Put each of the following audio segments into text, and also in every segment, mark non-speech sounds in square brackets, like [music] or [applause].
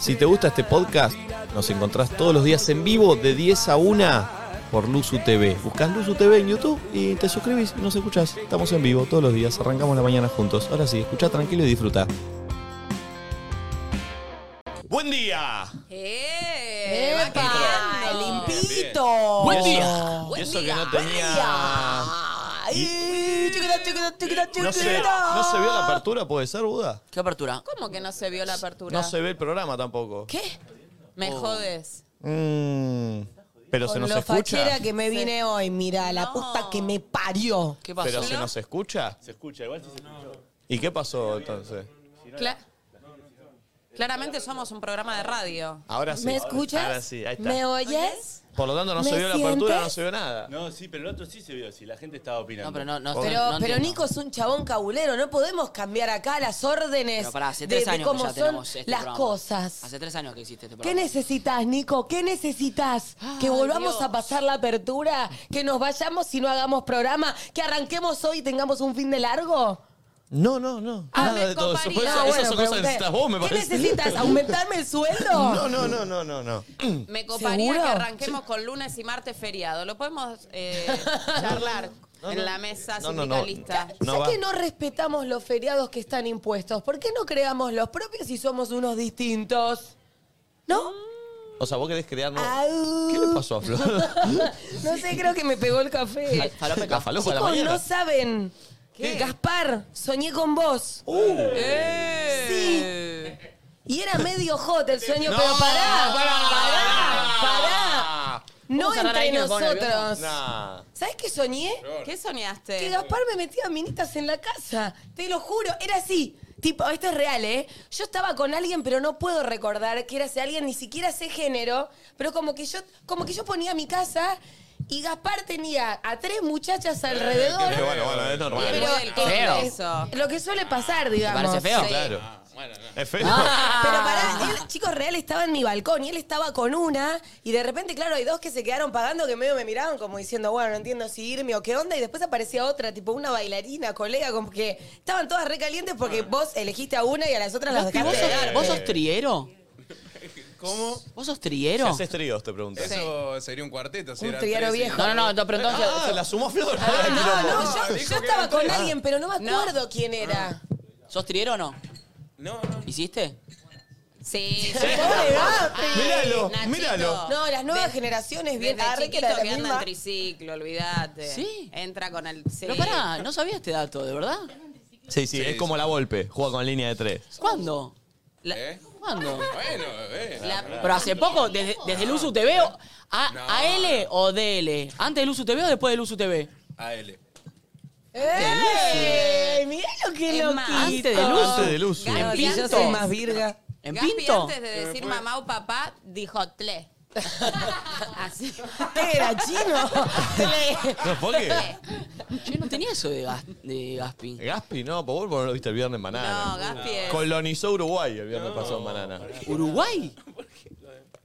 Si te gusta este podcast, nos encontrás todos los días en vivo de 10 a 1 por Luzu TV. Buscás Luzu TV en YouTube y te suscribís y nos escuchás. Estamos en vivo todos los días, arrancamos la mañana juntos. Ahora sí, escucha tranquilo y disfruta. ¡Buen día! ¡Eh! ¡Epa! ¡Va quedando! ¡Limpito! ¡Buen día! Buen Y eso día. que no tenía. ¡Ay! chiquita, chiquita, chiquita, ¿No se, chiquita. no se vio la apertura? ¿Puede ser, Buda? ¿Qué apertura? ¿Cómo que no se vio la apertura? No se Oh. ve el programa tampoco. ¿Qué? Me jodes. Mm, pero se Con nos lo fachera escucha. que me vine hoy, mira, la puta que me parió. ¿Qué pasó? Pero se nos escucha. Se escucha, igual si se escuchó. ¿Y qué pasó entonces? Cla- Claramente somos un programa de radio. Ahora sí. ¿Me escuchas? Ahora sí, ahí está. ¿Me oyes? Por lo tanto, no se ¿Me vio la apertura, sientes? no se vio nada. No, sí, pero el otro sí se vio, sí, la gente estaba opinando. No, pero no, no, Pero, no pero entiendo. Nico es un chabón cabulero, no podemos cambiar acá las órdenes Pero pará, hace de, tres de años cómo que ya son tenemos este las programa. cosas. Hace tres años que existe este ¿Qué programa. necesitas, Nico? ¿Qué necesitas? Que Ay, volvamos Dios. a pasar la apertura, que nos vayamos y no hagamos programa, que arranquemos hoy y tengamos un fin de largo. No, no, no. Ah, Nada me de todo eso. comparí- Por eso- No, esas son cosas pero que usted- necesitas vos, me Ah, ¿Qué parece. necesitas? ¿Aumentarme el sueldo? [laughs] No, no, no, no, no, no. Me coparía ¿Seguro? que arranquemos con lunes y martes feriado. Lo podemos [laughs] eh, charlar No, no. en la mesa No, no, no. sindicalista. No ya va. que no respetamos los feriados que están impuestos, ¿por qué no creamos los propios y somos unos distintos? ¿No? O sea, vos querés crearnos. Au. ¿Qué le pasó a [laughs] Flor? No sé, creo que me pegó el café. La falopa a la Chicos, no mañana. saben. ¿Qué? Gaspar, soñé con vos. Uh. Eh. Y era medio hot el sueño, No, pero pará, no, pará, pará, pará, No Vamos a cerrar entre ahí que me pongo nosotros. Nah. ¿Sabés qué soñé? ¿Qué soñaste? Que Gaspar me metía minitas en la casa. Te lo juro, era así. Tipo, esto es real, ¿eh? Yo estaba con alguien, pero no puedo recordar que era ese alguien, ni siquiera sé género, pero como que yo, como que yo ponía mi casa y Gaspar tenía a tres muchachas alrededor. Pero bueno, bueno, es Pero normal. Pero el Feo. eso. Lo que suele pasar, digamos. parece feo? Claro. Es feo. Pero pará, el chico real estaba en mi balcón y él estaba con una y de repente, claro, hay dos que se quedaron pagando que medio me miraban como diciendo, bueno, no entiendo si irme o qué onda y después aparecía otra, tipo una bailarina, colega, como que estaban todas recalientes porque vos elegiste a una y a las otras las ¿Vos dejaste. Eh, sos, ¿Vos sos triero? ¿Cómo? ¿Vos sos Si triero? haces tríos, te preguntas. Eso sería un cuarteto. Si Un eran triaro tres, viejo. No, no, no, no, pero entonces... Ah, la sumó Flor. No, no, yo, dijo yo que estaba eran con tres. alguien, pero no me No. Ah. acuerdo quién era. ¿Sos triero o no? No, no. ¿Hiciste? Sí. Pobre Gapi. Míralo, Nachito. míralo. No, las nuevas generaciones bien Desde arre, chiquito la- la que anda misma- en triciclo, olvídate. Sí. Entra con el... Sí. Pero pará, no sabía este dato, ¿de verdad? Sí, sí, es como la golpe. Juega con línea de tres. ¿Cuándo? La- ¿Eh? ¿Cuándo? Bueno, eh. La- Pero hace poco, desde, desde el USU TV, o- a, ¿AL o DL? ¿Antes del USU TV o después del USU TV? AL. ¡Eh! ¡Eh! ¡Ey! Mirá lo que Es lo más, Antes del uso. Antes del uso. Gaby, En Yo Pinto. soy más virga. ¿En Gaspi, Pinto? antes de decir [laughs] mamá o papá, dijo [laughs] tle. Así. ¿Qué era chino? Tle. ¿No por qué? Yo no tenía eso de, gas, de Gaspi. Gaspi, no, por vos no lo viste el viernes en banana. No, Gaspi es... Colonizó Uruguay el viernes pasado en banana. ¿Uruguay?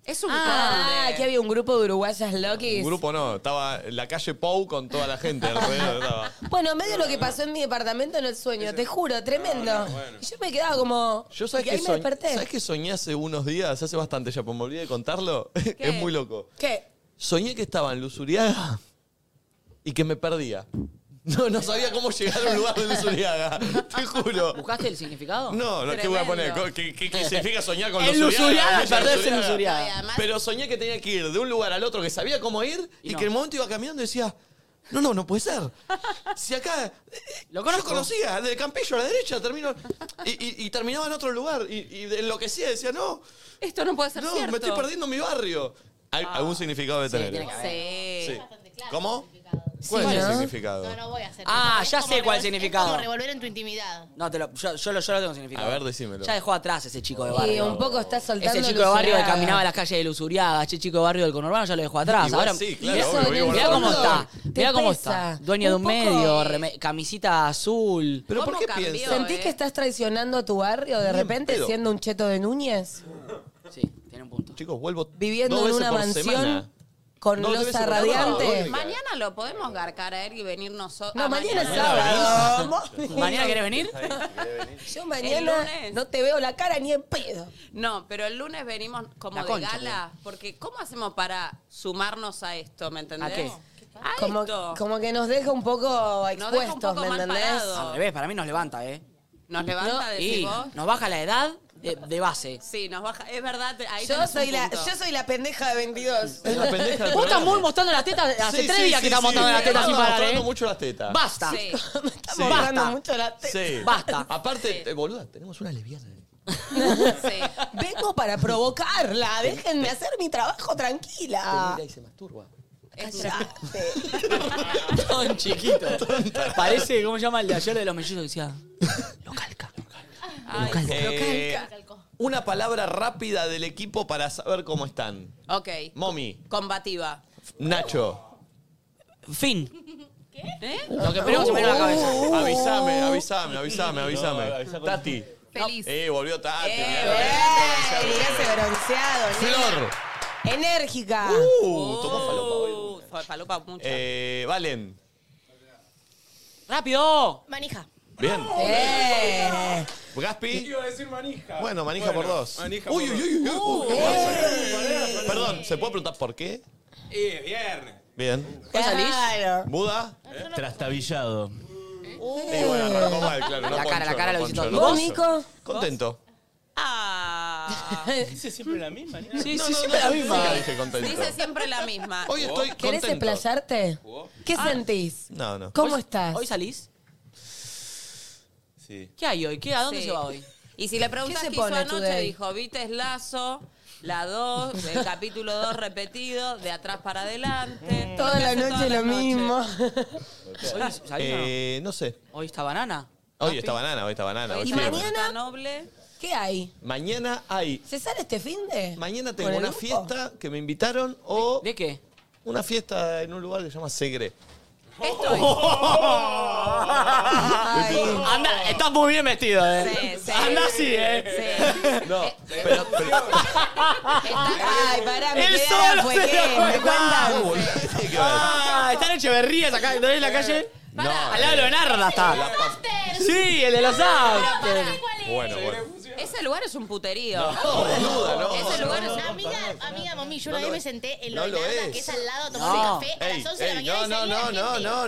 Es un Ah, conde. que había un grupo de uruguayas loquis. Un grupo no, estaba en la calle Pou con toda la gente alrededor. Estaba. Bueno, medio lo que pasó en mi departamento en el sueño, te juro, tremendo. Y yo me quedaba como. Yo sabes y que, ahí me soñ- desperté. ¿sabes que soñé hace unos días, hace bastante ya, pues me olvidé de contarlo. es muy loco. ¿Qué? Soñé que estaba en Luzuriaga y que me perdía. No, no sabía cómo llegar a un lugar de Luzuriaga, [laughs] te juro. ¿Buscaste el significado? No, no, ¿qué voy a poner? Tremendo. ¿Qué, qué- qué significa soñar con En Luzuriaga? Luzuriaga, Villa perderse en No, y Luzuriaga. además, Pero soñé que tenía que ir de un lugar al otro que sabía cómo ir y, Y no. que en el momento iba caminando y decía, no, no, no puede ser. Si acá eh, Lo yo conozco. conocía, del campillo a la derecha, termino. Y, y- y terminaba en otro lugar. Y, y de- enloquecía, decía, no, esto no puede ser no, cierto. me estoy perdiendo mi barrio. Hay algún significado de tener. Ah. tiene que haber. Sí. ¿Cómo? ¿Cuál es el significado? No, no voy a hacer. Ah, Es ya como sé cuál revolver- significado. Es como revolver en tu intimidad. No, te lo- yo, yo lo, yo lo tengo significado. A ver, decímelo. Ya dejó atrás ese chico de Y barrio. un poco está soltando. Ese chico de Luciana. barrio que caminaba las calles de Lusuriaga, ese chico de barrio del conurbano, ya lo dejó atrás. Igual Ahora, sí, Y claro, eso obvio, en el vivo Mirá cómo fondo está, te mirá cómo pesa. está. Dueña de un poco, medio, eh, reme- camisita azul. ¿Pero por ¿Cómo qué cambió? piensas? eh. ¿Sentís que estás traicionando a tu barrio de Ni en repente pedo. siendo un cheto de Núñez? Sí, tiene un punto. Chicos, vuelvo Viviendo dos en veces una por mansión semana. con No, debe losa ser por la radiante. orden. Mañana lo podemos garcar a él y venir nosotros. Ah, No, mañana es Mañana sábado. ¿Mañana querés venir? Yo El mañana lunes. no te veo la cara ni en pedo. No, pero el lunes venimos como La de concha, gala. Porque ¿cómo hacemos para sumarnos a esto? ¿Me entendés? ¿A qué? A Como, esto. como que nos deja un poco deja un expuestos, poco ¿me mal entendés? parados. Al revés, para mí nos levanta, ¿eh? Nos levanta, decís Y vos. nos baja la edad de, de base. Sí, nos baja. Es verdad, te- ahí Yo tenés un soy, la, punto. yo soy la pendeja de 22. Es la pendeja del Vos estás programa. muy mostrando las tetas. Hace Sí, tres sí, días sí, que estás sí, mostrando sí, las tetas estaba sin parar, mostrando ¿eh? mucho las tetas. Basta. Sí. Me está Sí. mostrando Basta. mucho la teta. Sí. Basta. Aparte, eh, boluda, tenemos una lesbiana. Sí. Vengo para provocarla. Déjenme hacer mi trabajo tranquila. Ah. Mira y se masturba. Es- [laughs] Son chiquito. Parece, ¿cómo se llama el de ayer de los mellizos? Decía. Ay, Eh, una palabra rápida del equipo para saber cómo están. ok. Momi, Combativa. Nacho. Uh, Fin. ¿Eh? Lo que esperemos se me viene a la cabeza. Avísame, avisame, avisame, avisame. No, avisa con- Tati. Feliz. Eh, volvió Tati. Eh, mirá, bueno. mirá, Ey, mirá, ese bronceado, nena. Flor. Enérgica. Uh, tomó falopa hoy. Uh, fue falopa mucho. Eh, Valen. ¡Rápido! Manija. Bien. Eh. Gaspi. Iba a decir manija. Bueno, manija Bueno, por dos. Manija uy, por uy, dos. uy, uy, uy, ¿qué pasa? Perdón, ¿se puede preguntar por qué? Eh, viernes. Bien. Claro. ¿Buda? Trastabillado. Sí, bueno, arrancó mal, claro. no La cara, la cara ponchó, no lo hizo ponchó, todo. no ¿Vos, ponchó. Nico? Contento. Ah. Dice siempre la misma. ¿no? Sí, No, sí, no, siempre no, la misma. nunca dije contento. Dice siempre la misma. Ah. Hoy estoy ¿Querés contento. explayarte? ¿Qué sentís? No, no. ¿Cómo estás? ¿Hoy salís? Sí. ¿Qué hay hoy? ¿Qué, ¿A dónde Sí. se va hoy? Y si le preguntas ¿Qué qué, se hizo pone anoche, today? dijo, Vites Lazo, la 2, el capítulo 2 repetido, de atrás para adelante. Mm. Toda la Hace todas noche las lo mismo. noches. ¿Hoy salís o no? Eh, no sé. ¿Hoy está banana? Hoy está banana, hoy está banana. hoy Y sí. mañana- mañana noble. ¿Qué hay? Mañana hay. ¿Se sale este fin de? Mañana tengo una fiesta que me invitaron o ¿De qué? una fiesta en un lugar que se llama Segre. Estoy. [laughs] Anda, eh. estás muy bien vestido, ¿eh? Sí, sí. eh. No, Eh, pero, pero Ay, pará, me El quedé solo [laughs] ahora, fue se qué, lo me fue. No, cuentan. boludo, tiene que ver. Ah, está en Echeverría, acá, ¿no ves la calle? No, Al lado de eh, Leonardo la está. pa- Sí, el de los Aptes. Bueno, bueno. Ese lugar es un puterío. No, boluda, no. Ese lugar es un Amiga, amiga, mami, yo No una vez lo me es. senté en No lo de lo Narda, es. que es al lado, No. tomamos el café a Ey, las 11 de la ey, no, no, mañana. y salía no, no, gente. no, no,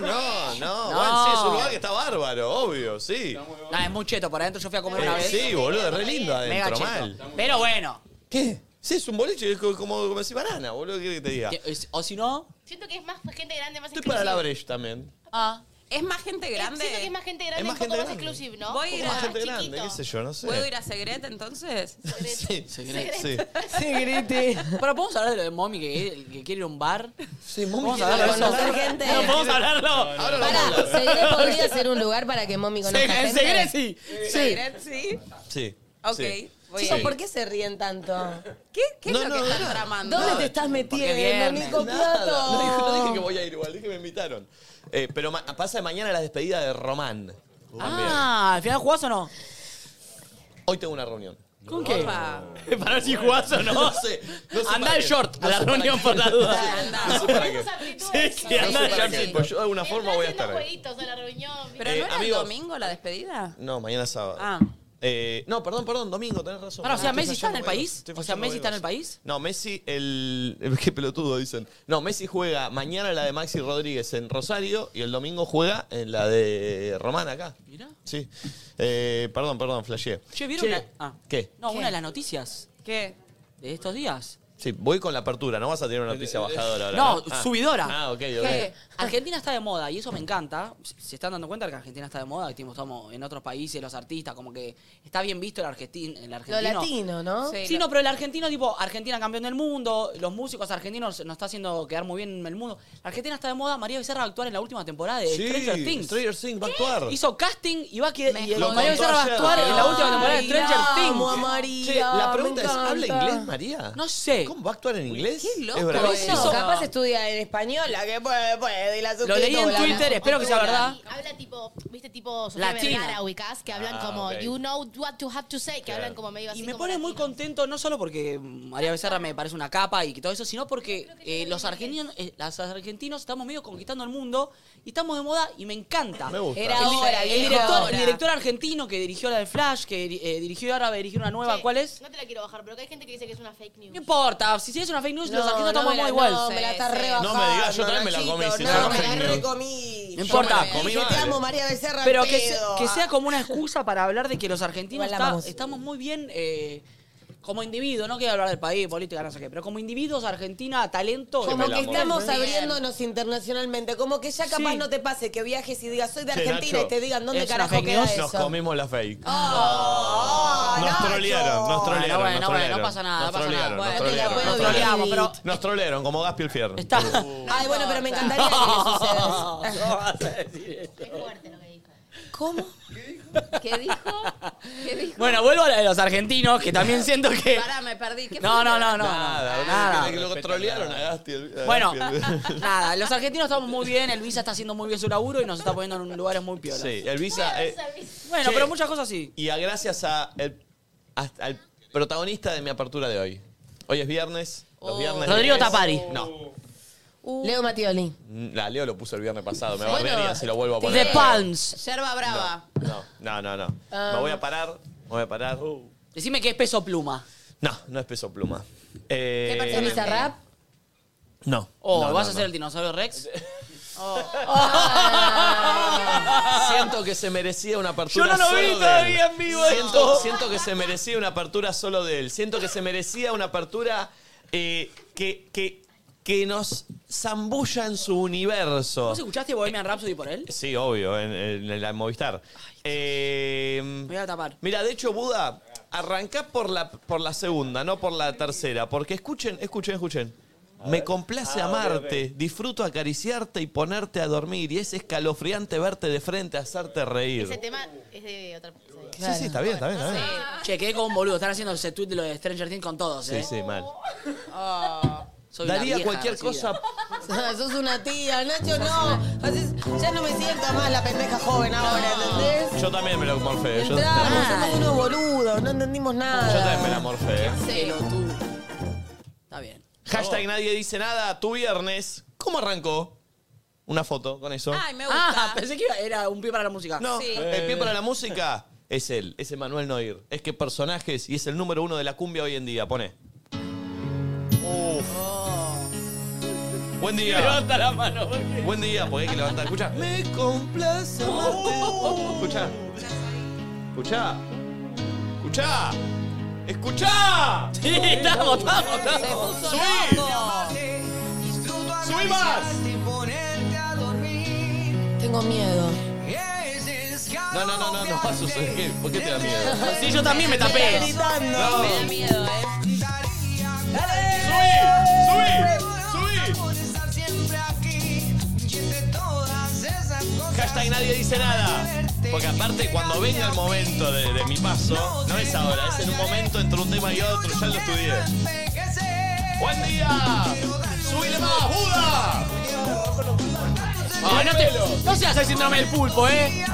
no. No. Bueno, sí, es un lugar que está bárbaro, obvio, sí. No, es muy cheto, por adentro yo fui a comer una Eh, vez. sí, boludo, es re lindo Mega adentro, mal. cheto. Pero bueno, ¿Qué? Sí, es un boliche, es co- como, como decir banana, boludo, ¿qué querés que te diga? que- es- o si no, Siento que es más gente grande, más Estoy para la exclusiva. brecha también. ah, Es más gente Eh, grande. Siento que es más gente grande, más un poco gente más grande. exclusive, ¿no? Voy a ir Como a Más más gente chiquito. grande, qué sé yo, no sé. ¿Puedo [laughs] ir a Segret entonces? Sí, sí, sí. Sí, grite. Pero podemos hablar de lo de Mommy que, que quiere ir a un bar. Sí, mami, Vamos a quiere hablar de conocer eso. gente. No, podemos hablarlo. Ahora lo vamos a Pará, hablar. Segre podría ser un lugar para que mommy Se- conozca En gente. Segre sí. Segret, sí. Sí. Ok, sí. voy Chicos, a ir. ¿por qué se ríen tanto? ¿Qué, qué es No, lo no, que están no. tramando? ¿Dónde te estás metiendo, viernes. Nico Nada, No dije, no dije que Piato? voy a ir igual, dije que me invitaron. Eh, pero ma- pasa de mañana la despedida de Román. También. Ah, ¿al final jugás o no? Hoy tengo una reunión. ¿Con qué? Opa. [laughs] Para ver si jugás o [laughs] No no. sé. No sé Andá para el qué. short No a la sé para reunión qué. por la duda. Anda. [laughs] No sé para qué. Tenemos aptitudes, Sí, sí, ¿no? anda No sé el para short. qué. Pues yo de alguna forma Entrás voy a en los estar ahí. jueguitos a la reunión. ¿Pero Eh, no era amigos. el domingo la despedida? No, mañana es sábado. Ah. Eh, no, perdón, perdón, domingo, tenés razón. Pará, o sea, Estoy ¿Messi está en el flasheando país? juegos, estoy O sea, flasheando ¿Messi está en el juegos. país? No, Messi, el. [laughs] Qué pelotudo dicen. No, Messi juega mañana la de Maxi Rodríguez en Rosario y el domingo juega en la de Román acá. Mirá. Sí. Eh, perdón, perdón, flasheé. Che, ¿vieron una- ah. ¿Qué? No, una de las noticias ¿Qué? de estos días. Sí, voy con la apertura, no vas a tener una noticia bajadora ahora. No, Ah. subidora. Ah, ok, ok. Que Eh, Argentina está de moda y eso me encanta. Se se están dando cuenta de que Argentina está de moda, que tipo, estamos en otros países, los artistas, como que está bien visto el, argentin- el Lo argentino. latino, ¿no? Sí. Sí, no, pero el argentino, tipo, Argentina campeón del mundo, los músicos argentinos nos está haciendo quedar muy bien en el mundo. La Argentina está de moda, María Becerra va a actuar en la última temporada de Sí, Stranger Things. Stranger Things va a actuar. Hizo casting y va a quedar. Y Lo María contó Becerra va a ayer. actuar en la última temporada de Ay, Stranger amo a Things. María, Che, la me pregunta es, ¿habla encanta. inglés María? No sé. ¿Cómo va a actuar en inglés? qué loco Es Por bravísimo. eso, no. capaz estudia en español, la que puede, puede, y la Lo leí en subtitula. Twitter, espero que sea verdad. Y habla tipo, viste, tipo La Sofía Vergara, China. ubicás, que hablan Ah, como, ok. you know what you have to say, que Claro. hablan como medio así. Y me como pone muy latino. contento, no solo porque María Becerra me parece una capa y que todo eso, sino porque eh, los, argentinos, eh, las argentinos estamos medio conquistando el mundo y estamos de moda y me encanta. Me gusta. Era El, ahora, el viejo, director, ahora. el director argentino que dirigió la de Flash, que eh, dirigió y ahora va a dirigir una nueva, Che, ¿cuál es? No te la quiero bajar, pero que hay gente que dice que es una fake news. No importa, si es una fake news, los argentinos no estamos me la- muy igual. No, me la estás Sí, sí. rebajando. No me digas, yo también me la Nachito, comí, si No, son me la fake news. recomí. No importa. Yo me la- Comí Dije, Te mal. amo, María Becerra, Pero al que, se- pedo. Ah. que sea como una excusa para hablar de que los argentinos Igual la está- amamos. estamos muy [laughs] bien eh, como individuos, no quiero hablar del país, política, no sé qué, pero como individuos, Argentina, talento. Como me la que morís. estamos Bien. abriéndonos internacionalmente, como que ya capaz Sí. no te pase que viajes y digas soy de Che, Argentina Nacho, y te digan dónde es una carajo fake queda news, eso. Nos comimos la fake. Oh, nos Nacho. trolearon, nos trolearon. bueno, bueno, nos trolearon, no pasa nada, Nos no pasa trolearon, nada. nos Bueno, trolearon, la nos puedo trolearon. violar. troleamos, pero Nos trolearon, como Gaspi el Fierro. está. Ay, bueno, pero me encantaría que ¿Cómo le suceda. vas a decir eso? Es fuerte lo que dijo. ¿Cómo? ¿Qué dijo? ¿Qué dijo? Bueno, vuelvo a la de los argentinos, [laughs] que también siento que. Pará, me perdí. ¿Qué No, fue? no, no, no. Nada, nada. Lo trolearon a Gaspi. el- a Bueno, Gaspi el- nada, los argentinos estamos muy bien, el Visa está haciendo muy bien su laburo y nos está poniendo en lugares muy piolas. Sí, el Visa. eh, Bueno, Che. pero muchas cosas sí. y a- gracias a el- a- al protagonista de mi apertura de hoy. Hoy es viernes. Los viernes de Rodrigo tres- Tapari. No. mm, Leo Matioli. La Leo lo puso el viernes pasado. Me barbearía si lo vuelvo a poner. The Palms. Yerba brava. No, no, no. no. Me voy a parar. Me voy a parar. Decime que es peso pluma. No, no es peso pluma. Eh, ¿Qué ¿El personaje? Bizarrap? No. Oh, no, ¿vas no, a ser no. el dinosaurio Rex? Ah. Siento que se merecía una apertura Yo no lo solo vi de él. todavía en vivo Siento, esto. siento que se merecía una apertura solo de él. Siento que se merecía una apertura eh, que, que, que nos zambulla en su universo. Eh, ¿Vos escuchaste Bohemian Rhapsody por él? Sí, obvio, en, en la Movistar. Eh, Me voy a tapar. Mira, de hecho, Buda, arrancá por la, por la segunda, no por la tercera. Porque escuchen, escuchen, escuchen. Me complace amarte, disfruto acariciarte y ponerte a dormir. Y es escalofriante verte de frente, hacerte reír. Ese tema es de otra persona. Sí, sí, está bien, está bien, está bien. Che, quedé como un boludo. Están haciendo ese tweet de lo de Stranger Things con todos, Sí, ¿eh? sí, mal. Oh, Soy una Daría vieja cualquier resida. cosa. [laughs] Sos una tía, Nacho, no. Haces- ya no me siento más la pendeja joven ahora, ¿entendés? Yo también me lo morfé. Yo, yo Entramos, somos unos boludos, no entendimos nada. también me la morfé. eh. Pelotudo. Está bien. Hashtag nadie dice nada. Tu viernes. ¿Cómo arrancó? Una foto con eso. Ay, me gusta. Ah, pensé que iba- era un pie para la música. No, Sí. el pie para la música es él, es Emanuel Noir. Es que personajes y es el número uno de la cumbia hoy en día, pone. Buen día. Levanta la mano. Eh, Buen día, porque hay que levantar. Oh. Escucha. Me complace amarte. Escucha. Escucha. Escucha. Escucha. Sí, estamos, estamos, Se estamos. puso Subí. loco. Subí más. Tengo miedo. No, no, no, no, no va a suceder. ¿Por qué te da miedo? Sí, yo también me Está tapé. gritando. No. Me da miedo, ¿eh? ¡Subí! ¡Subí! ¡Subí! Hashtag nadie dice nada. Porque aparte cuando venga el momento de, de mi paso, no es ahora, es en un momento entre un tema y otro, ya lo estudié. ¡Buen día! ¡Subile más, Buda! Ay, no, te, no seas el síndrome del pulpo, ¿eh?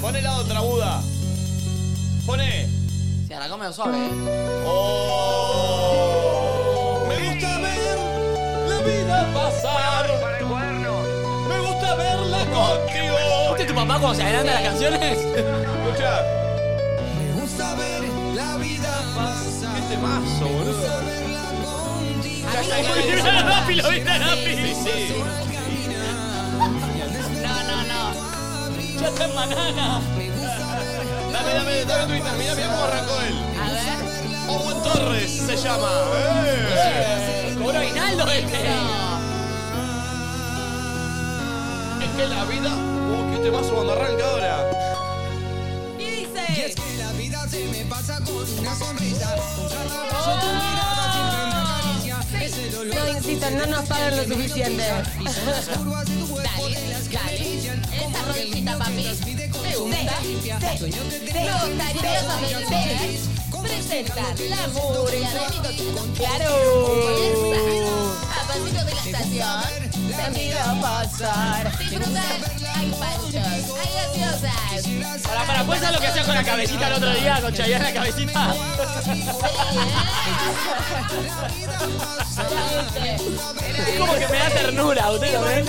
Poné la otra, Buda. Poné. Se arrancó medio suave, ¿eh? Oh, me gusta ver la vida pasar. Me gusta verla ¿Viste contigo. tu papá cuando se adelanta las canciones? Escucha. Me gusta ver la vida pasar. Este mazo, boludo. Mira la Rappi, lo viste a Rappi. Sí, sí. No, no, no. Ya está en banana. Dame, dame, dame Twitter. Mirá, mirá cómo arrancó él. A ver. Owen Torres se llama. Eh. Cobro aguinaldo este. Es que la vida. Uh, qué este mazo cuando arranca ahora. ¿Qué dice? La vida se me pasa con una sonrisa. Un charlatazo, tu mirada siempre me acaricia. Ese dolor No, insisto, no nos pagan lo suficiente. las curvas de tu cuerpo de las que Dale. brillan. Esa rodillita, papi. Pide con Me gusta. Sueño que te Los tareos del presentan la furia de Nicotino. Claro. Comienza a pasillo de la estación. Sentido pasar. Disfrutan. Hay panchos, hay gaseosas. Para, para, ¿puedes saber lo que hacías con la cabecita el otro día, con [laughs] Chayanne la cabecita? Es como que me da ternura, ¿usted lo ven?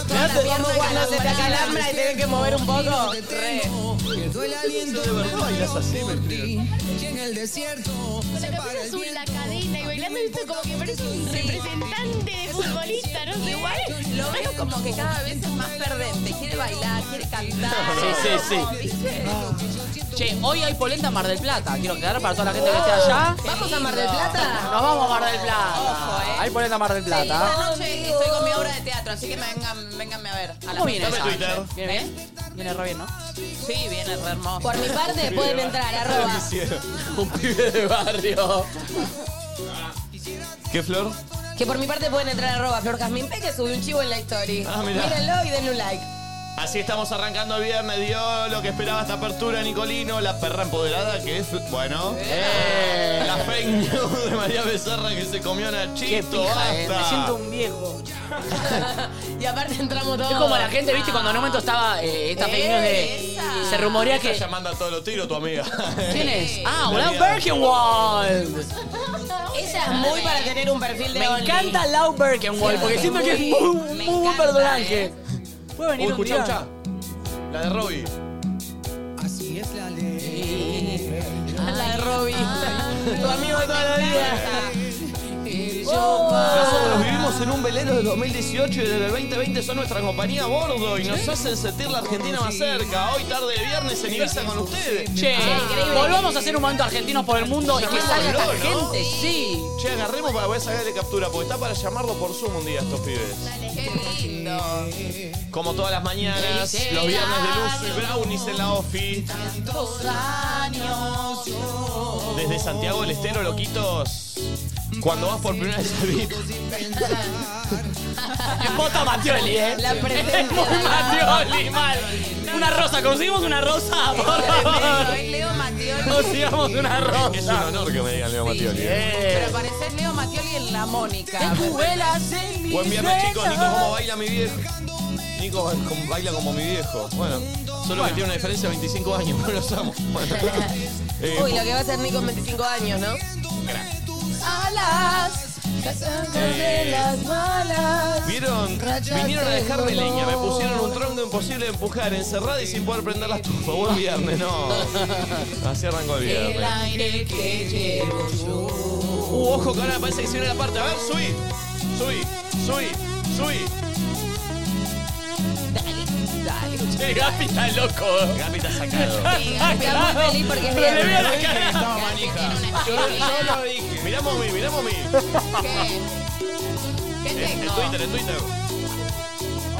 Con la pierna cuando se te acalambra y tenés que mover un poco. pierdo el aliento De verdad, y las así, me escriben. [laughs] y en el desierto Con la cabeza azul, la cadena y bailando esto como que parece un representante de futbolista, no sé, igual. Lo veo como que cada vez es más perdente. Quiere bailar, quiere cantar. Sí, sí, sí. ¿Viste? Che, hoy hay polenta en Mar del Plata. Quiero aclarar para toda la gente que esté allá. ¿Vamos a Mar del Plata? Nos vamos a Mar del Plata. Hay polenta en Mar del Plata. Esta noche estoy con mi obra de teatro, así que me vengan, vénganme a ver. A la ¿Cómo viene noche. esa? Twitter. ¿Viene bien? Viene re bien, ¿no? Sí, viene re hermoso. Por mi parte pues, pueden entrar, arroba. [laughs] Un pibe de barrio. ¿Qué flor? Que por mi parte pueden entrar, arroba. Flor Jazmín P, que subió un chivo en la story. Ah, mirá. Mírenlo y denle un like. Así estamos arrancando el viernes, dio lo que esperaba esta apertura, Nicolino, la perra empoderada que es, bueno, Eh. la fake news de María Becerra que se comió a Qué Nachito, pija, eh. Me siento basta. un viejo. [laughs] Y aparte entramos todos. Es como la gente, ¿viste? Cuando en un momento estaba eh, esta fake news de... Se rumorea Está que... llamando a todos los tiros tu amiga. ¿Quién es? Ah, La Lau mía. Birkenwald. Ella es muy para tener un perfil de Me Only. encanta Lau Birkenwald porque siento que es muy, muy buen personaje. Puede Uy, venir un día. escuchá, escuchá. [laughs] La de Robbie. así es la ley Ah, La de Robbie. Tu amigo de toda la vida. Oh. Nosotros vivimos en un velero del 2018 y desde el 2020 son nuestra compañía a bordo y nos hacen sentir la Argentina más cerca. Hoy tarde de viernes en Ibiza con ustedes. Ah. Che, volvamos a hacer un momento argentinos por el mundo y que salga esta Llamémoslo, ¿no? gente, sí. Che, agarremos para poder sacarle captura, porque está para llamarlo por Zoom un día a estos pibes. Qué lindo. Como todas las mañanas, los viernes de luz y brownies en la ofi. Desde Santiago del Estero, loquitos. Cuando vas por primera vez a VIP. Es Bota Matioli, eh. La Es muy presencia. Matioli, mal. Una rosa, conseguimos una rosa, por favor. Soy Leo Eh. Matioli. Consigamos una Es un rosa. honor que me digan Leo Matioli. ¿eh? Pero Eh. parecer Leo Matioli en la Mónica. Buen viernes, chicos. Nico, ¿cómo baila mi viejo? Nico es como- baila como mi viejo. Bueno, solo que tiene una diferencia de 25 años, [laughs] pero los amo. Bueno. [laughs] Eh, Uy, lo que va a hacer Nico en 25 años, ¿no? Alas. Eh. de las malas. Vieron, vinieron a dejarme leña, me pusieron un tronco imposible de empujar, encerrada y sin poder prender la estufa. Buen viernes, no. Así arrancó el viernes. aire que llevo yo. Uh, ojo que ahora me parece que se viene la parte. A ver, subí, subí, subí, subí. Che, Gafi está loco. Gapi está sacado. Está muy feliz porque es Pero le veo viernes. la cara. Estaba manija. Yo, yo lo dije. Miramos mi, miramos mi. ¿Qué? ¿Qué En, en tengo? Twitter, en Twitter.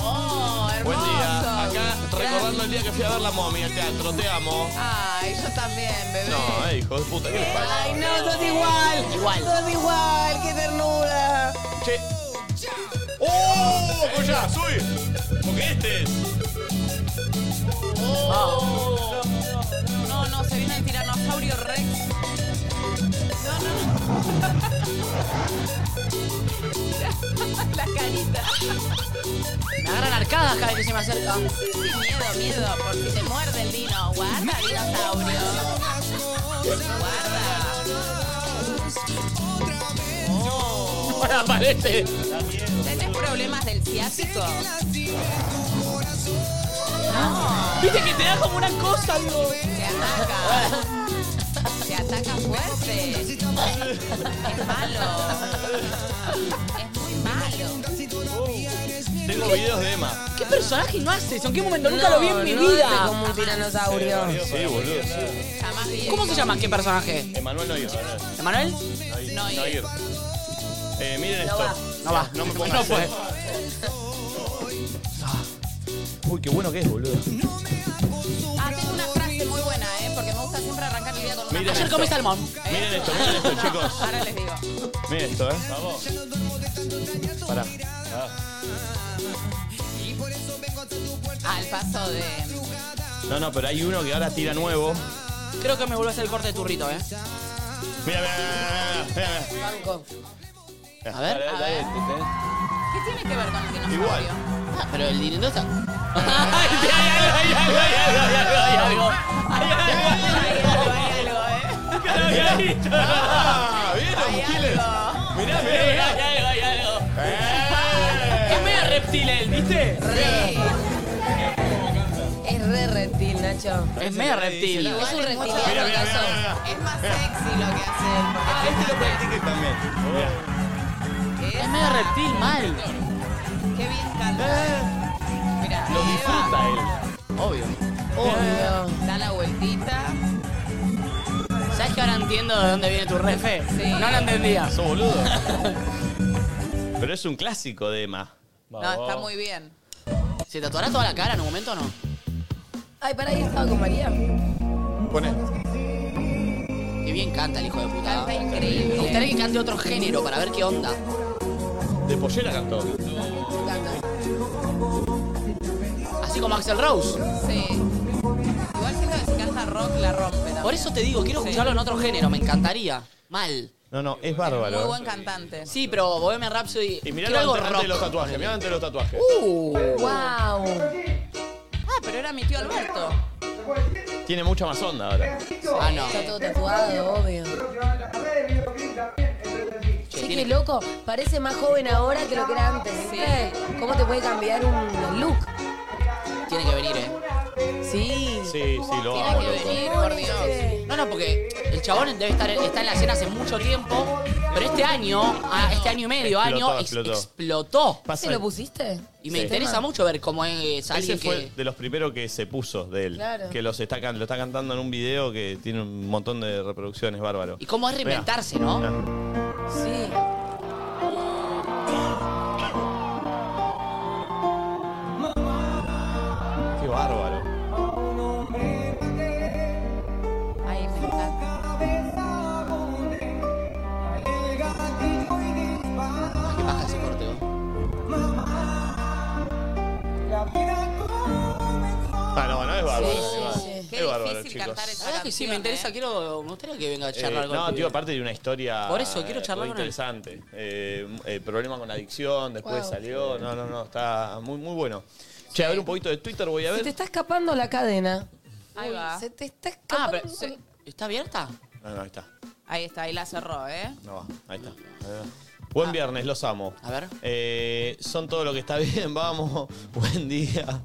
Oh, Buen hermoso. día. Acá recordando el día que fui a ver la momia al teatro. Te amo. Ah. Ay, yo también, bebé. No, eh, hijo de puta, ¿qué les pasa? Ay, no, sos igual. Igual. Sos igual, qué ternura. Che. ¡Oh! Escucha, subí. Porque este es. No, no, se viene el tiranosaurio Rex. No, no. La carita. Me agarran arcadas cada vez que se me acerca. Sí, sí, miedo, miedo. Por si te muerde el lino. Guarda, dinosaurio. Guarda. Aparece. ¿Tenés problemas del ciático? Viste que te da como una cosa, digo. Te ataca. Te ataca fuerte. Es malo. Es muy malo. Tengo videos de Emma. ¿Qué personaje no hace eso? ¿En qué momento? Nunca No, lo vi en mi no hace vida. como un tiranosaurio. Sí, boludo. sí. Jamás vi. ¿Cómo se llama qué personaje? Emanuel Noir. ¿Emanuel? Noir. Noir. Eh, miren esto. No va. No me pongas. No fue. Uy, qué bueno que es, boludo. Ah, tengo una frase muy buena, ¿eh? Porque me gusta siempre arrancar el día con una Miren Ayer esto. comí salmón. [laughs] Ah, Miren esto, miren esto, chicos. Ahora les digo. Miren esto, eh. Vamos. Pará. Ah. Al paso de. No, no, pero hay uno que ahora tira nuevo. Creo que me volvió a hacer el corte de turrito, ¿eh? Mira, mira, mira, mira, mira, mira, Banco. mira. ¿Eh? A ver, Dale, a dale, ver. este, este. ¿Qué tiene que ver con el dinosaurio? Igual. Ah, [laughs] pero el dinero está. Ay, ay, ay, ay, ay, ay, ay, ay, ay, ay, algo. Ay, ay, ay, ay, algo. Hay algo, ¿eh? Ah, ¿vieron, Giles? Mirá, mirá, Ay, mirá. algo, hay algo. Es ¡Eh! medio reptil él, ¿viste? Re. Es re reptil, Nacho. Es medio reptil. Igual Es es un mucho reptiliano, más mira, grosso. mira, mira. Es más sexy lo que hace él. Ah, este lo practiqué también. Es medio reptil, mal. porque Qué bien canta. Eh, Mira, Lo disfruta él. Obvio. Da la vueltita. ¿Sabes que ahora entiendo de dónde viene tu refe? Sí. No lo entendía. ¿Sos boludo? Pero es un clásico de Emma. No, está muy bien. ¿Se tatuará toda la cara en un momento o no? Ay, para ahí estaba con María. Poné. Que bien canta el hijo de puta. ¿eh? Canta Me increíble. gustaría que cante otro género para ver qué onda. De pollera cantó. Así como Axel Rose. Sí. Igual siento que si canta rock la rompe Por también. eso te digo, quiero escucharlo en otro género, me encantaría. Mal. No, no, es Muy bárbaro. buen cantante. Sí, pero Bohemian Rhapsody. Y mirá quiero lo algo ante- ante rock. los tatuajes, mirá ante los tatuajes. Uh, Wow. Ah, pero era mi tío Alberto. Tiene mucha más onda ahora. Ah, no. Ah, Está todo tatuado, obvio. Che, Che, tiene- qué loco. Parece más joven ahora que lo que era antes. ¿viste? ¿Cómo te puede cambiar un look? Tiene que venir, eh. Sí. Sí, sí, lo Tiene amo, que loco. venir, por Dios. No, no, porque el chabón debe estar está en la escena hace mucho tiempo, pero este año, ah, este año y medio, Explotó, año, ex- explotó. explotó. ¿Se Pasa, lo pusiste? Y me Sí. interesa mucho ver cómo es ese alguien fue que... de los primeros que se puso de él. Claro. Que los está, can- lo está cantando en un video que tiene un montón de reproducciones, bárbaro. Y cómo es reinventarse, ¿no? Ah, Sí. Qué bárbaro. Ay, me encanta. Ay, Qué paja ese corte, vos. Ah, no, no, es bárbaro. Sí, es sí, bárbaro. sí. Es Qué bárbaro, difícil cantar chicos. La esa verdad que sí, me canción, interesa, ¿eh? quiero... Me gustaría que venga a charlar Eh, con el no, pibe. tío, aparte de una historia. Por eso, quiero eh, charlar muy con él. interesante. Eh, eh, problema con la adicción, después salió. No, no, no, está muy, muy bueno. Che, a ver un poquito de Twitter, voy a Se te ver. está escapando la cadena. Ahí va. Se te está Ah, escapando. pero... ¿Está abierta? No, no, ahí está. Ahí está, ahí la cerró, ¿eh? No va, ahí está. Ahí va. Buen viernes, los amo. A ver. Eh, son todo lo que está [laughs] bien, vamos. Buen día.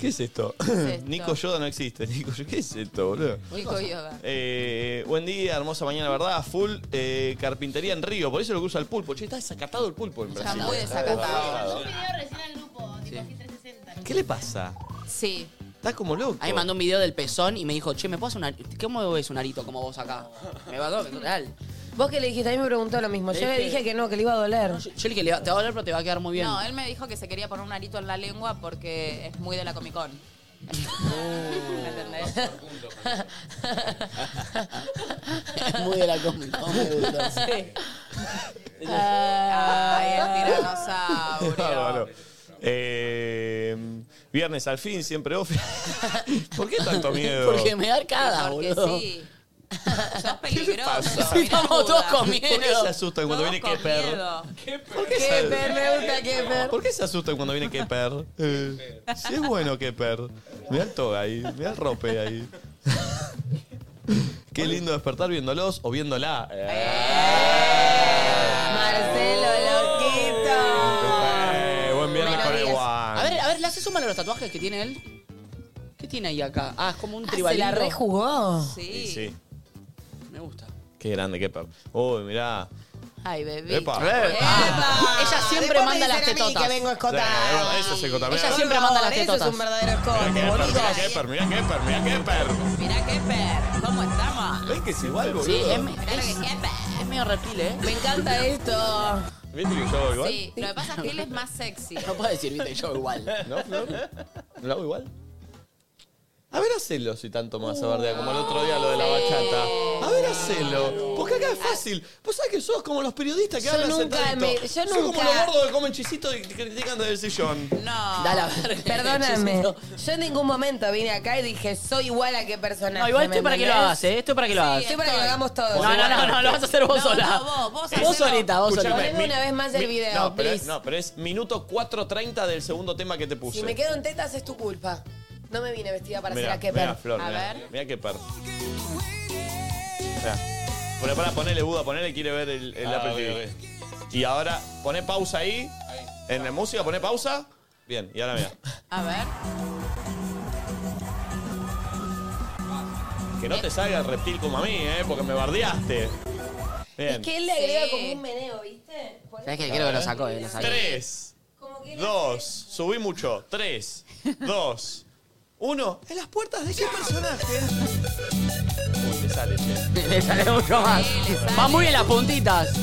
¿Qué es esto? [laughs] esto? Nico Yoda no existe. Nico, Yoda- ¿Qué es esto, boludo? Nico Yoda. Eh, buen día, hermosa mañana, ¿verdad? Full eh, carpintería en Río, por eso lo cruza el pulpo. Che, está desacatado el pulpo en Brasil. muy desacatado. [laughs] desacatado. video recién al grupo, tipo así 360. ¿Qué le pasa? Sí. Está como loco. Ahí mandó un video del pezón y me dijo, che, ¿me puedo hacer un arito? ¿Cómo ves un arito como vos acá? Me va a doler, real. Vos que le dijiste, a mí me preguntó lo mismo. Yo Le le dije- dije que no, que le iba a doler. Yo yo le dije, le va- te va a doler, pero te va a quedar muy bien. No, él me dijo que se quería poner un arito en la lengua porque es muy de la Comic Con. Uh. ¿Me entendés? [laughs] muy de la cómica. Ay, el Bárbaro. tiranosaurio. Eh, viernes al fin, siempre off. [laughs] ¿Por qué tanto [laughs] miedo? Porque me da arcada, Porque boludo. sí. Sos le pasa? peligroso. Sí, mirá, estamos todos Buda. con ¿Por qué se miedo. asustan cuando Todos viene con Keper? miedo. ¿Por qué, se- Keper, me gusta Keper. ¿Por qué se asustan cuando viene Keper? Eh, si es bueno Keper. Mirá el toga ahí, mirá el rope ahí. Qué lindo despertar viéndolos o viéndola. Eh, Marcelo Loquito. Eh, buen viernes con el Melodías. guan. A ver, a ver, le hace suma los tatuajes que tiene él. ¿Qué tiene ahí acá? Ah, es como un Ah, Se tribalito. la rejugó. Sí, Sí. sí. Me gusta. Qué grande Keper. Uy, mirá. Ay, bebé. Epa. Ah, ella siempre manda las tetotas. Esa Eso se contó. Mirá, Ella siempre Por manda favor, las eso tetotas. es un verdadero escote, mirá boludo. Keper, mirá Keper, mirá Keper, mirá Keper. Mirá qué per. ¿Cómo estamos? ¿Ven que es igual, boludo? Sí, es, me- Mirá lo que es- qué per. es medio reptil, ¿eh? Me encanta esto. ¿Viste que yo hago igual? Sí, lo que pasa es que él es más sexy. No puedo decir, viste, yo igual. ¿No, Flor? ¿No lo hago igual? A ver, hacelo si tanto me vas a bardear como el otro día lo de la bachata. A ver, hacelo. Porque acá es fácil. Vos sabés que sos como los periodistas que Yo hablan nunca sentadito. me- yo Sos como nunca- los gordos que comen chisito y critican desde el sillón. No. Da la [laughs] [laughs] verga. Perdóname. Yo en ningún momento vine acá y dije, soy igual a qué personaje. No, igual ¿me esto es para que lo entendés? hagas, ¿eh? Esto es para que lo hagas. Estoy para que lo hagamos todos. No, no, no, no, lo vas a hacer vos No, sola. no, vos, vos hacelo. vos solita, vos solita. Poneme una vez más el video, No pero, es, please. no, pero es minuto 4.30 del segundo tema que te puse. Si me quedo en tetas es tu culpa. No me vine vestida para ser a Kepler. Mira, Flor, A mira, ver. mira qué per. Mira. Pero para ponerle Buda, ponerle quiere ver el, el Ah, Apple ok, TV. Y ahora poné pausa ahí. En la música poné pausa. Bien, y ahora mira. A ver. [laughs] Que Eh. no te salga el reptil como a mí, ¿eh? Porque me bardeaste. Bien. Es que él le agrega Sí. como un meneo, ¿viste? Por Sabés eso- que creo que lo sacó, eh, lo sacó. Tres, como que él dos, subí mucho. Tres, dos, uno. ¿En las puertas de qué personaje? Uy, te sale, che. [laughs] Le sale mucho más. Sí, le sale. Va muy en las puntitas. A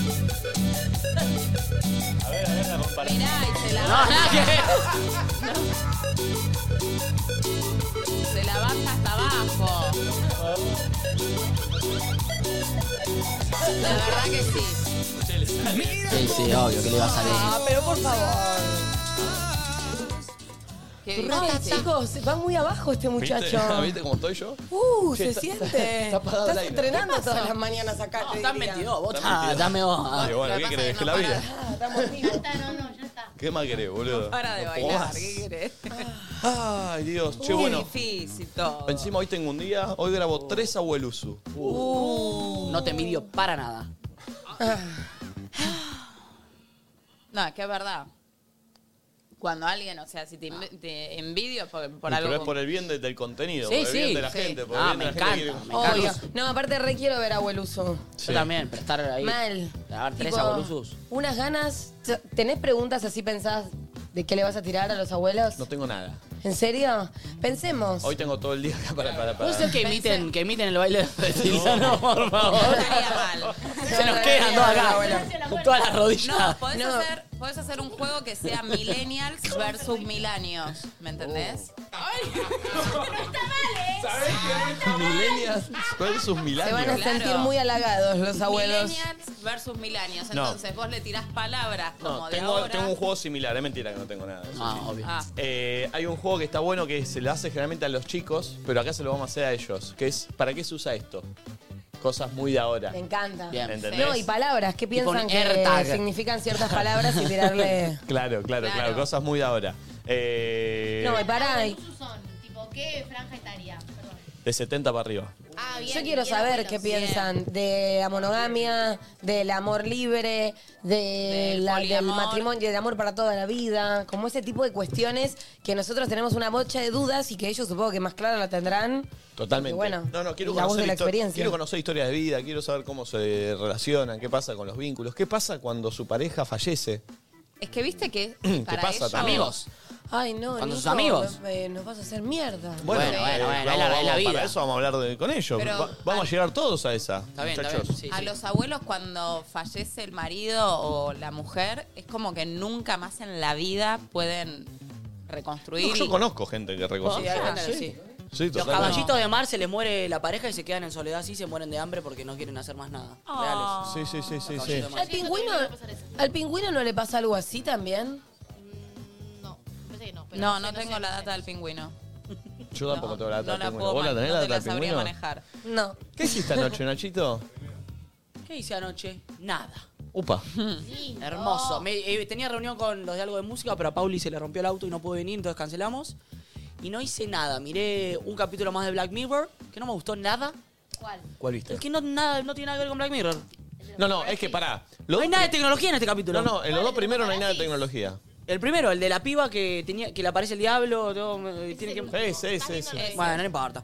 ver, a ver, la comparación. Mirá, y se la, No, nada que- se la baja hasta abajo. La verdad que sí. Sí, sí, obvio que le va a salir. Ah, pero por favor. Qué Rata, difícil. chicos, va muy abajo este ¿Viste? [laughs] muchacho. ¿Viste cómo estoy yo? Uh, Che, se está- siente. está apagado el Estás aire. entrenando todas las mañanas acá. te Estás diría. metido, vos Estás estás- metido. dame vos. ah. [laughs] Ay, bueno, Lo que ¿qué pasa querés? es Dejé que la no vida. Ah, [laughs] estamos vivos. Ah, no, no, ya está. ¿Qué más querés, boludo? Para de No puedo bailar, más. ¿qué querés? Ay, Dios. Che, Muy bueno. difícil todo. Encima hoy tengo un día, hoy grabo tres abuelusu. No te envidio para nada. No, es que es verdad. Cuando alguien, o sea, si te, inv- te envidio por, por Pero algo. es por el bien de- del contenido, Sí, por el bien sí, de la sí. gente, por Ah, el bien de me la gente. que- encanta. Me Obvio. encanta. No, aparte re quiero ver a Abueluso. Sí. Yo también, pero estar ahí. Mal. A ver, tres Tipo, abuelusus. Unas ganas. ¿Tenés preguntas así pensadas de qué le vas a tirar a los abuelos? No tengo nada. ¿En serio? Pensemos. Hoy tengo todo el día [laughs] acá para... para, para. ¿Puede ser que imiten, que imiten el baile de Feliciano, por favor? Estaría mal. Se nos quedan todos acá, con todas las rodillas. No, podés, No. Hacer, podés hacer un juego que sea millennials versus milenios. ¿Me entendés? Millennials versus Se van a millennials. Claro. sentir muy halagados los abuelos. Millennials versus milenios. No. Entonces vos le tirás palabras como No, de tengo, ahora. tengo un juego similar, es mentira que no tengo nada. Ah, obvio. Ah, Eh, hay un juego que está bueno que se le hace generalmente a los chicos, pero acá se lo vamos a hacer a ellos, que es ¿para qué se usa esto? Cosas muy de ahora. Me encanta. Bien. ¿Entendés? No, y palabras, ¿qué Tipo un piensan que AirTag. significan ciertas palabras y [laughs] tirarle. Claro, claro, claro, Claro. cosas muy de ahora. Eh, No, y pará. y- Abuelos son, tipo, ¿qué franja etaria? Perdón. de 70 para arriba. Ah, bien, Yo quiero bien, saber abuelos. qué piensan de la monogamia, del amor libre, de Del la- del poliamor. matrimonio, del amor para toda la vida, como ese tipo de cuestiones que nosotros tenemos una bocha de dudas y que ellos supongo que más clara la tendrán. Totalmente. Y bueno, no, no, quiero la voz conocer, de la histo- experiencia. quiero conocer historias de vida, quiero saber cómo se relacionan, qué pasa con los vínculos, qué pasa cuando su pareja fallece. es que viste que para pasa ellos, también. Amigos. Ay, no, Con Nico, sus amigos. eh, nos vas a hacer mierda. Bueno, bueno, bueno, es la- es la eh, vamos- vida. Para eso vamos a hablar de- con ellos. Pero- Va- vamos a llegar todos a esa, Está bien, muchachos. está bien. Sí, A sí. los abuelos cuando fallece el marido o la mujer es como que nunca más en la vida pueden reconstruir. Yo y- conozco gente que Sí, reconoce. hay gente que sí. Sí, Los totalmente. caballitos de mar se les muere la pareja y se quedan en soledad así, se mueren de hambre porque no quieren hacer más nada. Ah. Reales. Sí, sí, sí, sí, Los sí. caballitos de mar. ¿Al pingüino, también le va a pasar eso. ¿Al pingüino no le pasa algo así también? Mm, No, pensé que no. pero No, sé, no sé, tengo no la sé. data del pingüino. Yo tampoco tengo la no data la del puedo pingüino. ¿Vos la man- tenés no la te data la del sabría pingüino? manejar. No. ¿Qué hiciste anoche, Nachito? [laughs] ¿Qué hice anoche? Nada. Upa. Lindo. Hermoso. Me- eh, tenía reunión con los de algo de música, pero a Pauli se le rompió el auto y no pudo venir, entonces cancelamos. Y no hice nada. Miré un capítulo más de Black Mirror, que no me gustó nada. ¿Cuál? ¿Cuál Es viste? que no, nada, no tiene nada que ver con Black Mirror. No, no, es que pará. No Los hay dos- nada de tecnología en este capítulo. No, no, en los dos primeros no hay nada de tecnología. El primero, el de la piba que tenía que le aparece el diablo, todo, eh, tiene que... Sí, sí, sí, sí. Bueno, no importa.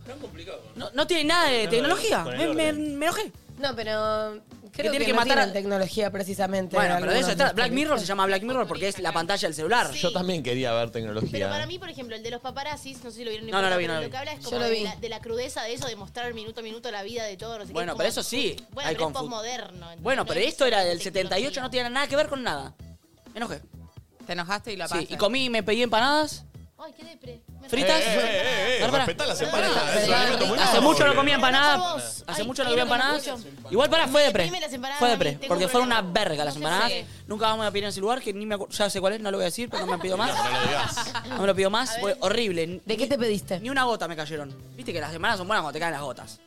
No, no tiene nada de tecnología. con el Me, me- orden. me enojé. No, pero creo tiene que, que no matar tienen a- tecnología precisamente. Bueno, pero de algunos eso está. los Black Mirror se periodistas. llama Black Mirror porque es la pantalla del celular. Yo también quería ver tecnología. Pero para mí, por ejemplo, el de los paparazzis, no sé si lo vieron No, no importa, lo vi, no pero lo vi. que habla es Yo como lo de vi. la, de la crudeza de eso, de mostrar minuto a minuto la vida de todo, no sé qué, Bueno, como- pero eso sí, Bueno, hay pero es confu- posmoderno. ¿entendés? Bueno, No pero es esto era del tecnología. 78, no tiene nada que ver con nada. Me enojé. Te enojaste y la Sí, pasaste. y comí y me pedí empanadas. Ay, qué depre. Me Eh, ¿Fritas? arrepiento. Pará, respetá las pará. empanadas, Pará, es un pará. alimento muy Hace noble. mucho no comía empanadas. Vos. Hace Ay, mucho no qué comía rico. empanadas. Igual para fue de pre. deprime las empanadas, Fue de mami, pre. tengo Porque un fueron una problema. verga las No sé empanadas. si- Nunca vamos a pedir en ese lugar que ni me acu- ya sé cuál es, no lo voy a decir, pero no me pido más. No lo digas. No Ah, me lo pido más, fue horrible. ¿De qué te pediste? Ni una gota me cayeron. Viste que las empanadas son buenas cuando te caen las gotas.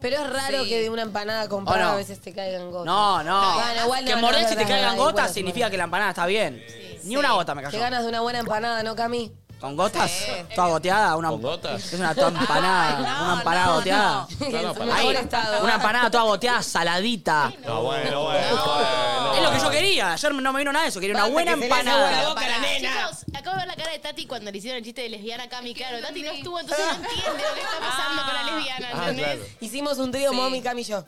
Pero es raro Sí. que de una empanada con ¿O pan no? a veces te caigan gotas. No, no. Bueno, igual no, que no, morder es si te verdad, es caigan verdad, gotas igual es significa verdad. que la empanada está bien. Ni una gota me Te cayó. ganas de una buena empanada, ¿no, Cami? ¿Con gotas? Toda goteada, una. ¿Con gotas? Es una toda empanada. Ay, no, una empanada no, [laughs] goteada. En no, su para Ahí, mejor estado. una empanada toda goteada, saladita. No, bueno, bueno, bueno. Es lo que yo quería. Ayer no me vino nada de eso. Quería una buena empanada. Pará, Chicos, acabo de ver la cara de Tati cuando le hicieron el chiste de lesbiana acá a mi claro. Tati no estuvo, entonces [laughs] no entiende lo que está pasando con la lesbiana, [laughs] Ah, ¿entendés? claro. Hicimos un trío, Sí. Momi, Cami y yo.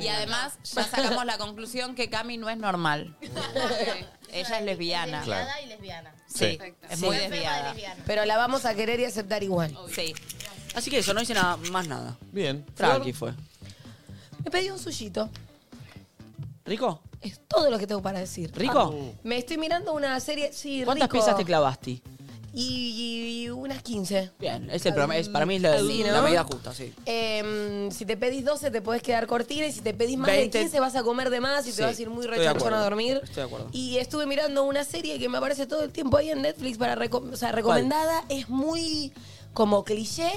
Y [laughs] además ya sacamos la conclusión que Cami no es normal. Ella es lesbiana. Lesbiada y lesbiana. Sí, es muy Una enferma de desviada. lesbiana. Pero la vamos a querer y aceptar igual. Sí. Así que eso, no hice nada, más nada. Bien. Tranqui fue. Me pedí un sushito. ¿Rico? Es todo lo que tengo para decir. Ah, ¿Rico? Me estoy mirando una serie. Sí, ¿Cuántas rico. piezas te clavaste? Y, y- y unas 15. Bien, es el programa, es, para mí es la, Sí, la ¿no? medida justa, sí. Em, si te pedís 12 te podés quedar cortina y si te pedís más 20, de 15 vas a comer de más y Sí, te vas a ir muy estoy de rechonchón a acuerdo. dormir. Estoy de acuerdo. Y estuve mirando una serie que me aparece todo el tiempo ahí en Netflix para reco- o sea, recomendada. Es muy como cliché,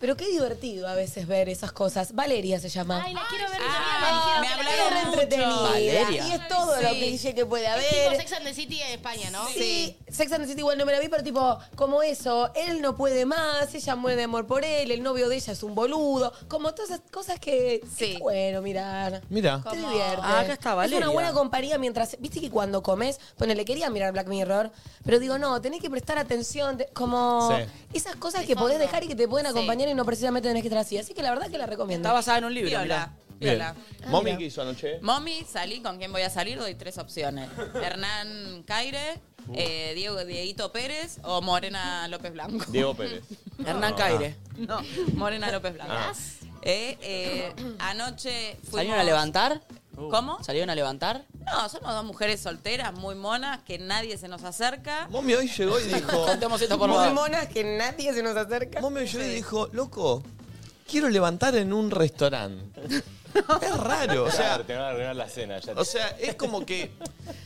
pero qué divertido a veces ver esas cosas. Valeria se llama. Ay, la quiero ver. Ah, me me Es re hablaron mucho. entretenida. Valeria. Y es todo lo cliché que puede Tipo haber. Sex and the City en España, ¿no? Sí, Sex and the City igual no me la vi, pero tipo, como eso, él no puede más, ella muere de amor por él, el novio de ella es un boludo, como todas esas cosas que, que Sí. está bueno mirar. Mira. Te divierte. Ah, acá está Es Valeria. una buena compañía mientras, viste que cuando comes, bueno, le quería mirar Black Mirror, pero digo, no, tenés que prestar atención, te- como Sí. esas cosas que podés dejar y que te pueden acompañar y no precisamente tenés que estar así. Así que la verdad que la recomiendo. Está basada en un libro, Viola. mirá. Bien. Viola. ¿Mommy qué hizo anoche? Mommy, salí, ¿con quién voy a salir? Doy tres [laughs] opciones. Hernán Caire, eh, Diego Dieguito Pérez o Morena López Blanco. [laughs] Diego Pérez. Hernán Caire. No, Morena López Blanco. Ah. Eh, eh, anoche fuimos... ¿Salieron a levantar? ¿Cómo? ¿Salieron a levantar? No, somos dos mujeres solteras, muy monas, que nadie se nos acerca. Mommy hoy llegó [laughs] [laughs] y dijo. Contemos esto por Muy favor. monas que nadie se nos acerca. Mommy hoy llegó y dijo, loco, quiero levantar en [laughs] un restaurante. Es raro, o sea. te van a arreglar la cena. Ya O sea, es como que.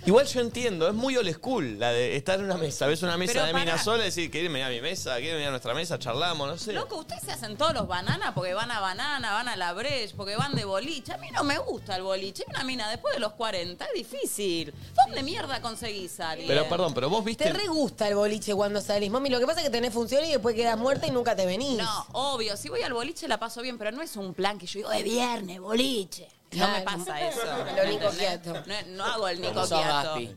Igual yo entiendo, es muy old school la de estar en una mesa. Ves una mesa Pero de pará. mina sola y decir, ¿quieres venir a mi mesa? ¿Quieres venir a nuestra mesa? Charlamos, no sé. Loco, ustedes se hacen todos los bananas porque van a banana, van a la breche, porque van de boliche. A mí no me gusta el boliche. Una mina después de los 40 es difícil. ¿Dónde mierda conseguís salir? eh, Pero perdón, pero vos viste. Te re gusta el boliche cuando salís, mami. Lo que pasa es que tenés función y después quedas muerta y nunca te venís. No, obvio, si voy al boliche la paso bien, pero no es un plan que yo digo de viernes, boliche. No me Claro. pasa eso. Lo Nico Quiato. No, no hago el Nico Como sos Quiato. Gaspi.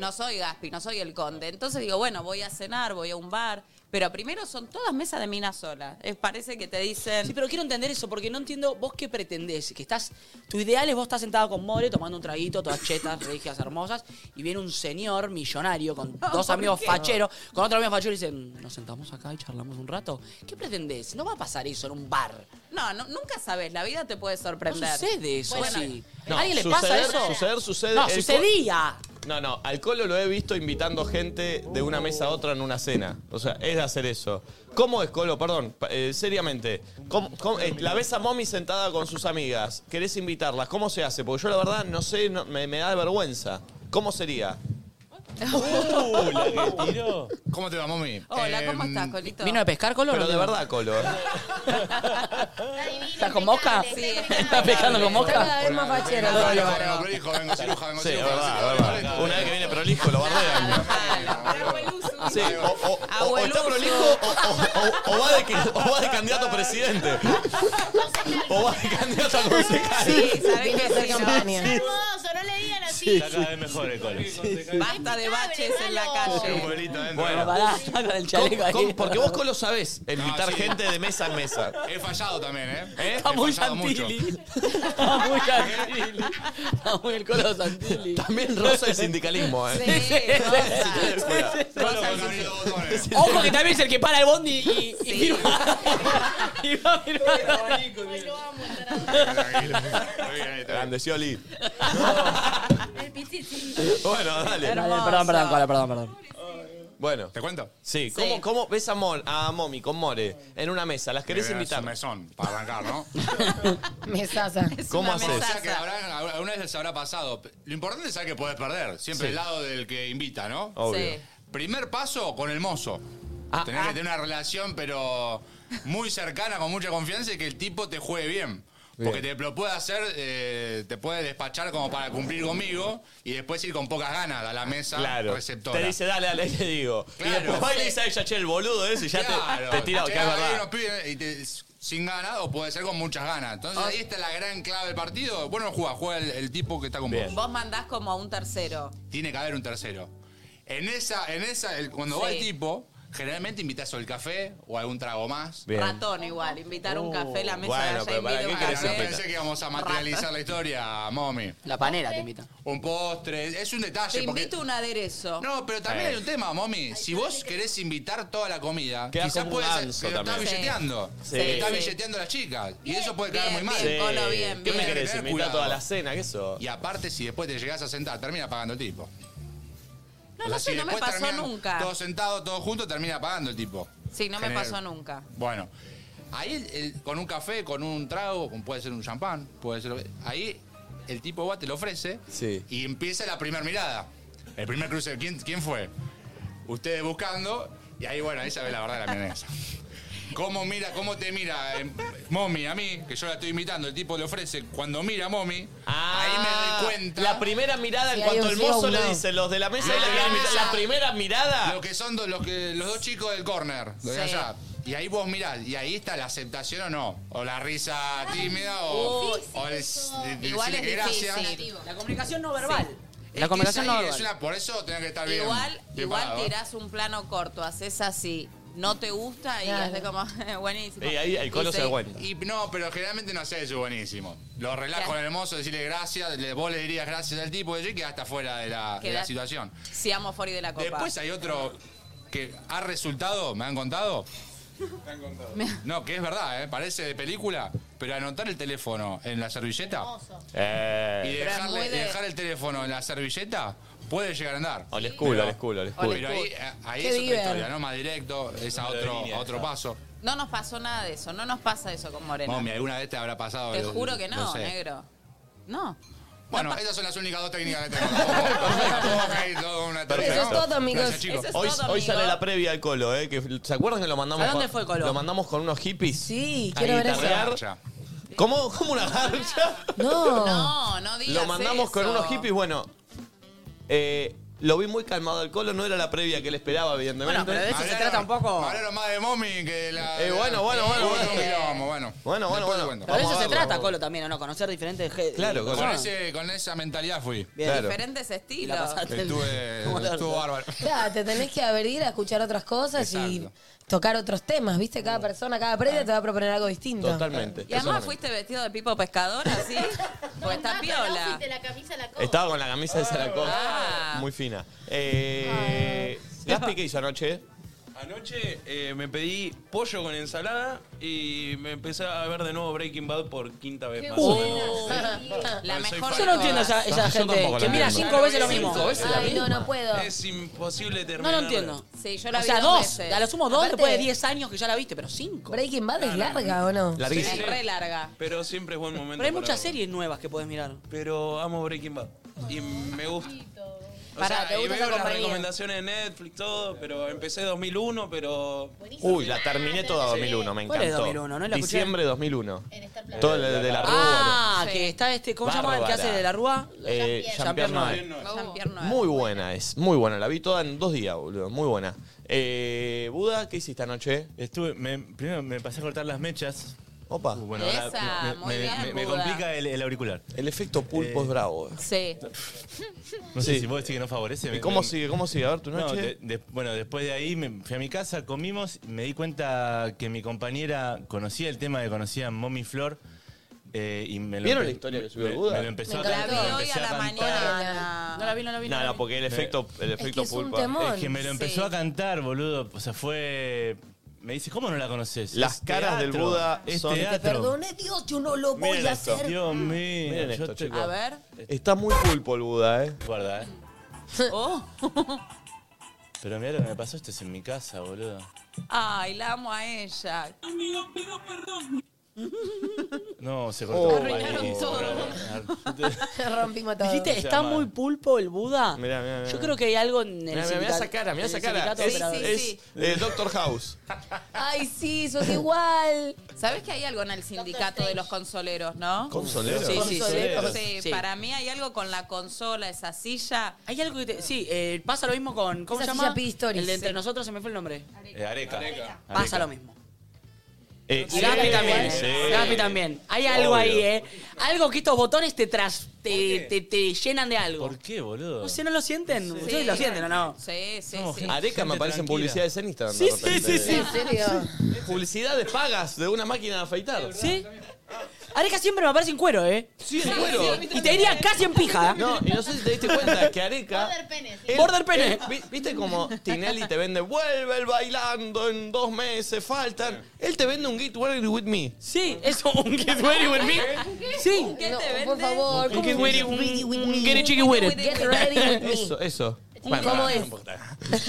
No soy Gaspi, no soy el conde. Entonces digo, bueno, voy a cenar, voy a un bar. Pero primero son todas mesas de mina sola. Es, parece que te dicen. Sí, pero quiero entender eso porque no entiendo vos qué pretendés. Que estás, tu ideal es vos estás sentado con More tomando un traguito, todas chetas, religias hermosas, y viene un señor [laughs] millonario con dos amigos facheros, con otro amigo fachero y dicen, nos sentamos acá y charlamos un rato. ¿Qué pretendés? No va a pasar eso en un bar. No, no, nunca sabes, la vida te puede No sorprender. sucede eso Bueno, así. No, ¿A ¿Alguien le suceder- pasa eso? Suceder, sucede. No, El sucedía. co- No, no, al Colo lo he visto invitando gente de una mesa a otra en una cena. O sea, es de hacer eso. ¿Cómo es Colo? Perdón, pa- eh, seriamente. ¿Cómo- cómo- eh, la ves a mommy sentada con sus amigas. Querés invitarlas. ¿Cómo se hace? Porque yo la verdad no sé, no- me, me da vergüenza. ¿Cómo sería? Uh, la [laughs] que tiró. ¿Cómo te va, mami? Hola, Eh, ¿cómo estás, Colito? ¿Vino de pescar, Colo? Pero ¿No de te- verdad, Colo. Ah, ¿eh? Está divina, ¿Estás con mosca? [laughs] impecable, Sí. está ¿Estás impecable. pescando con mosca? Cada vez más fachero. Vengo prolijo, vengo prolijo, vengo ciruja, vengo Sí, es ciruja, vengo verdad, ciruja, vengo es verdad. prolijo. Una vez que viene prolijo, lo bardean. Sí, o, o- o- o Abueluso. está prolijo Oh, [laughs] o, o- o- o va de, que- o va de candidato a presidente. O va de candidato a concejal. Sí, sabés Vine a que hacer sí, no. [laughs] campaña. Hermoso, no le digan así. Está cada vez mejor el cole. Basta de baches en la Un calle. pueblito adentro. Bueno. Pará, está con el ¿Cómo- chaleco ahí. cómo- porque vos Colo sabés invitar sí. gente de mesa en mesa. He fallado también, ¿eh? ¿Eh? Está He muy fallado mucho. Santilli. Está muy Santilli. Está muy el colo Santilli. También rosa el sindicalismo, ¿eh? Sí, rosa. Solo con abrir los botones. [laughs] Ojo que también es el que para el bondi y, y [laughs] firma. y va a firmar. Ay, [laughs] lo amo, tarado. Tranquilo. Muy bien, ahí está. Grande, Scioli. [laughs] Bueno, dale. Dale, Perdón, perdón, Cola, perdón, perdón. Bueno. ¿Te cuento? Sí, ¿cómo, cómo ves a, Mon- a Momi con More en una mesa? ¿Las querés Debe darse invitar? un mesón para arrancar, [laughs] ¿no? Mesaza. ¿Cómo haces? O sea que habrá- alguna vez les habrá pasado. Lo importante es saber que puedes perder. Siempre Sí. el lado del que invita, ¿no? Obvio. Sí. Primer paso con el mozo. Tenés que tener una relación, pero muy cercana, con mucha confianza y que el tipo te juegue bien. Porque te lo puede hacer, eh, te puede despachar como para cumplir conmigo y después ir con pocas ganas a la mesa Claro. receptora. Te dice, dale, dale, le digo. Y Claro. después va y le dice a ella, che, el boludo ese, y ya te- te, tira, que es Llega ahí verdad. unos pibes y te- sin ganas o puede ser con muchas ganas. Entonces Ah. ahí está la gran clave del partido. Bueno, juega, juega el, el tipo que está con Bien. vos. Vos mandás como a un tercero. Tiene que haber un tercero. En esa, en esa, el- cuando va Sí. el tipo, generalmente invitas o el café o algún trago más. Bien. Ratón igual, invitar un café, la mesa bueno, de pero allá invita ¿para qué un Yo querés Perfecto. café. Ah, pensé que íbamos a materializar la historia, mommy. La panera te invita. Un postre, es un detalle. Te porque- invito un aderezo. No, pero también Eh. hay un tema, mommy. Si vos querés invitar toda la comida, Queda quizás como un puedes. ganso Pero estás también. billeteando. Sí. Estás Sí. billeteando a las chicas. Y eso puede quedar bien, muy mal. bien, Colo, Sí. bien, ¿Qué me bien. querés? Tener Invitar cuidado. toda la cena, ¿qué eso? Y aparte, si después te llegás a sentar, termina pagando el tipo. No, O no sea, sé, si no me después pasó terminan nunca. Todos sentados, todos juntos, termina pagando el tipo. Sí, no me General. pasó nunca. Bueno, ahí el- el- con un café, con un trago, con- puede ser un champán, puede ser. Ahí el tipo va, te lo ofrece Sí. y empieza la primera mirada. El primer cruce, ¿quién, quién fue? Ustedes buscando, y ahí, bueno, ahí se ve la verdad de la milanesa. ¿Cómo mira, cómo te mira eh, Momi a mí, que yo la estoy imitando, el tipo le ofrece, cuando mira a Momi, Ah, ahí me doy cuenta La primera mirada, en Si hay cuanto un el sí o mozo un le no. dice, los de la Pues mesa y la Ah. quieren invitar, la primera mirada. lo que son do- los, que, los dos chicos del corner, los de Sí. allá. Y ahí vos mirás, y ahí está la aceptación o no. O la risa tímida, o, o el, de- de Igual decirle es que difícil. La comunicación no verbal. Es La que comunicación es no ahí, verbal. es una- por eso tenés que estar bien. Igual, bien igual parado, ¿eh? tirás un plano corto, haces así, no te gusta y Claro. haces como [laughs] buenísimo. Y ahí el colo se seguí- aguanta. Y no, pero generalmente no hace eso buenísimo. Lo arreglás con el mozo, decirle gracias, le- vos le dirías gracias al tipo, y hasta fuera de la, de la Quedás- situación. Seamos fori de la copa. Después hay otro que ha resultado, ¿me han contado? [laughs] No, que es verdad, ¿eh? parece de película, pero anotar el teléfono en la servilleta y, Eh, dejarle- muy de- y dejar el teléfono en la servilleta puede llegar a andar. o les culo, les culo, les culo. Pero ahí, eh, ahí Qué es otra diver. historia, ¿no? Más directo, es a otro, a otro paso. No nos pasó nada de eso, no nos pasa eso con Morena. Mami, alguna vez te habrá pasado. te lo- juro que lo no, sé. negro. No. Bueno, esas son las únicas dos técnicas que tengo. Ok, todo una tercera. Eso es todo, amigos. Gracias, chicos. Eso es Hoy, todo, hoy amigo. sale la previa al colo, ¿eh? Que, ¿Se acuerdan que lo mandamos ¿A dónde con- fue el Colo? Lo mandamos con unos hippies. Sí, A quiero ver eso. guitarrear. Ya. ¿Cómo? ¿Cómo una garcha? [laughs] No. No, no digas Lo mandamos con eso. unos hippies, bueno. eh, lo vi muy calmado al colo, no era la previa que él esperaba, evidentemente. Bueno, pero de eso se Hablaron- trata un poco. Hablaron más de mommy que de la. Eh, bueno, bueno, bueno, Hubo bueno. un quilombo, bueno. Bueno, bueno, Después te bueno. cuento. Pero de eso Vamos a se verlo, trata, vamos. Colo, también, ¿o no? Conocer diferentes... ge- eh, Claro, personas. Colo. Con, ese- con esa mentalidad fui. Bien. Claro. Diferentes Y la estilos. pasaste. ¿Cómo Estuve, la- estuvo bárbaro. Claro, te tenés que abrir a escuchar otras cosas y Exacto. tocar otros temas, ¿viste? Cada persona, cada previa te va a proponer algo distinto. Totalmente. Y además Totalmente. fuiste vestido de pipo pescador, [laughs] así. Pues está piola. la camisa la copa. Estaba con la camisa de Saracón. Ah. Muy fina. Eh, Gaspi, ¿qué hizo anoche? Anoche eh, me pedí pollo con ensalada y me empecé a ver de nuevo Breaking Bad por quinta vez más. o menos. Oh. La Soy mejor. fan. Yo no entiendo esa, esa Yo gente tampoco que la mira entiendo. cinco veces lo mismo. Cinco veces. Ay, no, no puedo. Es imposible No terminar. lo entiendo. Sí, yo la O vi sea, dos dos. veces. A lo sumo dos Aparte- después de 10 años que ya la viste, pero cinco. Breaking Bad es larga, ¿o no? Larguísimo. Es re larga. Pero siempre es buen momento. Pero hay para muchas verlo. series nuevas que podés mirar. Pero amo Breaking Bad. Y me gusta. O sea, Pará, ¿te y gusta esa veo las compañía? recomendaciones de Netflix, todo, pero empecé 2001, pero Uy, la terminé toda 2001, me ¿Cuál es encantó. 2001? No la escuché. Diciembre de 2001. En Star Plus. Todo el de, de la rúa. Ah, Sí. que está este, ¿cómo se llama el que Bárbara. hace de la Rúa? Eh, Jean-Pierre Jean-Pierre Noël. no. Jean-Pierre Noël. Muy buena es, muy buena. La vi toda en dos días, boludo. Muy buena. Eh, Buda, ¿qué hiciste anoche? Estuve, me- primero me pasé a cortar las mechas. Opa. Bueno, Esa, ahora Ah, muy bien, me, me Buda. complica el, el auricular. El efecto pulpo Eh, es bravo. [laughs] Sí. No sé Sí. si vos decís que no favorece. ¿Y me- cómo me- sigue? ¿Cómo sigue? A ver tu No, noche. de- de- bueno, después de ahí me fui a mi casa, comimos, me di cuenta que mi compañera conocía el tema que conocía Mommy Flor. eh, y me lo ¿Vieron empe- la historia que subió me- Buda? Me lo empezó Me a La cantar. vi encantó. lo hoy a empecé la cantar. mañana. No la vi, no la vi. Nada, la vi. porque el efecto, el Es efecto que es un pulpo. temón. Es que me lo empezó Sí. a cantar, boludo. O sea, fue. Me dice, ¿cómo no la conoces? Las Es caras del teatro, Buda es son- Te teatro. perdone Dios, yo no lo voy Miren a esto. hacer. Dios mío. Miren esto, yo te- chicos. A ver. Está muy pulpo el Buda, eh. Guarda, eh. Oh. Pero mira lo que me pasó, esto es en mi casa, boludo. Ay, la amo a ella. No, Oh. se cortó. Arruinaron Ahí, todo. boludo. Rompimos todo. Dijiste, está muy pulpo el Buda. Mirá, mirá, mirá. Yo creo que hay algo en el Mirá, mirá, mirá sindicato- esa cara, mirá en el esa cara. sindicato Es, operado. es, eh, Doctor House. Ay, sí, sos igual. ¿Sabes que hay algo en el sindicato de los consoleros, no? ¿Consoleros? Sí, sí, ¿Consoleros? sí. Sí. Para mí hay algo con la consola, esa silla. Hay algo que te- Sí, eh, pasa lo mismo con. ¿Cómo Esa se silla llama? pide historias. El de entre Sí. nosotros se me fue el nombre. Eh, Areca. Pasa Areca. lo mismo. Eh, Y Gaspi también. sí. Gaspi también. Hay algo Obvio. ahí, ¿eh? Algo que estos botones te, tras, te, te, te llenan de algo. ¿Por qué, boludo? No sé, ¿no lo sienten? Ustedes lo sienten, ¿o no? Sí, sí, No, sí. Areca me Gente aparecen tranquila. publicidades en Instagram. Sí, de sí, repente. sí, sí. ¿En serio? Publicidades pagas de una máquina de afeitar. ¿Sí? Areca siempre me aparece en cuero, ¿eh? Sí, en cuero. Y te diría casi en pija. No, y no sé si te diste cuenta que Areca. Border penes. él- Border pene. él- vi- ¿Viste como Tinelli te vende vuelve el bailando en dos meses, faltan? Él te vende un Get Ready With Me. Sí, eso, un get ready with me. Sí. ¿Qué te Por vende? favor, ¿cómo Get ready, un, un get it, chicky with it. Get ready with Eso, me. eso. ¿Cómo es? [laughs]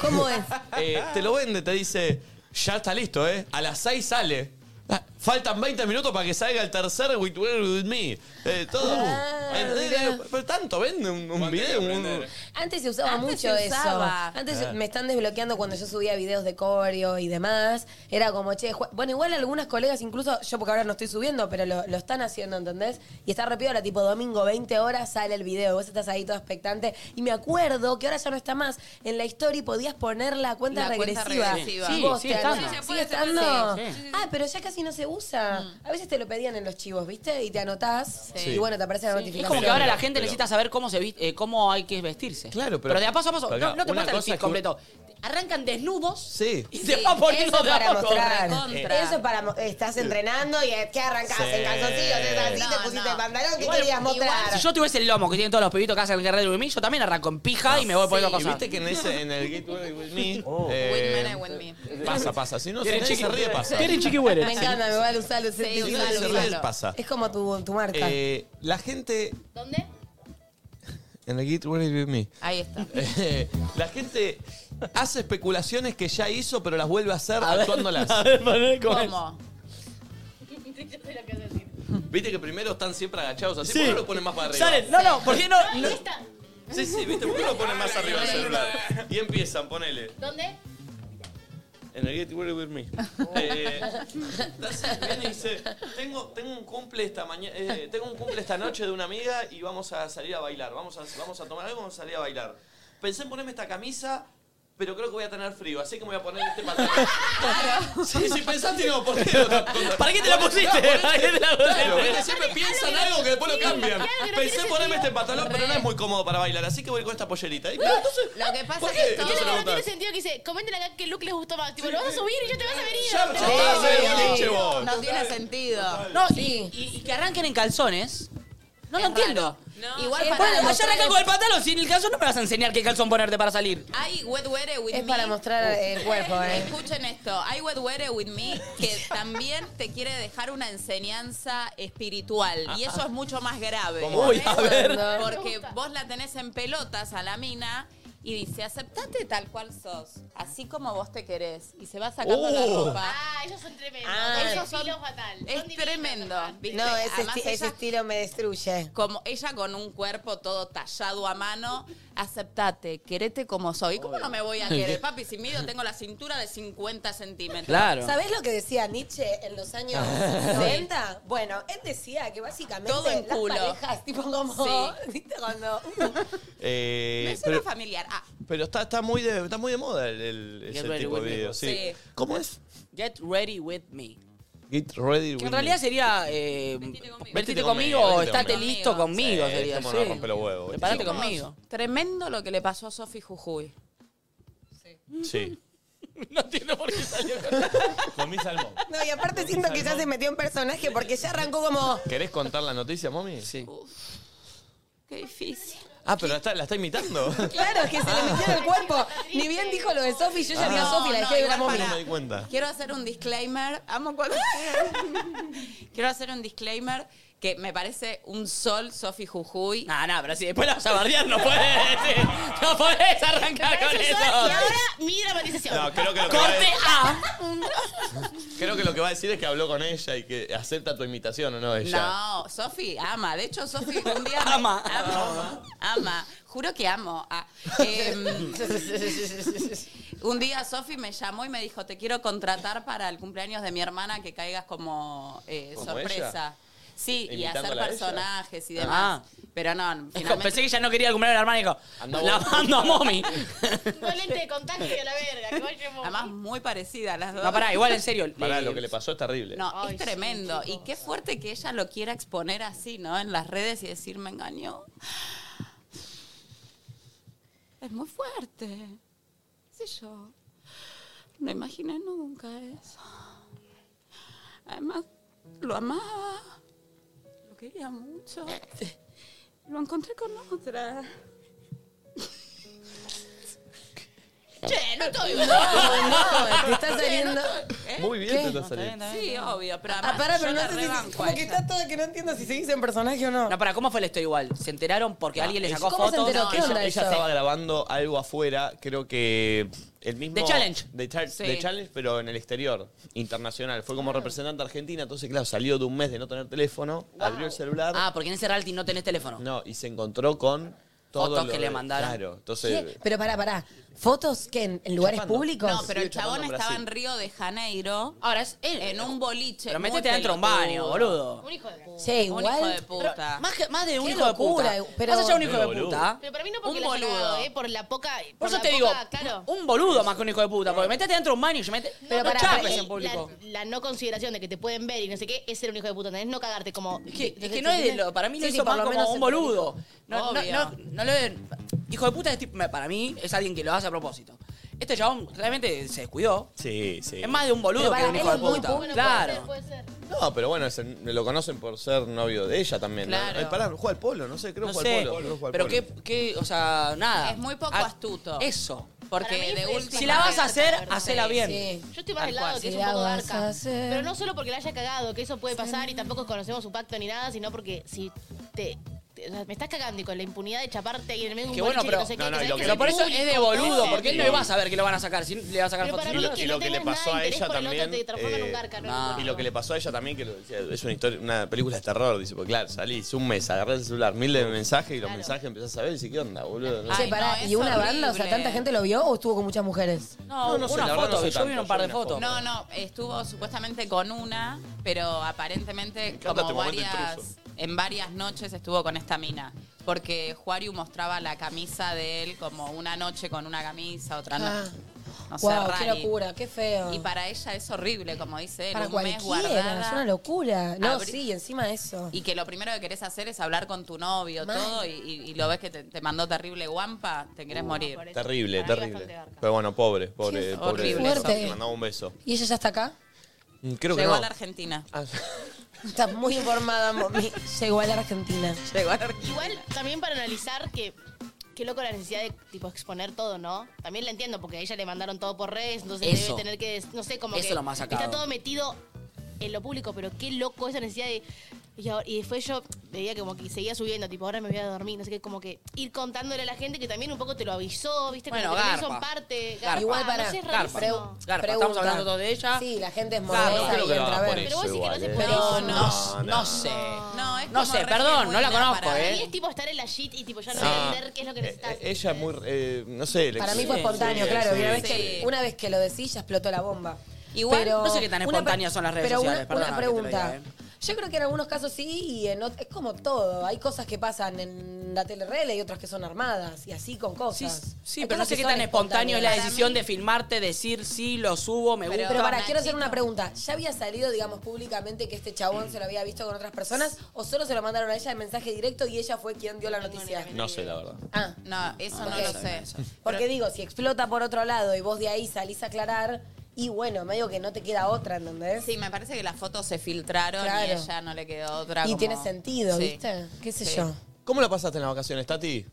¿Cómo es? Eh, te lo vende, te dice, ya está listo, ¿eh? A las 6 sale. Ah, Faltan 20 minutos para que salga el tercer With, with Me. Eh, todo. Ah, ¿Entendés? Pero tanto vende un, un video. Un, Antes se usaba Antes mucho se usaba. eso. Antes Ah. me están desbloqueando cuando yo subía videos de coreo y demás. Era como, che, ju- bueno, igual algunas colegas, incluso yo porque ahora no estoy subiendo, pero lo, lo están haciendo, ¿entendés? Y está re piola, tipo domingo, 20 horas sale el video, vos estás ahí todo expectante. Y me acuerdo que ahora ya no está más. En la story podías poner la cuenta La cuenta regresiva. regresiva. Y Sí, vos sigue te- estando. ¿Sigue Se puede, se puede, Mm. estando? sí. Sí, sí, Ah, pero ya casi no se usa. A veces te lo pedían en los chivos, ¿viste? Y te anotás. Sí. Y bueno, te aparece la Es notificación. como que ahora la gente Pero- necesita saber cómo se viste, eh, cómo hay que vestirse. Claro, pero- de a paso a paso, Pará, no, no te una muestran el cosa fit es que- completo. Arrancan desnudos sí. y Sí, te va poniendo Eso de para a poco. mostrar. Recontra. Eso es para. mo- Estás entrenando y eh, ¿qué arrancás? Sí. En calzoncillos, es así, No, te pusiste no. el pantalón, ¿qué Igual- querías mostrar? Si yo tuviese el lomo que tienen todos los pibitos que hacen el guerrero de mí, yo también arranco en pija y me voy poniendo Y cosas. viste que en, ese, en el Get Ready With Me. With me eh, and with me. pasa, pasa. Si no, si Quieren nadie se chiqui- ríe, pasa. Quieren chiquihueres. Me encanta, me vale usarlo. ese Sí, tipo de Si nadie se usalo, ríe, usalo. pasa. Es como tu, tu marca. Eh, la gente ¿Dónde? en el Get Ready With Me. Ahí está. Eh, [laughs] la gente hace especulaciones que ya hizo, pero las vuelve a hacer ver, [laughs] actuándolas. a ver, poné cómo es. ¿Cómo? Yo sé lo que vas a decir. Viste que primero están siempre agachados así, Sí. ¿por qué no lo ponen más para arriba? Salen, no, no, ¿por qué no? no- Ahí está. Sí, sí, ¿viste? ¿Por qué no lo ponen más arriba el celular? Y empiezan, ponele. ¿Dónde? En el Get Ready With Me. Eh, entonces viene y dice, tengo, tengo, un cumple esta mañana, tengo un cumple esta noche de una amiga y vamos a salir a bailar. Vamos a, vamos a tomar algo y vamos a salir a bailar. Pensé en ponerme esta camisa, pero creo que voy a tener frío, así que me voy a poner [laughs] este pantalón. Sí, sí, pensaste y no, ¿por qué? ¿Para qué te la pusiste? ¿Para qué te la Claro, pusiste? viste, siempre piensan algo que después lo cambian. Pensé en ponerme este pantalón, pero no es muy cómodo para bailar, así que voy con esta pollerita. Y, pero entonces, Lo que pasa ¿por es qué? que Yo Entonces creo le que no preguntás, tiene sentido que dice, comenten acá qué look les gustó más. Tipo, lo vas a subir y ya te vas a venir. Ya me chupás el boliche vos. No tiene sentido. No, y, y- y que arranquen en calzones. No lo Es entiendo. Eh, raro. Igual es para raro. Bueno, los yo arranco con el pantalón. Sin el calzón no me vas a enseñar qué calzón ponerte para salir. Hay Wet Wear It With es Me. para mostrar el cuerpo, ¿eh? Escuchen esto. Hay Wet Wear It With Me que también te quiere dejar una enseñanza espiritual. Y eso es mucho más grave. ¿eh? Uy, a ver. Porque vos la tenés en pelotas a la mina y dice, aceptate tal cual sos, así como vos te querés. Y se va sacando la Uh. Oh. ropa. Ah, ellos son tremendos. Ah, ellos ellos son son- filo fatal. Son Es divinos, tremendo. papá. ¿viste? No, ese, Además, esti- ese ella- estilo me destruye. como ella con un cuerpo todo tallado a mano, aceptate, querete como soy. ¿Cómo no me voy [laughs] a querer, papi? Si mido, tengo la cintura de 50 centímetros. Claro. ¿Sabés lo que decía Nietzsche en los años [laughs] 90? Bueno, él decía que básicamente Todo en las culo. parejas, tipo como, Sí. ¿viste? Cuando... Eh, Me suena familiar. [laughs] Ah, Pero está, está, muy, de, está muy de moda el, el- Get ese ready tipo de with me. video. Sí. Sí. ¿Cómo es? Get ready with me. Get ready with Que en realidad me. sería. Eh, conmigo. vestite Vestite conmigo conmigo, o vestite estate conmigo. listo conmigo. Sí, sería es como sí. no rompe los huevos, ¿viste? Preparate conmigo. tremendo lo que le pasó a Sofi Jujuy. Sí. [laughs] No entiendo por qué salió [laughs] con [laughs] Comí salmón. No, y aparte siento que ya se metió en personaje porque ya arrancó como... ¿Querés contar la noticia, mami? Sí. Qué difícil. Ah, pero la está, la está [laughs] imitando. Claro, es que se Ah. le metió en el cuerpo. Ni bien dijo lo de Sofi, yo ya vi a No, Sofi, no, la dejé de ver a igual Momi. No pará. me di cuenta. [laughs] Quiero hacer un disclaimer. Amo cuando- Quiero hacer un disclaimer que me parece un sol Sofi Jujuy. No, no, pero si después la vas a bardear, no [laughs] puedes decir. No puedes arrancar con Eso es, eso. Y ahora mi dramatización. No, creo que lo que va a ¡Corte A! decir- creo que lo que va a decir es que habló con ella y que acepta tu invitación o no ella. No, Sofi ama. De hecho, Sofi un día. me- ama. ama. Juro que amo. Ah, em, un día Sofi me llamó y me dijo: Te quiero contratar para el cumpleaños de mi hermana que caigas como, eh, ¿Como sorpresa. ella? Sí, y ¿Imitándola hacer a ella? Ah. personajes y demás. Pero no, finalmente. [laughs] Pensé que ya no quería el cumpleaños de la hermana y dijo, la mando a [laughs] mommy. Un lente de contacto y a la verga. que vaya vos. Además, muy parecida a las [laughs] dos. No, pará, igual en serio. Pará, le- lo que le pasó es terrible. No, es tremendo. y qué fuerte que ella lo quiera exponer así, ¿no? En las redes y decir, me engañó. Es muy fuerte. Sí, yo. No imaginé nunca eso. Además, lo amaba. Lo quería mucho. Lo encontré con otra. Che, no estoy No, no, te está Che, saliendo- estoy- ¿Eh? Muy bien te está saliendo. Sí, obvio, pero Ah, además pará, yo pero la no sé si. rebanco a Como que ella. está todo que no entiendo si seguís en personaje o no. No, pará, ¿cómo fue la historia igual? ¿Se enteraron porque alguien le sacó ¿Cómo se fotos? enteró? ¿Qué Ella- onda ella, eso? estaba grabando algo afuera, creo que el mismo... The Challenge. The, Char- Sí. The Challenge, pero en el exterior, internacional. Fue como representante argentina, entonces claro, salió de un mes de no tener teléfono, abrió el celular. Ah, porque en ese reality no tenés teléfono. No, y se encontró con todo Fotos lo que le de- mandaron. Claro, entonces... ¿Qué? Pero pará, pará. ¿Fotos que en, en lugares Chapando. públicos? No, pero el Sí, chapando chabón en estaba Brasil. en Río de Janeiro. Ahora es En un boliche. Pero muy métete adentro de un baño, pelotudo. boludo. Un hijo de puta. Sí, igual. Un hijo de puta. Más, que- más de un Qué hijo locura, de puta. pero- Más allá de un hijo Qué de boludo. puta. Pero para mí no porque Un un boludo. boludo. eh, por la poca. Por, Por eso la te digo, poca, claro. un boludo más que un hijo de puta. Porque metete adentro de un baño y yo mete... Pero no pará, chapes pero- en público. eh, La, la no consideración de que te pueden ver y no sé qué es ser un hijo de puta, ¿entendés? No cagarte como. Es que, es que no es de lo, para mí lo Sí, sí, hizo por más lo como menos un en boludo. No, no, Obvio. no, no lo Hijo de puta es tipo- para mí es alguien que lo hace a propósito. Este chabón realmente se descuidó. Sí, sí. Es más de un boludo Pero que pará, un él hijo de es muy puta. público. claro. Puede ser, puede ser. No, pero bueno, es el- lo conocen por ser novio de ella también. ¿no? Claro. Eh, pará, juega al polo, no sé, creo No que juega sé. al polo. creo que juega al Pero qué, polo. qué, o sea, nada. Es muy poco Ah, astuto. Eso. Para Porque mí de es- última. Si la vas a hacer, Sí. hacela bien. Sí. Yo estoy más del lado cual, que es si un la poco vas a garca. hacer. Pero no solo porque la haya cagado, que eso puede pasar y tampoco conocemos su pacto ni nada, sino porque si te. te- o sea, me estás cagando y con la impunidad de chaparte ahí en el medio de un Que bueno, boliche que pero- no sé qué, no, no, que y lo que sabés que Pero por eso público, es de boludo, todo. porque él no iba a saber que lo van a sacar. Si le va a sacar Pero fotos. Y para mí lo- que y no lo que le tengas nada pasó de a interés ella por el otro también, te transforma en un eh, garca, no, no. no, no. Y lo que le pasó a ella también, que lo decía, es una historia, una película de terror, dice, porque claro, salís un mes, agarrás el celular, mil de mensajes y los mensajes empezás a ver y decís, ¿qué onda, boludo? No Che, sé. Ay, pará, no, ¿y es una banda? O sea, ¿tanta horrible. gente lo vio o estuvo con muchas mujeres? No, no sé, una la verdad no foto. sé Yo vi tanto, un par yo de vi una fotos. No, foto. no, estuvo supuestamente con una, pero aparentemente como encanta este momento varias, intruso. en varias noches estuvo con esta mina. Porque Juario mostraba la camisa de él como una noche con una camisa, otra Ah. noche. No sé, wow, qué rari. locura, qué feo. Y para ella es horrible, como dice él, Para un mes cualquiera, guardada. es una locura. No, Abrí- sí, encima de eso. Y que lo primero que querés hacer es hablar con tu novio, Mal. todo, y, y- y lo ves que te, te mandó terrible guampa, te Uh, querés morir. por eso. Terrible, Para mí terrible. bastante garca. Pero bueno, pobre, pobre, Qué pobre. horrible. Sofi, Fuerte. Le mandaba un beso. ¿Y ella ya está acá? Mm, Creo que Llegó no. a la Argentina. Ah, Está muy informada, mami. Llegó a la Argentina. Llegó a la Argentina. Igual también para analizar que. Qué loco la necesidad de tipo exponer todo, ¿no? También la entiendo, porque a ella le mandaron todo por redes, entonces Eso. debe tener que, des- no sé, como Eso que es lo más sacado. está todo metido en lo público, pero qué loco esa necesidad de. Y, ahora- y después yo veía que como que seguía subiendo, tipo, ahora me voy a dormir, no sé qué, como que ir contándole a la gente que también un poco te lo avisó, ¿viste? Como Bueno, que también garpa. son parte. Ah, Garpa. Igual para. no sé, es garpa. rarísimo. Garpa, estamos hablando todos de ella. Sí, la gente es Garpa. no modesta creo y que lo entra a hagas por ver. Pero vos eso decís que no igual. se eh. puede- No, Pero no, no sé. No, es No como sé, re perdón, no la genuina conozco, para- Para mí ¿eh? Ah. es tipo estar en la shit y tipo ya no Sí. entender qué es lo que Eh, necesitas. eh, Ella es muy, eh, no sé. le- Para mí fue sí, espontáneo, sí, claro. sí, una, vez sí. que, una vez que lo decís, ya explotó la bomba. Igual, Pero- no sé qué tan una pre- espontáneas son las redes pero sociales, Una, perdona una que te lo diga, eh. pregunta. Yo creo que en algunos casos sí y en otros. Es como todo. Hay cosas que pasan en la telerrela y otras que son armadas y así con Sí, cosas. sí Hay pero no cosas sé que qué son tan espontáneo es la espontáneas. decisión de filmarte, decir sí, lo subo, me Pero- gusta. Pero para, Nachito. quiero hacer una pregunta. ¿Ya había salido, digamos, públicamente que este chabón se lo había visto con otras personas o solo se lo mandaron a ella en mensaje directo y ella fue quien dio la noticia? No sé, la verdad. Ah, No, eso no, Ok. lo sé. porque digo, si explota por otro lado y vos de ahí salís a aclarar, y bueno, medio que no te queda otra, ¿entendés? Sí, me parece que las fotos se filtraron Claro. y ella no le quedó otra. y como- tiene sentido, Sí. ¿viste? ¿Qué sé Sí. yo? ¿Cómo la pasaste en las vacaciones, Tati?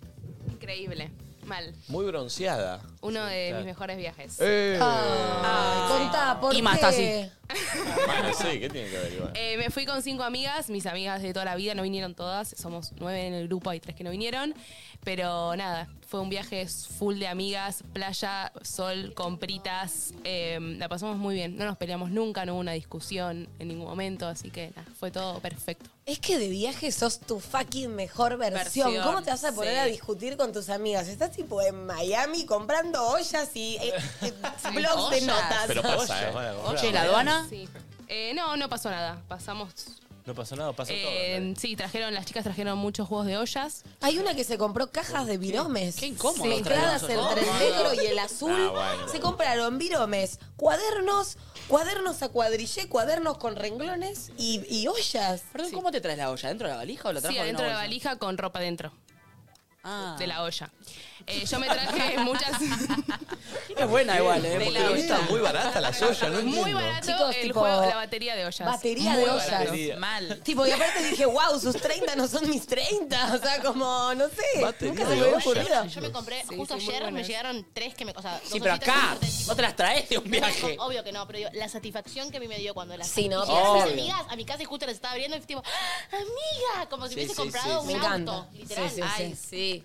Increíble. Mal. Muy bronceada. Uno de mis mejores viajes. Eh. Ah, sí. Contá, ¿por Y qué? más así. Bueno, sí, Ah, ¿qué tiene que ver? igual? Eh, me fui con cinco amigas, mis amigas de toda la vida, no vinieron todas, somos nueve en el grupo, hay tres que no vinieron, pero nada, fue un viaje full de amigas, playa, sol, compritas, eh, la pasamos muy bien, no nos peleamos nunca, no hubo una discusión en ningún momento, así que nada, fue todo perfecto. Es que de viaje sos tu fucking mejor versión. Versión, ¿Cómo te vas a poner sí. a discutir con tus amigas? Estás tipo en Miami comprando ollas y [laughs] eh, eh, blogs de ollas. notas. Pero pasa, ¿eh? Oye, ¿la aduana? Sí. Eh, no, no pasó nada, pasamos... No pasó nada, pasó todo. eh, sí, trajeron, las chicas trajeron muchos juegos de ollas. Hay una que se compró cajas de viromes. Qué incómodo Mezcladas traer eso. entre el negro y el azul. Ah, bueno. Se compraron viromes, cuadernos, cuadernos a cuadrillé, cuadernos con renglones y, y ollas. Perdón, ¿cómo te traes la olla? ¿Dentro de la valija o la Sí, trajo en adentro de una la bolsa? Ah. valija con ropa dentro. Ah. De [laughs] la olla. Eh, yo me [laughs] traje muchas. Es buena igual, ¿eh? De Porque la lo olla. está muy barata la soya, no Muy entiendo. barato Chicos, el tipo, juego, la batería de ollas. Batería Muy de barato. ollas. Mal. Tipo, y aparte dije, wow, sus 30 no son mis 30. O sea, como, no sé. Batería nunca de se me había ollas. ocurrido. Yo Yo me compré, Sí, justo sí, muy ayer me buenas. llegaron tres que me. O sea, Sí, dos pero hojitas acá, que me corté. no te las traes de un viaje. No, obvio que no, pero digo, la satisfacción que a mí me dio cuando las Sí, no, y llegaron mis obvio. amigas a mi casa y justo las estaba abriendo y tipo, ¡Ah, amiga, como si Sí, hubiese sí, comprado sí, un sí. Me encanta. auto, literal. Sí, sí, sí. Ay, sí.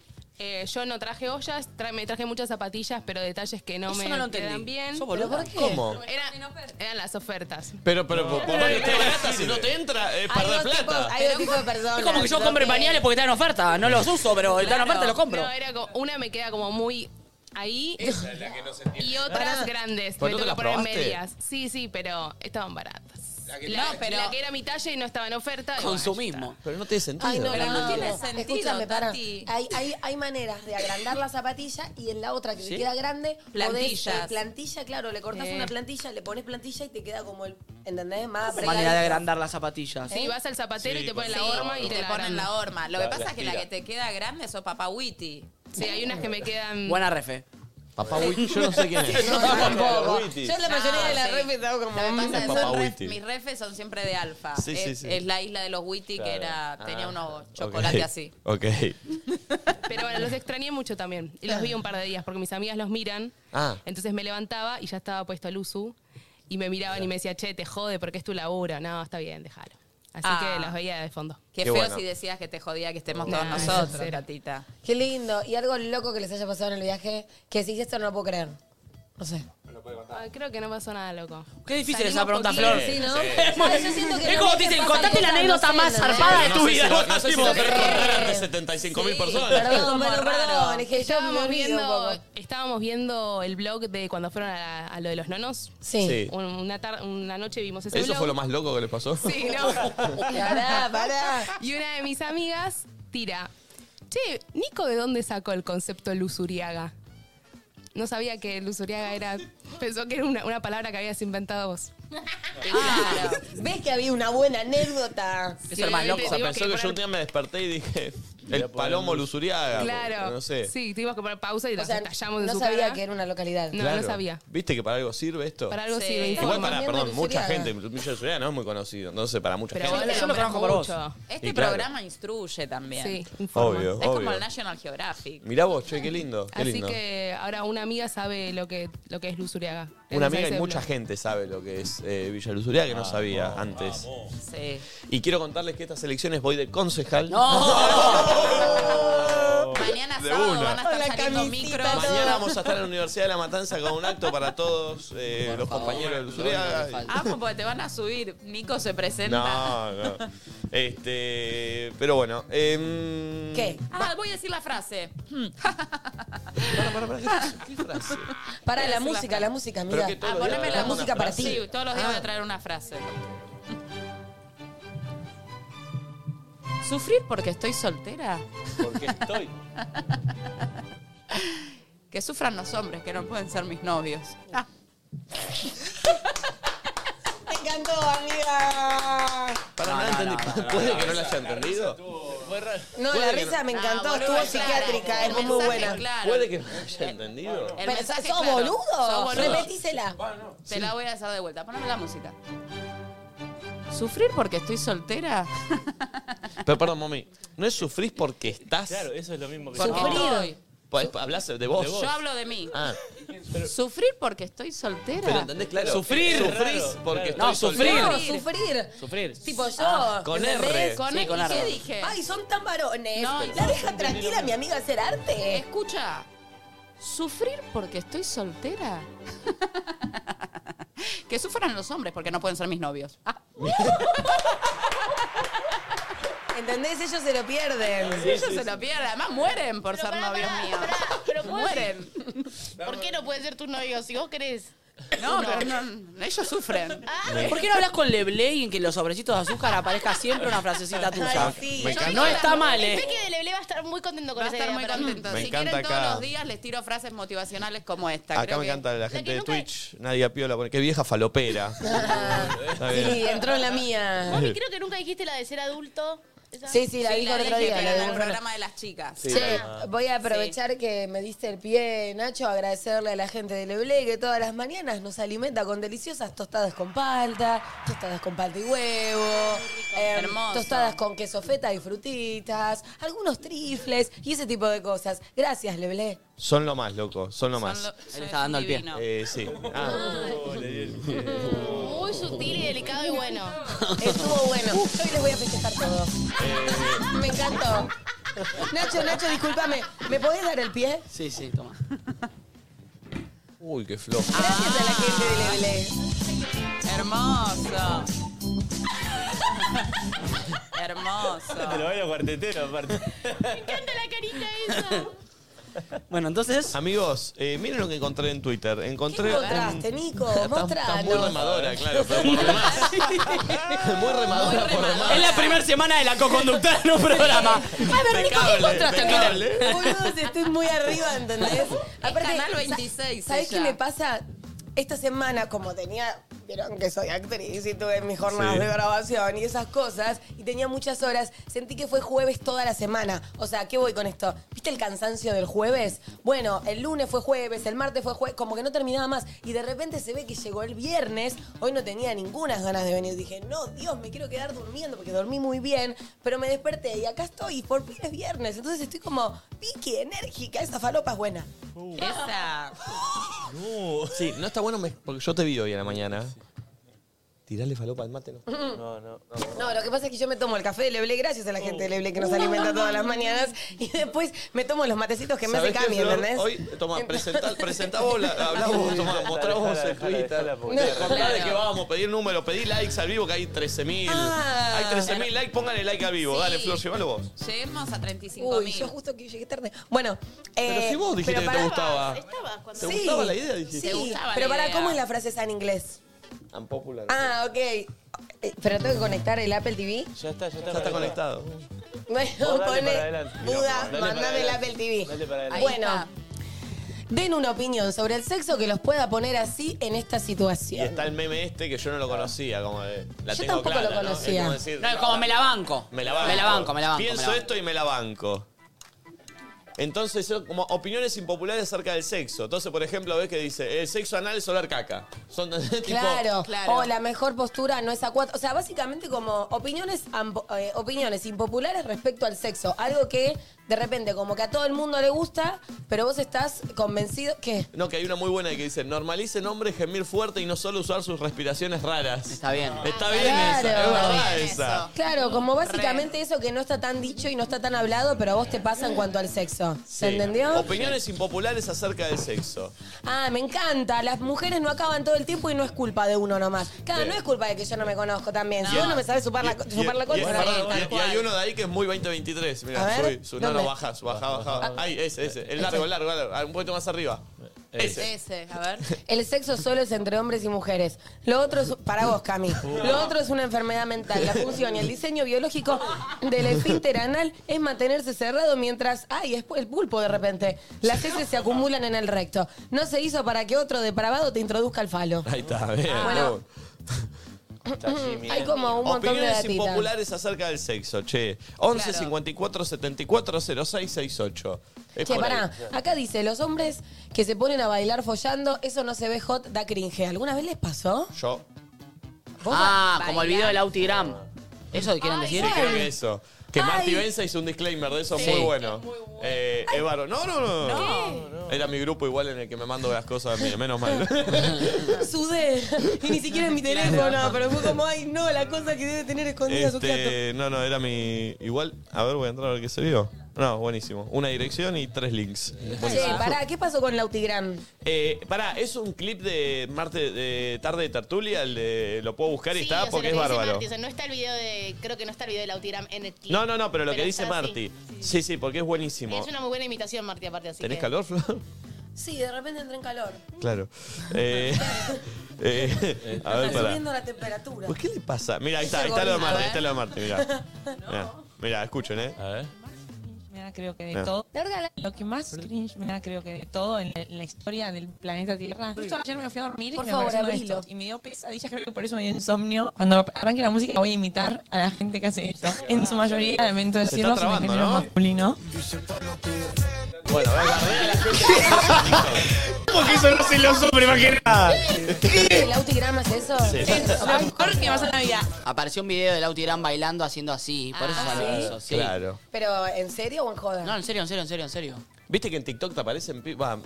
Eh, yo no traje ollas, tra- me traje muchas zapatillas, pero detalles que no Eso me no lo entendí. quedan bien. ¿Sos boluda? ¿Pero por qué? ¿Cómo? Era- eran las ofertas. Pero, pero, por por más que esté barata, si no te entra, es perder plata. tipo de personas. Es como que yo compre pañales porque están en oferta. No los uso, pero están en oferta, los compro. No, era como- una me queda como muy [laughs] ahí. Esa es la que no se entiende. Y otras Ah. grandes. ¿Pero me no te tengo las que poner probaste? medias. Sí, sí, pero estaban baratas. La que- que, la, No, pero- que era mi talla y no estaba en oferta. y Consumismo. Pero no tiene sentido. Ay, no, Pero no tiene sentido, Escúchame, pará. Tati. Hay, hay, hay maneras de agrandar la zapatilla y en la otra que ¿Sí? te queda grande, Plantillas. podés, eh, plantilla, claro, le cortás Sí. una plantilla, le pones plantilla y te queda como el, ¿entendés? Más Manera de precarizo. agrandar las zapatillas. Sí, vas al zapatero Sí, y te con ponen sí. la horma y, Y te, te la ponen agrandan. la horma. Lo que La- pasa la es que la estira. que te queda grande sos papawiti. Sí, hay unas que me quedan. Buena refe. Papá Witty, yo [laughs] no sé quién es. No, tampoco. Witty. Yo la mayoría de las Ah, sí. refes hago como... Lo que Mm, pasa es que Papá son ref- Witty. mis refes son siempre de alfa. Sí, sí, es, sí. es la isla de los witty que era, Claro. tenía Ah, unos ok. chocolates así. [laughs] Ok. Pero bueno, los extrañé mucho también. Y los vi un par de días porque mis amigas los miran. Ah. Entonces me levantaba y ya estaba puesto el usu. Y me miraban y me decía, che, te jode porque es tu laburo. No, está bien, déjalo. Así Ah. que los veía de fondo. Qué, Qué feo bueno. si decías que te jodía que estemos Nah, todos nosotros, cero. Catita. Qué lindo. Y algo loco que les haya pasado en el viaje, que si esto no lo puedo creer. No sé. Ay, creo que no pasó nada loco. Qué difícil Salimos esa pregunta, poquito. Flor. Sí, ¿no? [laughs] Yo siento que Es los como viajes te dicen, pasan contate la cosas, anécdota no sé, más ¿no? zarpada de No tu sé si vida. vos- No sé si vos Tipo, querés cortar a las 75 mil [laughs] personas. Perdón, bueno, perdón. Es que yo me Estábamos olvido un poco. viendo, estábamos viendo el blog de cuando fueron a, la- a lo de los nonos. Sí. Sí. Un- Una, tar- una noche vimos ese ¿Eso blog. fue lo más loco que les pasó? Sí, [laughs] no. Pará, pará. Y una de mis amigas tira. Che, Nico, ¿de dónde sacó el concepto Luzuriaga? No sabía que Luzuriaga era. Pensó que era una, una palabra que habías inventado vos. Claro. ¿Ves que había una buena anécdota? Es el más loco. O sea, Tengo pensó que que yo poner- un día me desperté y [laughs] dije, el palomo lusuriaga. Claro. No sé. Sí, tuvimos que poner pausa y O nos sea, estallamos en no su sabía cara. que era una localidad. No, Claro. no sabía. ¿Viste que para algo sirve esto? Para algo Sí. sirve, Igual para, Estamos perdón, viendo mucha Luzuriaga. gente, Lucio de Suriaga no es muy conocido, entonces para mucha Pero gente. vos lo conozco por vos. mucho. Este Y claro. programa instruye también. Sí, informa. Obvio, Es obvio. como el National Geographic. Mirá vos, che, qué lindo, qué Así lindo. que ahora una amiga sabe lo que, lo que es Luzuriaga. Una amiga Gracias a y ese mucha blog. gente sabe lo que es eh, Villa Luzuriaga Ah, que no sabía antes. Sí. Y quiero contarles que estas elecciones voy de concejal. [laughs] Mañana De sábado una. van a estar saliendo micros. Mañana vamos a estar en la Universidad de La Matanza con un acto para todos eh, los compañeros de Luzuriaga. Amo, porque te van a subir. Nico se presenta. No, no. Este, pero bueno. em, ¿Qué? Ah, voy a decir la frase. Para [laughs] Voy a la decir música, la música, frase. amiga. Ah, poneme la, la música para ti. Sí, todos los días Ah. voy a traer una frase. ¿Sufrir porque estoy soltera? Porque estoy. [laughs] Que sufran los hombres que no pueden ser mis novios. Ah, Me encantó, amiga. Para no, entendí. [laughs] Puede que no la haya entendido. No, Puede la que risa no- me No, encantó, boludo, estuvo claro. psiquiátrica, El es muy mensaje, buena. claro. Puede que no la haya entendido. El Pero, mensaje, ¿Sos claro. Sos boludo? boludo. Repetísela. Te la voy a hacer de vuelta. Poneme la música. ¿Sufrir porque estoy soltera? Pero perdón, mami. No es sufrís porque estás. Claro, eso es lo mismo que Porque yo. estoy. Pues, Hablas de vos. Yo hablo de mí. Ah. Sufrir porque estoy soltera. Pero entendés, claro. Sufrir. Sufrís porque No, estoy sufrir. soltero. No, sufrir. Sufrir. Tipo yo. Ah, con ¿entendés? R. Sí, con R. ¿Qué dije? Ay, son tan varones. la deja tranquila mi amiga hacer arte. Escucha. Sufrir porque estoy soltera. que sufran los hombres porque no pueden ser mis novios. Ah, [laughs] ¿Entendés? Ellos se lo pierden. ellos se lo pierden. Además mueren por ser novios míos. [laughs] Pero puedo decir, mueren. ¿Por qué no puede ser tu novio si vos querés? No, No. pero no, ellos sufren. ¿Por qué no hablas con Leblay y en que los sobrecitos de azúcar aparezca siempre una frasecita tuya? Ay, sí. Me encanta. No está mal, Pensé ¿eh? que Deleblé va a estar muy contento con Va a esa estar idea, muy pero- contento. Me si quieren encanta todos acá. los días les tiro frases motivacionales como esta. Acá Creo me que- encanta la gente de Twitch. Nadia Piola pone, qué vieja falopera. Está bien. Sí, eh. entró en la mía. Mami, creo que nunca dijiste la de ser adulto. esa- Sí, sí, la dijo otro dije, día. pero la en el dijo otro día. programa de las chicas. Sí, voy a aprovechar que me diste el pie, Nacho, agradecerle a la gente de Leblé que todas las mañanas nos alimenta con deliciosas tostadas con palta, tostadas con palta y huevo, eh, Hermoso. tostadas con queso feta y frutitas, algunos trifles y ese tipo de cosas. Gracias, Leblé. Son lo más, loco. Son lo más. Él está dando el pie. Eh, sí. Ah. Muy sutil y delicado y bueno. [laughs] Estuvo bueno. Hoy les voy a festejar todos. Eh, Me encantó. Nacho, Nacho, discúlpame. ¿Me podés dar el pie? Sí, sí, toma. Uy, qué flojo. Gracias a la gente de Leblé. [laughs] Hermoso. Hermoso. Te lo bailo cuartetero, aparte. Bueno, entonces. Amigos, eh, miren lo que encontré en Twitter. Encontré. ¿Qué un- encontraste, Nico? Estás- estás muy Mostranos. remadora, claro, pero [laughs] por demás. muy remadora por demás. Es la primera semana de la co-conductora en un programa. Ay, Verónica, ¿qué Impecable, encontraste acá? impecable. Boludos, estoy muy arriba, ¿entendés? Canal 26 ¿Sabes ella. qué me pasa? Esta semana, como tenía, vieron que soy actriz y tuve mis jornadas Sí. de grabación y esas cosas, y tenía muchas horas, sentí que fue jueves toda la semana. O sea, ¿qué voy con esto? ¿Viste el cansancio del jueves? Bueno, el lunes fue jueves, el martes fue jueves, como que no terminaba más. Y de repente se ve que llegó el viernes, hoy no tenía ninguna ganas de venir. Dije, no, Dios, me quiero quedar durmiendo porque dormí muy bien, pero me desperté y acá estoy, y por fin es viernes. Entonces estoy como pique, enérgica, esa falopa es buena. [laughs] Esa. Sí, no está bueno me- porque yo te vi hoy en la mañana. Tirale falopa al mate, ¿no? No, no. No, lo que pasa es que yo me tomo el café de Leblé, gracias a la gente de Leblé que nos alimenta todas las mañanas, y después me tomo los matecitos que me hace ¿Sabés qué, Cami, Flor? ¿entendés? Hoy, toma, presentá, presentá vos, [laughs] la- hablá vos, tomá, mostrá vos el Twitter. Contá de qué vamos, pedir número, pedí likes al vivo que hay 13.000. Ah. hay 13.000 likes, póngale like al vivo. Sí. Dale, Flor, llévalo vos. Lleguemos a 35 Uy, mil. yo justo que llegué tarde. Bueno, eh, pero si vos dijiste pero que te gustaba. pará. ¿Te Sí, gustaba la idea? Dijiste. Sí, Te gustaba la pero para, idea. ¿cómo es la frase esa en inglés? Tan popular. Ah, ok. Eh, Pero tengo que conectar el Apple TV. Ya está, ya está. Ya está conectado. Bueno, Vos dale para pone adelante. Buda, Dale para mandame el adelante. Apple TV. Dale para adelante. Bueno, den una opinión sobre el sexo que los pueda poner así en esta Y situación. está el meme este que yo no lo conocía, como de, la Yo tengo tampoco clara, lo ¿no? Es conocía. como decir, No, es como me la banco. Me la banco. Me la banco, me la banco. Pienso me la banco. esto y me la banco. Entonces, son como opiniones impopulares acerca del sexo. Entonces, por ejemplo, ves que dice, el sexo anal es oler caca. Son [laughs] tipo, este Claro. O la mejor postura no es a cuatro. O sea, básicamente como opiniones, ampo- eh, opiniones impopulares respecto al sexo. Algo que de repente como que a todo el mundo le gusta, pero vos estás convencido que... No, que hay una muy buena que dice, normalicen hombres gemir fuerte y no solo usar sus respiraciones raras. Está bien. Está bien esa, Ah, Claro. es verdad Bien esa. Claro, como básicamente eso que no está tan dicho y no está tan hablado, pero a vos te pasa en cuanto al sexo. ¿Se Sí. entendió? Opiniones impopulares acerca del sexo. Ah, me encanta. Las mujeres no acaban todo el tiempo y no es culpa de uno nomás. Claro, Bien. no es culpa de que yo no me conozco también. Si No. vos no me sabés supar la, co- Y- chupar la y- concha, y- no me gusta. y hay uno de ahí que es muy 2023. A Mira, ver, subí, subí. no, no, ¿dónde? bajás, bajá, bajá. Ahí, ese, ese. El largo, el largo, el largo. Ah, Un poquito más arriba. Ese. Ese, a ver. [laughs] El sexo solo es entre hombres y mujeres. Lo otro es, para vos, Cami, Uh. lo otro es una enfermedad mental. La función y el diseño biológico del esfínter anal es mantenerse cerrado mientras, ay, es pu- el pulpo de repente. Las heces se acumulan en el recto. No se hizo para que otro depravado te introduzca el falo. Ahí está, bien. Ah, Bueno. Hay como un montón de Opiniones datitas. impopulares acerca del sexo, che. 11 Claro. 54 74 06 68. Es Che, por ahí. pará, acá dice, los hombres que se ponen a bailar follando, eso no se ve hot, da cringe. ¿Alguna vez les pasó? Yo. ¿Vos Ah, ba- como el bailás? video del Autigram. ¿Eso quieren decir? Sí, creo que eso. Que Ay. Marty Benza hizo un disclaimer de eso Sí. muy bueno. Eh, Évaro, no, no, no. No. Era mi grupo igual en el que me mando las cosas, me- menos [laughs] mal. Sudé. Y ni siquiera en mi teléfono, pero fue como, ay, no, la cosa que debe tener escondida su gato. Este, no, no, era mi. Igual, a ver, voy a entrar a ver qué se vio. No, buenísimo. Una dirección y tres links. Che, Buenísimo. pará, ¿qué pasó con Lautigram? Eh, pará, es un clip de Marte de Tarde de Tertulia, el de lo puedo buscar y Sí, o está sea, porque es lo que dice bárbaro. Marty, o sea, no está el video de. Creo que no está el video de Lautiram en el clip. No, no, no, pero lo que dice está así. Marty. Sí, sí, porque es buenísimo. Es una muy buena imitación, Marty, aparte así. ¿Tenés que- calor, Flor? Sí, de repente entré en calor. Claro. [laughs] Eh, eh, a ver, Está pará. subiendo la temperatura. ¿Por qué le pasa? Mira, ahí está, Ese ahí está lo de gorrito, Marte, ahí ¿eh? está lo de [laughs] Marte, mirá. Mirá, Mirá, escuchen, ¿eh? A ver. Mira, creo que de No. todo. Lo que más cringe me da, creo que de todo en la, en la historia del planeta Tierra. Justo ayer me fui a dormir Por y me favor, apareció uno de abrilo. estos. Y me dio pesadillas, creo que por eso me dio insomnio. Cuando arranque la música voy a imitar a la gente que hace esto. En su mayoría, lamento Se está decirlo, son de trabando, género ¿no? masculino. Bueno, a ver, [laughs] [laughs] ¿Cómo que eso no se lo sobre más que nada? ¿El Lautigram hace eso? Lo mejor que pasó en la vida. Apareció un video de Lautiram bailando haciendo así, por eso Ah, salió ¿sí? eso, sí. Claro. [laughs] ¿Pero en serio o en joda? No, en serio, en serio, en serio, en serio. ¿Viste que en TikTok te aparecen pi- Va,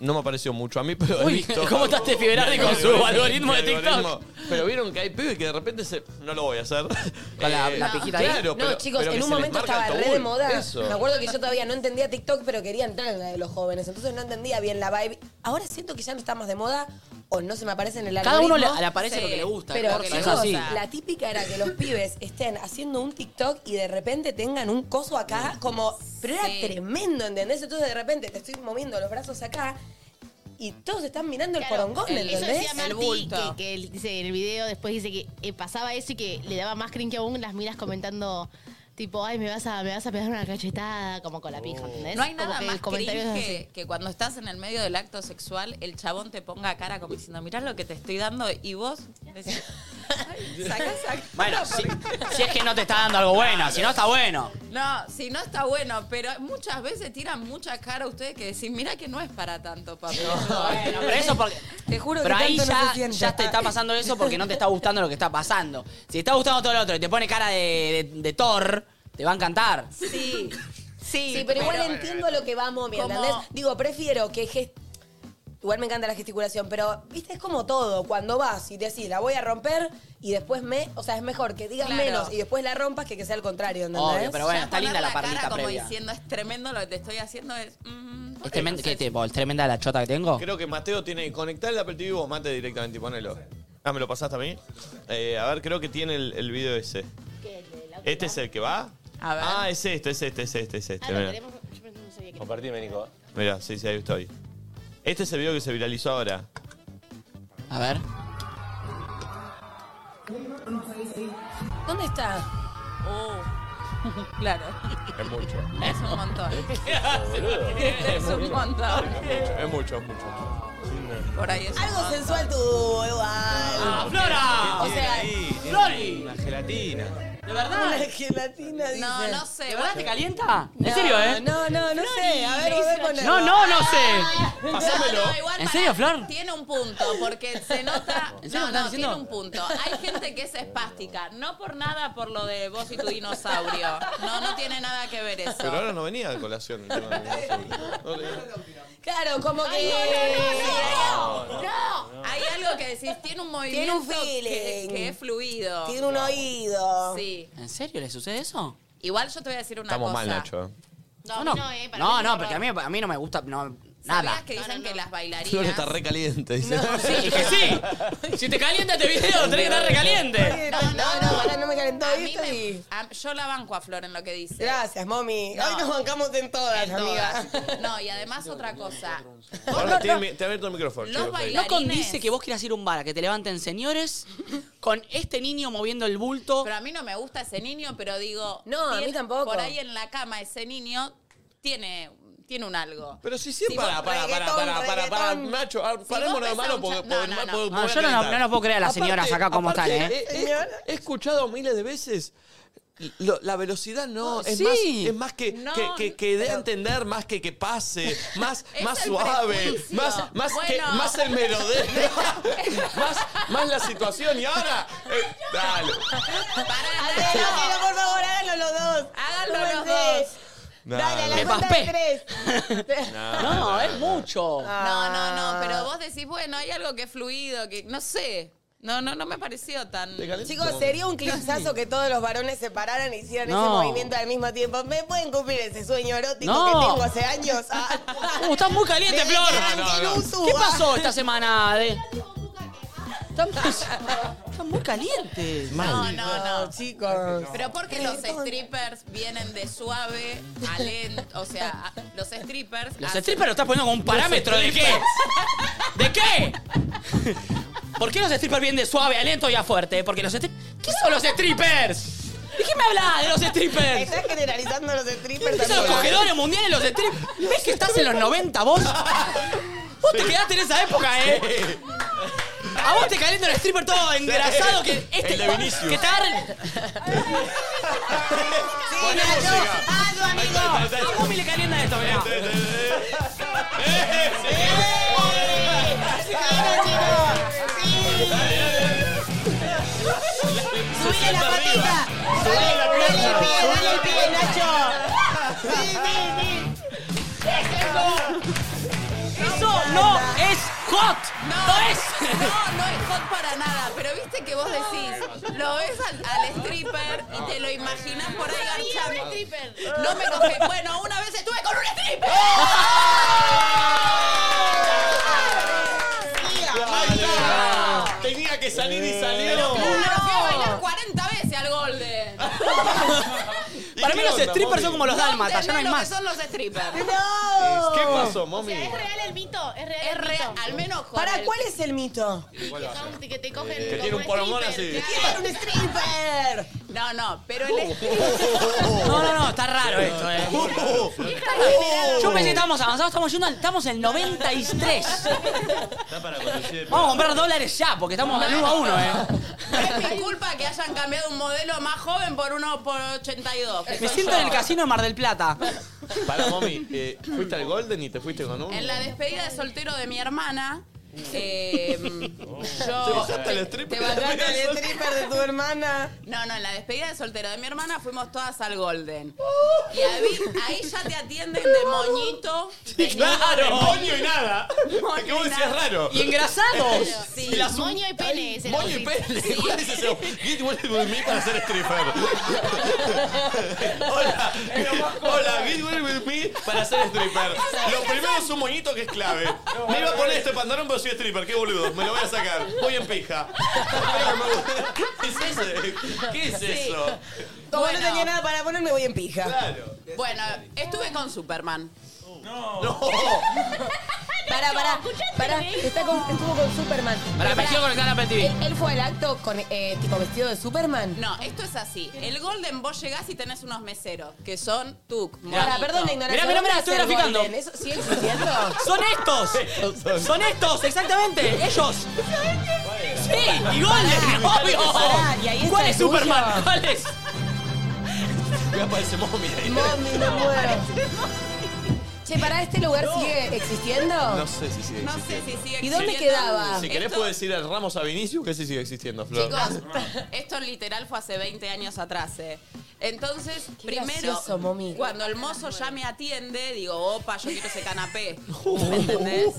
no me apareció mucho a mí, pero he Uy, visto. ¿cómo estás de Fiberardi [laughs] con su algoritmo de Mi TikTok? Pero vieron que hay pibes que de repente se. No lo voy a hacer. Con la- la pijita ahí. Claro, no, pero- chicos, pero en que un se les momento marca estaba el re de tabú. moda. Eso. Me acuerdo que yo todavía no entendía TikTok, pero quería entrar en la de los jóvenes. Entonces no entendía bien la vibe. Ahora siento que ya no está más de moda o no se me aparece en el Cada uno algoritmo. le- le aparece Sí. lo que le gusta, Pero, corta, chicos, es así. la típica era que los pibes estén haciendo un TikTok y de repente tengan un coso acá como... Pero era Sí. tremendo, ¿entendés? Entonces de repente te estoy moviendo los brazos acá y todos están mirando el Claro, porongón, Eso ¿entendés? decía Marty, que, que él dice en el video después dice que eh, pasaba eso y que le daba más cringe aún las miras comentando tipo, ay, me vas a, me vas a pegar una cachetada, como con la Oh. pija, ¿entendés? No hay Como nada que más el comentario cringe es así. que, que cuando estás en el medio del acto sexual, el chabón te ponga cara como diciendo, mirá lo que te estoy dando, y vos decís, "Ay, sacá, sacá". [laughs] Bueno, si, si es que no te está dando algo bueno, si no está bueno. No, si no está bueno, pero muchas veces tiran mucha cara a ustedes que decís, mirá que no es para tanto, papi. [laughs] Bueno, pero eso porque. Te juro Pero que ahí tanto no ya, se siente. ya te está pasando eso porque no te está gustando lo que está pasando. Si te está gustando todo lo otro y te pone cara de, de- de Thor, te va a encantar. Sí. Sí, pero, pero- igual entiendo a lo que va Momia, Como- ¿entendés? Digo, prefiero que gest- Igual me encanta la gesticulación, pero, viste, es como todo. Cuando vas y decís, la voy a romper y después me... O sea, es mejor que digas Claro. menos y después la rompas que que sea al contrario, ¿entendés? Obvio, pero bueno, está linda la Cara parrita como previa. diciendo, es tremendo lo que te estoy haciendo, es... mm, Es tremendo, ¿qué tipo? ¿Es tremenda la chota que tengo? Creo que Mateo tiene que conectar el Apple TV y vos mate directamente y ponelo. Ah, ¿me lo pasaste a mí? Eh, a ver, creo que tiene el, el video ese. ¿Este es el que va? A ver. Ah, es este, es este, es este, es este. Ah, lo mirá. queremos. Yo no sabía que. Compartime, Nico. Mirá, sí, sí, ahí estoy. Este es el video que se viralizó ahora. A ver. ¿Dónde está? claro. Es mucho. Es un montón. [laughs] Es Es un montón. [laughs] Es mucho, es mucho. Por ahí es Algo sensual tuvo, igual. Ah, Ah, Flora! O sea, ¡Flori! Una gelatina. ¿De verdad? Una gelatina, dice. No, no sé. ¿De verdad te bueno. calienta? ¿En No, serio, eh? No, no, no sé. A ver, volvé a ponerlo. No, no, no [laughs] Ah, sé. Pasámelo. no, no, igual ¿En pará, serio, Flor? Tiene un punto, porque se [laughs] nota. ¿En serio No, me estás no, diciendo? tiene un punto. Hay gente que es espástica. No por nada por lo de vos y tu dinosaurio. No, no tiene nada que ver Pero eso. ahora no venía de colación. el tema de- Claro, como que... no, no, no, no. No, Hay algo que decís, tiene un Tiene un movimiento que, feeling. que es fluido. Tiene un oído. Sí. ¿En serio le sucede eso? Igual yo te voy a decir una Estamos cosa. mal, Nacho. No, no, no, eh, para mí no, es no, un porque a mí, a mí no me gusta no, ¿Sabías nada. que dicen que las [laughs] Flor bailarinas. está re caliente, dice. [laughs] Sí, es que sí. Si te calienta este video, tenés que estar recaliente. No, no, no, pará, no me calentó A mí esto me- y... a- yo la banco a Flor en lo que dice. Gracias, mami. No. Hoy nos bancamos en todas, En amiga. [laughs] todas. No, y además otra cosa. Ahora te, te abierto el micrófono, Los chicos. bailarines- No condice que vos quieras ir a un bar, a que te [laughs] levanten señores, con este niño moviendo el bulto. Pero a mí no me gusta ese niño, pero digo. No, a mí tiene- tampoco. Por ahí en la cama ese niño tiene, tiene un algo. Pero si siempre. Si vos- Para, para, para, reggaetón, para, para, para, reggaetón. Nacho, ah, Si paremos vos de ves a malo un porque. cha- porque no, no, porque- no. porque No, voy yo a no lo- calentar. no lo puedo creer a las señoras acá cómo están, ¿eh? He, he- he escuchado miles de veces. Lo- la velocidad no, Ah, Oh, es, sí. más, es más que, No, que, que- que dé a pero- entender, más que [laughs] que pase, más, Es más el suave, prejuicio. más, más, que- Bueno. más [laughs] el merodeo, [laughs] más, más la situación. Y ahora, eh, dale. Pero por favor, háganlo los dos. Háganlo No los sé. dos. Dale, a Me la cuenta de tres. [laughs] No, es [laughs] No, mucho. no, Ah. no, pero [laughs] vos decís, bueno, hay algo que es fluido, que no sé. No, no, no me pareció tan. Chicos, sería un clipsazo que todos los varones se pararan y hicieran ese No. movimiento al mismo tiempo. ¿Me pueden cumplir ese sueño erótico No. que tengo hace años? Ah, Uh, estás muy caliente, Desde Flor. que arranque no suba. ¿Qué pasó esta semana? De... Estamos, muy calientes. No, no, no. chicos. [laughs] Pero porque los strippers vienen de suave a lento. O sea, a- los strippers. Los hacen- strippers lo estás poniendo como un parámetro. ¿De qué? ¿De qué? ¿Por qué los strippers vienen de suave, a lento y a fuerte? Porque los stri- ¿Qué son los strippers? ¿De qué me hablas de los [laughs] strippers? Estás generalizando a los strippers. ¿Qué son los amigo. cogedores mundiales los strippers? ¿Ves que estás en los 90 vos? Vos te quedaste en esa época, ¿eh? A vos te calienta el stripper todo engrasado que [laughs] este El de Vinicius. que te agarra el- Poné música. A Gumi le calienta esto, mirá. Subile la patita. Dale la dale el pierna. pie, dale el pie, Subile la Nacho. Sí, sí, sí. Eso no es hot. No, no es. No, no es hot para nada. Pero viste que vos decís, lo ves al, al stripper y te lo imaginás por ahí garchando. No me cogé. Bueno, una vez estuve con un stripper. Tenía que salir y Pero salió. claro, fui a bailar 40 veces al Golden. Para mí los strippers son como los dálmatas, ya no Entendés hay lo más. que son los strippers. ¡No! ¿Qué pasó, mami? Es real el mito, es real. Es el real, mito. al menos con ¿Para el- cuál es el mito? Son- Que te cogen. Que como tiene un poromón así. ¡Era un stripper! No, no, pero el stripper. Oh. No, no, [laughs] no, está raro esto, eh. Yo pensé que estábamos avanzados, estamos yendo al- estamos en 93. Está para conducir. Vamos a comprar dólares ya, porque estamos al 1 a 1, eh. No es mi culpa que hayan cambiado un modelo más joven por uno por 82. que Me soy siento yo. en el casino de Mar del Plata. Para, mami, eh, ¿fuiste al Golden y te fuiste con uno? En la despedida de soltero de mi hermana, eh, yo. Te bajaste al stripper. Te bajaste al El stripper de tu hermana. No, no, en la despedida de soltero de mi hermana fuimos todas al Golden. Y ahí, ahí ya te atienden de moñito. de claro. niño. Moño y nada. Es que vos decías raro. Y engrasados. Sí. Y la su- Moño y pene. es el Moño y outfit. pene. ¿Cuál es "Oh, ese? Get Well With Me para ser stripper. Hola. Hola, Get Well With Me para ser stripper. Lo primero es un moñito que es clave. Me iba a poner este pantalón, pero soy stripper. Qué boludo. Me lo voy a sacar. Voy en pija. ¿Qué es eso? ¿Qué es Sí. eso? Como Bueno. no tenía nada para poner, me voy en pija. Claro. Bueno, estuve con Superman. No. Pará, pará, pará. Está con- estuvo con Superman. Pará, me quiero conectar a Apple TV. ¿Él, él fue al acto con, eh, tipo vestido de Superman? No, esto es así. El Golden vos llegás y tenés unos meseros, que son tuk, Pará, moñito. perdón la ignorancia. Mirá, mirá, mirá, ¿Dónde estoy es el graficando. Golden? ¿Eso sigue existiendo? Son estos. Son estos, exactamente. Ellos. Sí, y Golden, Pará, pará, y obvio. ahí está ¿Cuál el es Superman? tuyo. ¿Cuál es? Me aparece mommy ahí. Mami, no muero. Che, pará, ¿este lugar sigue existiendo? No sé si sigue No existiendo. sé si sigue ¿Y dónde existiendo. quedaba? Si querés Esto- puedes ir al Ramos a Vinicius que sí sigue existiendo, [laughs] Flor. Chicos, esto literal fue hace 20 años atrás. eh. Entonces, Qué primero, gracioso, mami. cuando el mozo ya me atiende, digo, opa, yo quiero ese [laughs] canapé. ¿Me entendés?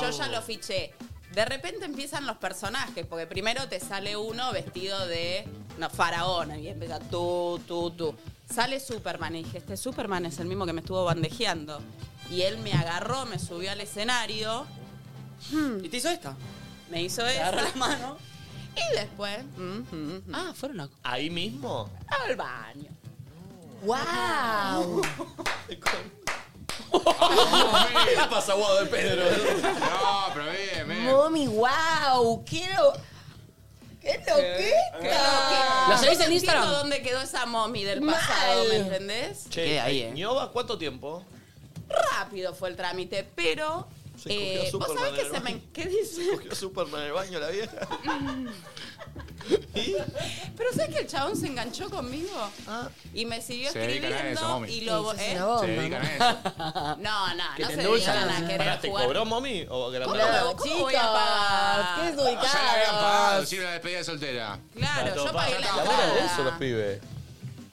Yo ya lo fiché. De repente empiezan los personajes, porque primero te sale uno vestido de no, faraón, y empieza tú, tú, tú. Sale Superman, y dije, este Superman es el mismo que me estuvo bandejeando. Y él me agarró, me subió al escenario, ¿Y te hizo esta? me hizo Te agarró eso. [laughs] la mano. Y después, Ah, fueron a... ¿Ahí mismo? al [laughs] baño. ¡Wow! [laughs] ¿Qué le pasa, Guado de Pedro? No, pero bien, bien. Mami, Oh, wow. Quiero. ¿Qué loquita? ¿Lo Ah. seguís Yo en no Instagram? entiendo dónde quedó esa mommy del pasado, Mal. ¿me entendés? Che, Queda ahí, eh. ¿Ñoba cuánto tiempo? Rápido fue el trámite, pero Se Eh, cogió a ¿Vos Superman sabés en que el se baño. me... ¿Qué dice? Cogió a Superman en el baño la vieja. [laughs] Pero ¿sabes que el chabón se enganchó conmigo? Ah. Y me siguió Se dedican a escribiendo eso, mami. y lo... Sí, ¿eh? sos una bomba, Se dedican a eso. [laughs] No, no, no se endulzan. dedican a querer Pará, ¿Te jugar. cobró, mami? ¿O que la ¿Cómo pagó? me- cómo voy a pagar? ¿Qué Ah, Ya la habían pagado, sirve la despedida de soltera. Claro, yo pagué la Laburan de entrada. eso los pibes.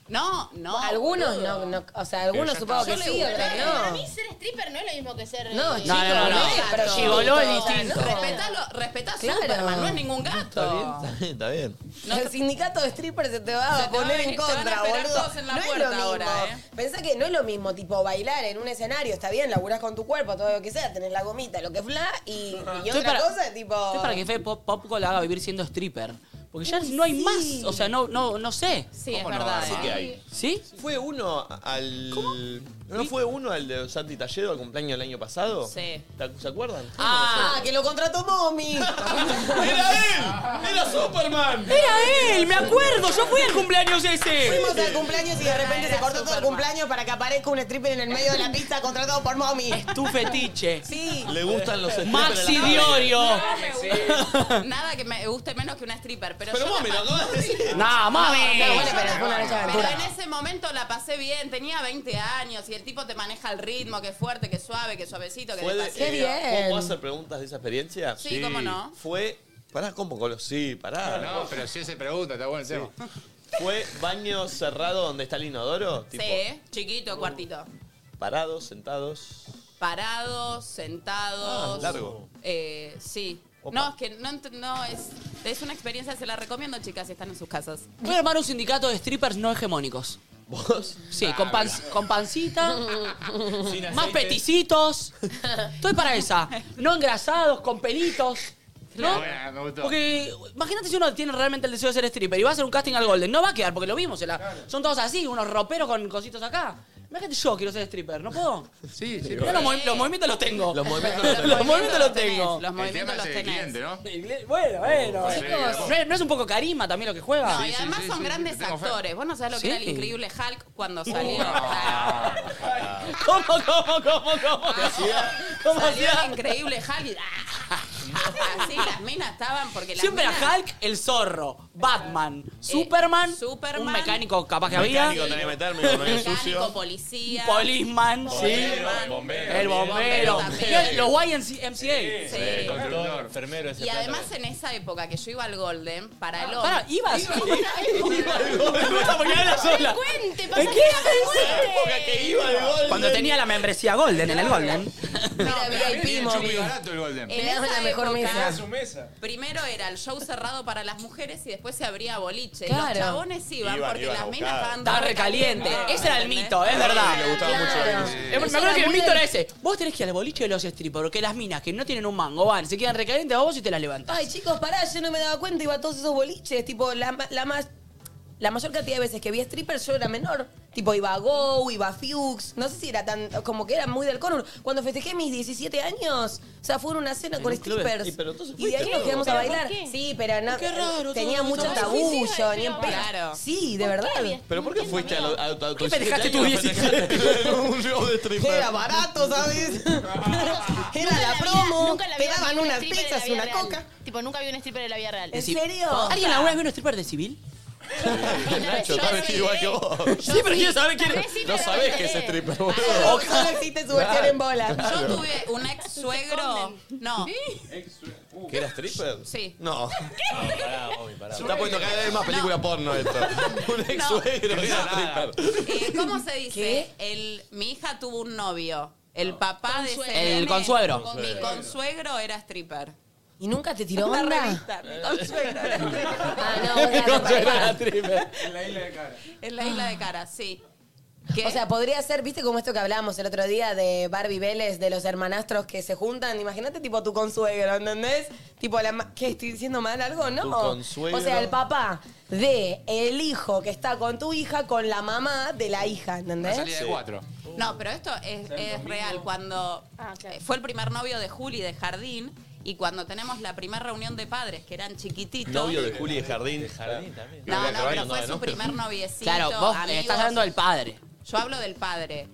No, no. Algunos no, no, o sea, Pero algunos ya supongo está. que Yo sí, le otros gusté. Para no. mí ser stripper no es lo mismo que ser... No, eh, chico, No, no, no, no. gato. Pero Gigoló es O sea, distinto. no, Respetalo, respetá a Claro. Superman, no es ningún gato. Está bien, está bien. el sindicato de strippers se te Se va a te va a poner en venir- te van a contra, esperar boludo. todos en la no es puerta lo mismo. ahora, ¿eh? Pensá que no es lo mismo, tipo, bailar en un escenario, está bien, laburás con tu cuerpo, todo lo que sea, tenés la gomita, lo que fla, y, y Estoy para- otra cosa, tipo. Es para que Fede Pop Popco la haga vivir siendo stripper. Porque ya no hay más. O sea, no, no, no sé. Sí, ¿Cómo no? verdad, Así eh. que hay. ¿Sí? ¿Fue uno al. ¿No fue uno al de Santi Talledo al cumpleaños del año pasado? Sí. ¿Te- ¿Se acuerdan? Ah, que lo contrató [laughs] Mommy. ¡Era él! ¡Era Superman! Era él, me acuerdo. Yo fui al cumpleaños ese. Fuimos al cumpleaños y de repente se cortó todo el cumpleaños para que aparezca un stripper en el medio de la pista contratado por Mommy. Tu fetiche. Sí. Le gustan los strippers Maxi en la calle. Diorio. Nada que me guste menos que una stripper, pero, Pero yo la vos me lo pasé- acabas de decir. No, mami. No, bueno, pero fue una noche de Pero aventura. en ese momento la pasé bien, tenía 20 años y el tipo te maneja el ritmo, que fuerte, que suave, que suavecito, que Fue de- despacito. ¿Puedo hacer preguntas de esa experiencia? Sí, Sí. cómo no. Fue. Pará, ¿cómo? Colo? Sí, pará. No, pero si se pregunta, está bueno el tema. ¿Fue baño cerrado donde está el inodoro? Tipo, Sí, chiquito, cuartito. Parados, sentados. Parados, sentados. Ah, largo. Eh, sí. No, es que no, ent- no es, es una experiencia, se la recomiendo, chicas, si están en sus casas. Voy a armar un sindicato de strippers no hegemónicos. ¿Vos? Ah, Sí, [laughs] con, pan- con pancita, [laughs] aceite. más peticitos. Estoy para esa. No engrasados, con pelitos. ¿No? Está buena, me gustó. Porque imagínate si uno tiene realmente el deseo de ser stripper y va a hacer un casting al Golden. No va a quedar, porque lo vimos. se la- Son todos así, unos roperos con cositos acá. Imagínate yo quiero ser stripper, ¿no puedo? Sí, sí. Yo los, movi- los movimientos los tengo. Los movimientos los, movimientos los tenés, tengo. los El tema movimientos es los el tenés. cliente, ¿no? eh, Bueno, bueno. Sí, ¿No es- ¿No es un poco carisma también lo que juega? No, y además son grandes actores. Vos no sabés lo que Sí. era el increíble Hulk cuando salió. ¿Cómo, cómo, cómo, cómo? ¿Cómo salió hacía? el increíble Hulk y- ah. Así las minas estaban porque las Siempre minas- eh, era Hulk, el zorro, Batman, Superman, Superman. un mecánico capaz que había, Mecánico tenía que meterme, porque no había Mecánico, sucio. policía. Policeman, sí, Bombero, el bombero. el bombero, también. los YMCA. Sí. Sí. Constructor, enfermero, ese Y plato. eh, además en esa época que yo iba al Golden, para el hombre. Ah, Pará, ibas. [laughs] Me gusta porque habla sola. Delincuente, ¿Qué pasa que [laughs] era es eso? Época que iba de Golden. Cuando tenía la membresía Golden en el Golden. Era bien chupi barato el Golden. En Teníamos esa la mejor época, mesa. su mesa. Primero era el show cerrado para las mujeres y después se abría boliche. Y Claro. los chabones iban, Iban, porque iban a las minas buscar. estaban Estaba re recaliente. calientes. Ese era el ¿Entendés? mito, es verdad. Le gustaba Ah. mucho Claro. Eh, Me Eso acuerdo era que el muy mito de- era ese. Vos tenés que ir al boliche de los strippers, porque las minas que no tienen un mango van, se quedan recalientes a vos y te las levantás. Ay, chicos, pará, yo no me daba cuenta, iba a todos esos boliches, tipo, la, ma- la más... La mayor cantidad de veces que vi strippers yo era menor. Tipo, iba a Go, iba a Fuchs. No sé si era tan. como que era muy del cono. Cuando festejé mis 17 años, o sea, fueron a una cena con un club? strippers. Y pero entonces Y de ahí fuiste, nos quedamos a ¿Pero por bailar. qué? Sí, pero no. eh, Qué raro, Tenía todo, mucho todo. tabullo, Sí, sí, iba a ni en decir, pedo. claro. Sí, de verdad. ¿Pero por qué fuiste a, lo- a, a, qué festejaste tus 17? un show de stripper. Era barato, [laughs] ¿sabes? Nunca [laughs] era en la vida- promo. nunca en la Te vida vi daban un unas stripper de la pizzas y vida una real. coca. Tipo, nunca vi un stripper de la vida real. ¿En Sí. serio? ¿Alguien alguna vez vio un stripper de civil? Nacho, está vestido igual que vos. Sí, pero quiero saber quién Sí, No pero sabés no que es sé. stripper, boludo. Solo existe su versión en bola. Yo tuve un ex suegro. No, ¿Que era stripper? Sí. [laughs] No. Pará, Bobby, pará. Se está poniendo cada vez más película porno esto. [laughs] Un ex suegro que era stripper. eh, ¿cómo se dice? El, mi hija tuvo un novio. El papá de ese El nene- consuegro. Mi consuegro era stripper. ¿Y nunca te tiró Una onda? revista, mi consuegro [laughs] era stripper. Ah, [laughs] no, [laughs] vos eras Consuegro reparada. era stripper. En la isla de cara. En la isla de cara, sí. ¿Qué? O sea, podría ser, viste como esto que hablábamos el otro día de Barbie Vélez, de los hermanastros que se juntan. Imagínate, tipo, tu consuegro, ¿entendés? Tipo, la ma- ¿qué? ¿Estoy diciendo mal algo? No. Tu consuegro. O sea, el papá de el hijo que está con tu hija con la mamá de la hija, Una ¿entendés? salida de cuatro. No, pero esto es, es real. Cuando Ah, claro. eh, fue el primer novio de Juli de Jardín y cuando tenemos la primera reunión de padres, que eran chiquititos. Novio de Juli de Jardín. Jardín también. No, no, Novio pero de Jardín, fue no, su ¿no? primer noviecito. Claro, vos eh, amigos. estás hablando del padre. Yo hablo del padre.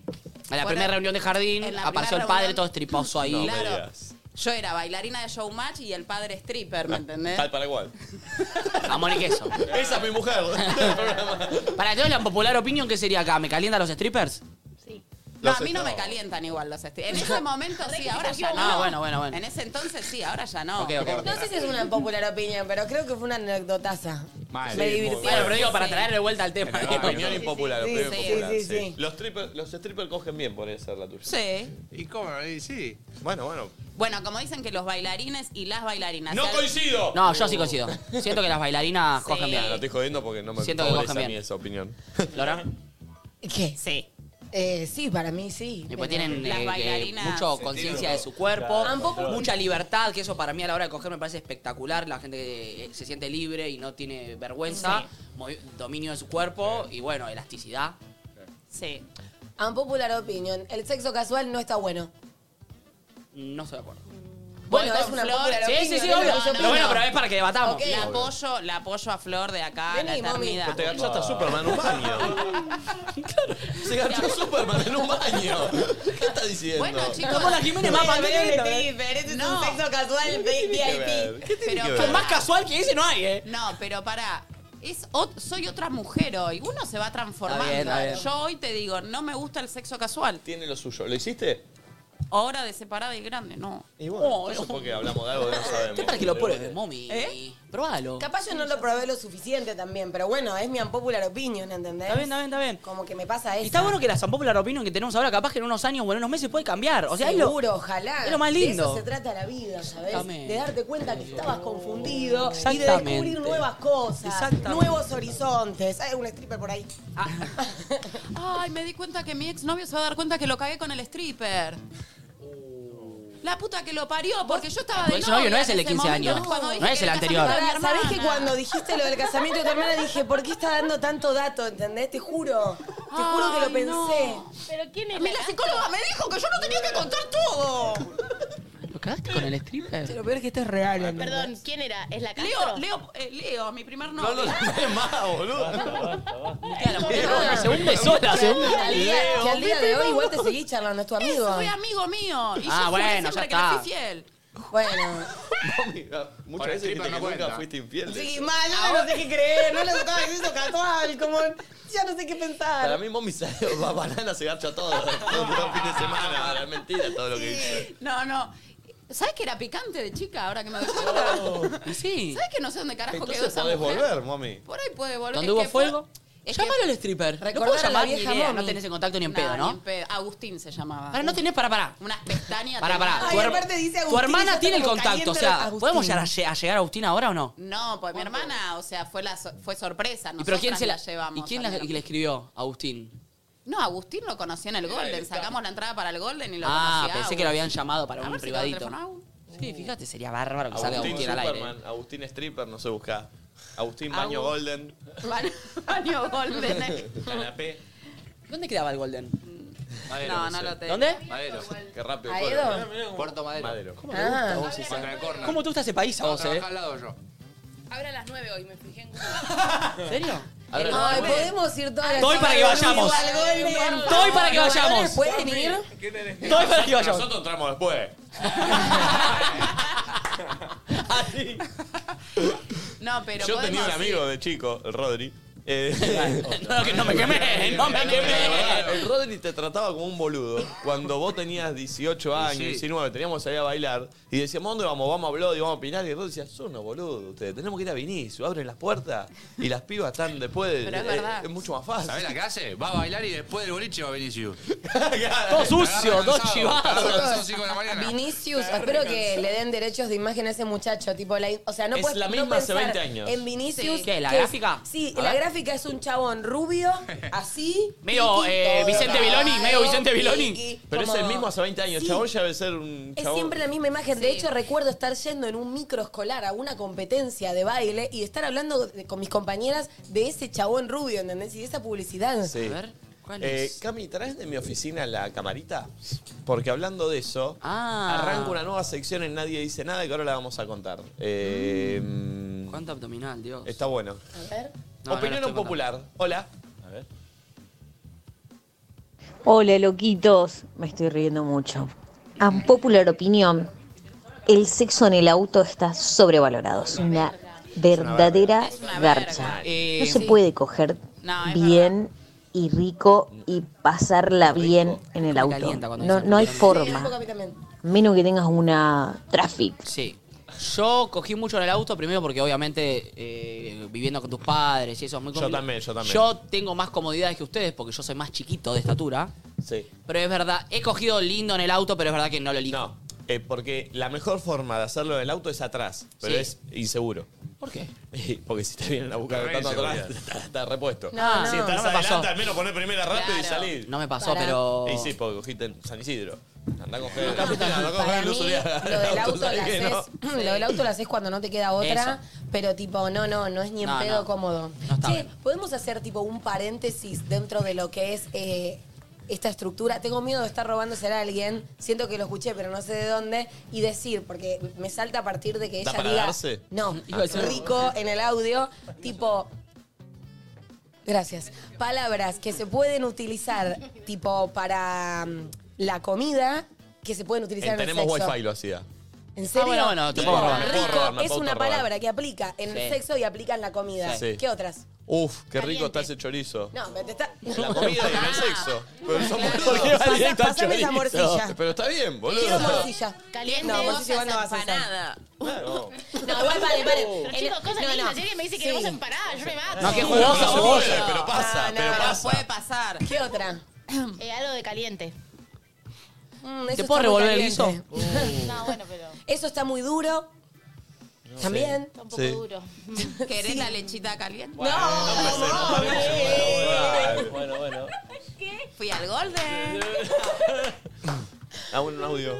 A la Bueno, primera reunión de jardín en la apareció primera el padre reunión- todo estriposo ahí. No me Claro. digas. Yo era bailarina de showmatch y el padre stripper, ¿me entendés? Tal para igual. Amor y queso. Esa es mi mujer. [laughs] Para todos la popular opinión, ¿qué sería acá? ¿Me calientan los strippers? No, Los a mí no est- me calientan igual los strip. [laughs] En ese momento sí, ahora ya Rectificación, no. no, bueno, bueno, bueno. En ese entonces sí, ahora ya no. Ok, ok, ok. No sé si es una popular opinión, pero creo que fue una anecdotaza. Mal. Me Sí, divirtió. muy bueno, pero digo, para traer de vuelta [laughs] al tema. ¿eh? Opinión impopular, sí, opinión sí, impopular, sí, sí. sí. Los strippers los strippers cogen bien, por ser la tuya. Sí. ¿Y cómo? sí. Bueno, bueno. Bueno, como dicen que los bailarines y las bailarinas. ¡No Si al- coincido! No, yo sí coincido. Siento que las bailarinas cogen bien. Ah, lo estoy jodiendo porque no me Siento que favorece cogen a mí bien. esa opinión. [laughs] ¿Lora? ¿Qué? Sí. Eh, sí, para mí sí. Y pero- pues tienen eh, eh, mucho conciencia de su cuerpo, Claro, Tampoco- mucha libertad, que eso para mí a la hora de coger me parece espectacular. La gente que eh, se siente libre y no tiene vergüenza, movi- dominio de su cuerpo y bueno, elasticidad. Sí. Unpopular opinion. El sexo casual no está bueno. No estoy de acuerdo. Bueno, es una Flor, popular sí, opinion. sí, sí, es lo obvio. que yo Pero bueno, opino. pero es para que debatamos. Ok. La apoyo, la apoyo a Flor de acá a Vení, la mami. eternidad. Pero te ganchó hasta Superman en un baño. [laughs] Claro, Se ganchó Superman en un baño. ¿Qué estás diciendo? Bueno, chicos. Como la Jiménez más Bueno, pandemia pero que este- esto, pero este es un sexo casual ¿Qué tiene Pero que Pues ver? más casual que ese no hay, ¿eh? No, pero pará. Es ot- soy otra mujer hoy. Uno se va transformando. Está bien, está bien. Yo hoy te digo, no me gusta el sexo casual. Tiene lo suyo. ¿Lo hiciste? Ahora de separada y grande, no. Y bueno, Oh, entonces porque hablamos de algo que no sabemos. Para que lo pruebes, mommy. ¿Eh? Probalo. Capaz yo no lo probé lo suficiente también, pero bueno, es mi unpopular opinion, ¿entendés? Está bien, está bien, está bien. Como que me pasa eso. Y está bueno que las unpopular opinion que tenemos ahora, capaz que en unos años o en unos meses puede cambiar. O sea, es lo- Seguro, ojalá. es lo más lindo. De eso se trata la vida, ¿sabes? Exactamente. De darte cuenta que estabas confundido y de Exactamente. descubrir nuevas cosas, Exactamente. nuevos horizontes. Hay un stripper por ahí. Ah. Ay, me di cuenta que mi exnovio se va a dar cuenta que lo cagué con el stripper. La puta que lo parió, porque yo estaba de Tu exnovio Pues, no es el de en ese 15 momento, años. cuando dije No es que el era anterior. casamiento de mi ¿Sabés hermana? que cuando dijiste lo del casamiento de tu hermana dije, ¿por qué está dando tanto dato? ¿Entendés? Te juro. Te juro que lo Ay, no. pensé. Pero ¿quién es A mí la psicóloga me dijo que yo no tenía que contar todo. ¿Lo cagaste con el stripper? Pero peor es que esto es real. Perdón, ¿quién era? ¿Es la Leo, Castro? Leo, eh, Leo, mi primer No novio. lo sabes más, boludo. La segunda es sola, Que segunda. al día- que al día de hoy igual te seguís charlando, es tu amigo. Fue amigo mío. Y Ah, yo bueno, bueno, ya siempre que está. le fui fiel. Bueno. Muchas veces dijiste que nunca cuenta. fuiste infiel. Sí, mal, yo ya no sé qué creer. No le tocaba el sexo casual. Como, ya no sé qué pensar. Para mí, mommy sale, [laughs] va banana, se [laughs] garcha todo. Todo el fin de semana. Es mentira todo lo que dice. No, no. ¿Sabes que era picante de chica ahora que me doy cuenta? [laughs] Y sí. ¿Sabes que no sé dónde carajo quedó Entonces esa podés mujer? volver, mommy. Por ahí puede volver. ¿Dónde Es hubo que fue- fuego? Llámalo al stripper. No puedo Recordar a la llamar ni vieja idea, mommy. no tenés en contacto ni en pedo, Nah, ni en ¿no? pedo. Agustín se llamaba. Ahora no tenés, para, para. Unas pestañas. Para, para. tenía. Tu, her- tu hermana tiene el contacto, o sea, ¿podemos llegar a, lle- a llegar a Agustín ahora o no? No, pues mi hermana, o sea, fue, la so- fue sorpresa. ¿Y pero quién nosotras se la, llevamos? ¿Y quién al la- menos. y le escribió? Agustín. No, Agustín lo conoció en el Golden. Sacamos la entrada para el Golden y lo Ah, conocía. pensé que lo habían llamado para A un ver si tengo el privadito. teléfono, Agus. Sí, fíjate, sería bárbaro que salga Agustín Agustín al aire. Superman, Agustín Stripper, no se busca. Agustín Baño Agus. Golden. [laughs] Baño- Baño Golden. Canapé. ¿Dónde quedaba el Golden? Madero, No, no sé. lo tengo. ¿Dónde? Madero. Qué rápido. ¿Aedo? corre. Mirá, mirá, Puerto Madero. Madero. ¿Cómo te gusta Ah. vos ese? Contra el corner. ¿Cómo te gusta ese país a vos, eh? Trabajá al lado yo. Abre a las 9 hoy, me fijé en Google. ¿En serio? Ahora, Ay, podemos ir todas las Estoy para que vayamos. Estoy para que vayamos. ¿Pueden ir? Estoy para que vayamos. Nosotros entramos después. Así. No, pero Yo tenía un podemos ir. amigo de chico, el Rodri. Eh, [laughs] No, que no me quemé, [laughs] no me quemé. el Rodri te trataba como un boludo. Cuando vos tenías 18 años, sí. 19, teníamos ahí a bailar y decíamos, ¿dónde vamos? Vamos a Bloody, vamos a Pinar. Y el Rodri decía, son unos boludos ustedes. Tenemos que ir a Vinicio, abren las puertas y las pibas están después. de- Pero es eh, verdad. es mucho más fácil. ¿Sabés la que hace? Va a bailar y después del boliche va [laughs] a Vinicius. Todo Te sucio, agarra todo cansado, te agarra cansado a las chivado. cinco de la mañana. Vinicius, espero que le den derechos de imagen a ese muchacho, tipo la, o sea, no Es puedes la no misma hace pensar 20 años. En Vinicius, Sí. ¿Qué, la que es- gráfica? sí, A la ver. gráfica es un [laughs] chabón rubio, así. Medio piquito, eh, Vicente Viloni, medio claro, Vicente Viloni. piqui, Pero como- es el mismo hace 20 años. Sí. Chabón ya debe ser un Es chabón. siempre la misma imagen. De hecho, recuerdo estar yendo en un micro escolar a una competencia de baile y estar hablando de- con mis compañeras de ese chabón rubio, ¿entendés? Y de esa publicidad. Sí. A ver, ¿cuál Eh, es? Cami, ¿traes de mi oficina la camarita? Porque hablando de eso, Ah. arranca una nueva sección en Nadie Dice Nada que ahora la vamos a contar. Eh, mm, ¿Cuánto abdominal, Dios? está bueno. A ver. No, no lo Opinión estoy popular. Hola. A ver. Hola, loquitos. Me estoy riendo mucho. A popular opinión, el sexo en el auto está sobrevalorado. Es una verdadera garcha. No se puede coger bien y rico y pasarla bien en el auto. calienta cuando No, dicen no hay que- forma. Menos que tengas una traffic. Sí. Yo cogí mucho en el auto, primero porque obviamente eh, viviendo con tus padres y eso es muy Yo complicado. también, yo también. Yo tengo más comodidades que ustedes porque yo soy más chiquito de estatura. Sí. Pero es verdad, he cogido lindo en el auto, pero es verdad que no lo elijo. Eh, porque la mejor forma de hacerlo en el auto es atrás, pero Sí. es inseguro. ¿Por [laughs] qué? Porque si te vienen a buscar Re tanto [laughs] atrás, inseguridad. está, está repuesto. No, si no. estás No me adelante, pasó. al menos poner primera rápido y Claro. salir. No me pasó, Pará. pero- Y sí, porque cogiste en San Isidro. Andá a coger. No, no, andá a coger para en Luz mí, Uriaga. lo [laughs] del El auto Lo, ¿sabes qué, no? haces- mm, lo del auto lo haces cuando no te queda otra, pero tipo, no, no, no es ni en No, pedo no. cómodo. No está Che, bien. podemos hacer tipo un paréntesis dentro de lo que es eh, esta estructura. Tengo miedo de estar robándose a alguien, siento que lo escuché, pero no sé de dónde, y decir, porque me salta a partir de que ¿Da ella para diga. darse? Eh, No, [laughs] Iba a decir- rico en el audio, tipo. Gracias. Palabras que se pueden utilizar, tipo, para mm, la comida, que se pueden utilizar En en, el Tenemos sexo. wifi lo hacía. ¿En serio? Ah, bueno, bueno, te Me puedo puedo robar. robar, me Rico puedo robar, me es puedo una robar. palabra que aplica en el Sí. sexo y aplica en la comida. Sí. ¿Qué otras? Uf, qué rico está ese chorizo. No, pero te está. La comida y el sexo. Pero son Claro. ¿Por qué va Pasa- directo al pásame esa chorizo? morcilla. Pero está bien, boludo. Quiero morcilla. Caliente No, morcilla cosas igual no vas a hacer. empanada. [laughs] Claro. No, igual vale, vale. Pero chicos, cosas No, lindas. no. Si alguien me dice que Sí. vos empanada, yo me mato. No, qué jugosa No se vos. puede, pero pasa, pero pasa. puede pasar. ¿Qué otra? [clears throat] Eh, algo de caliente. Mm, ¿Te eso puedo está muy revolver el guiso? caliente. Oh. No, bueno, pero. Eso está muy duro. También. Está un poco Sí. duro. ¿Querés la lechita caliente? Bueno, bueno, bueno. ¿Qué? Fui al [laughs] Golden. Ah, bueno, un audio.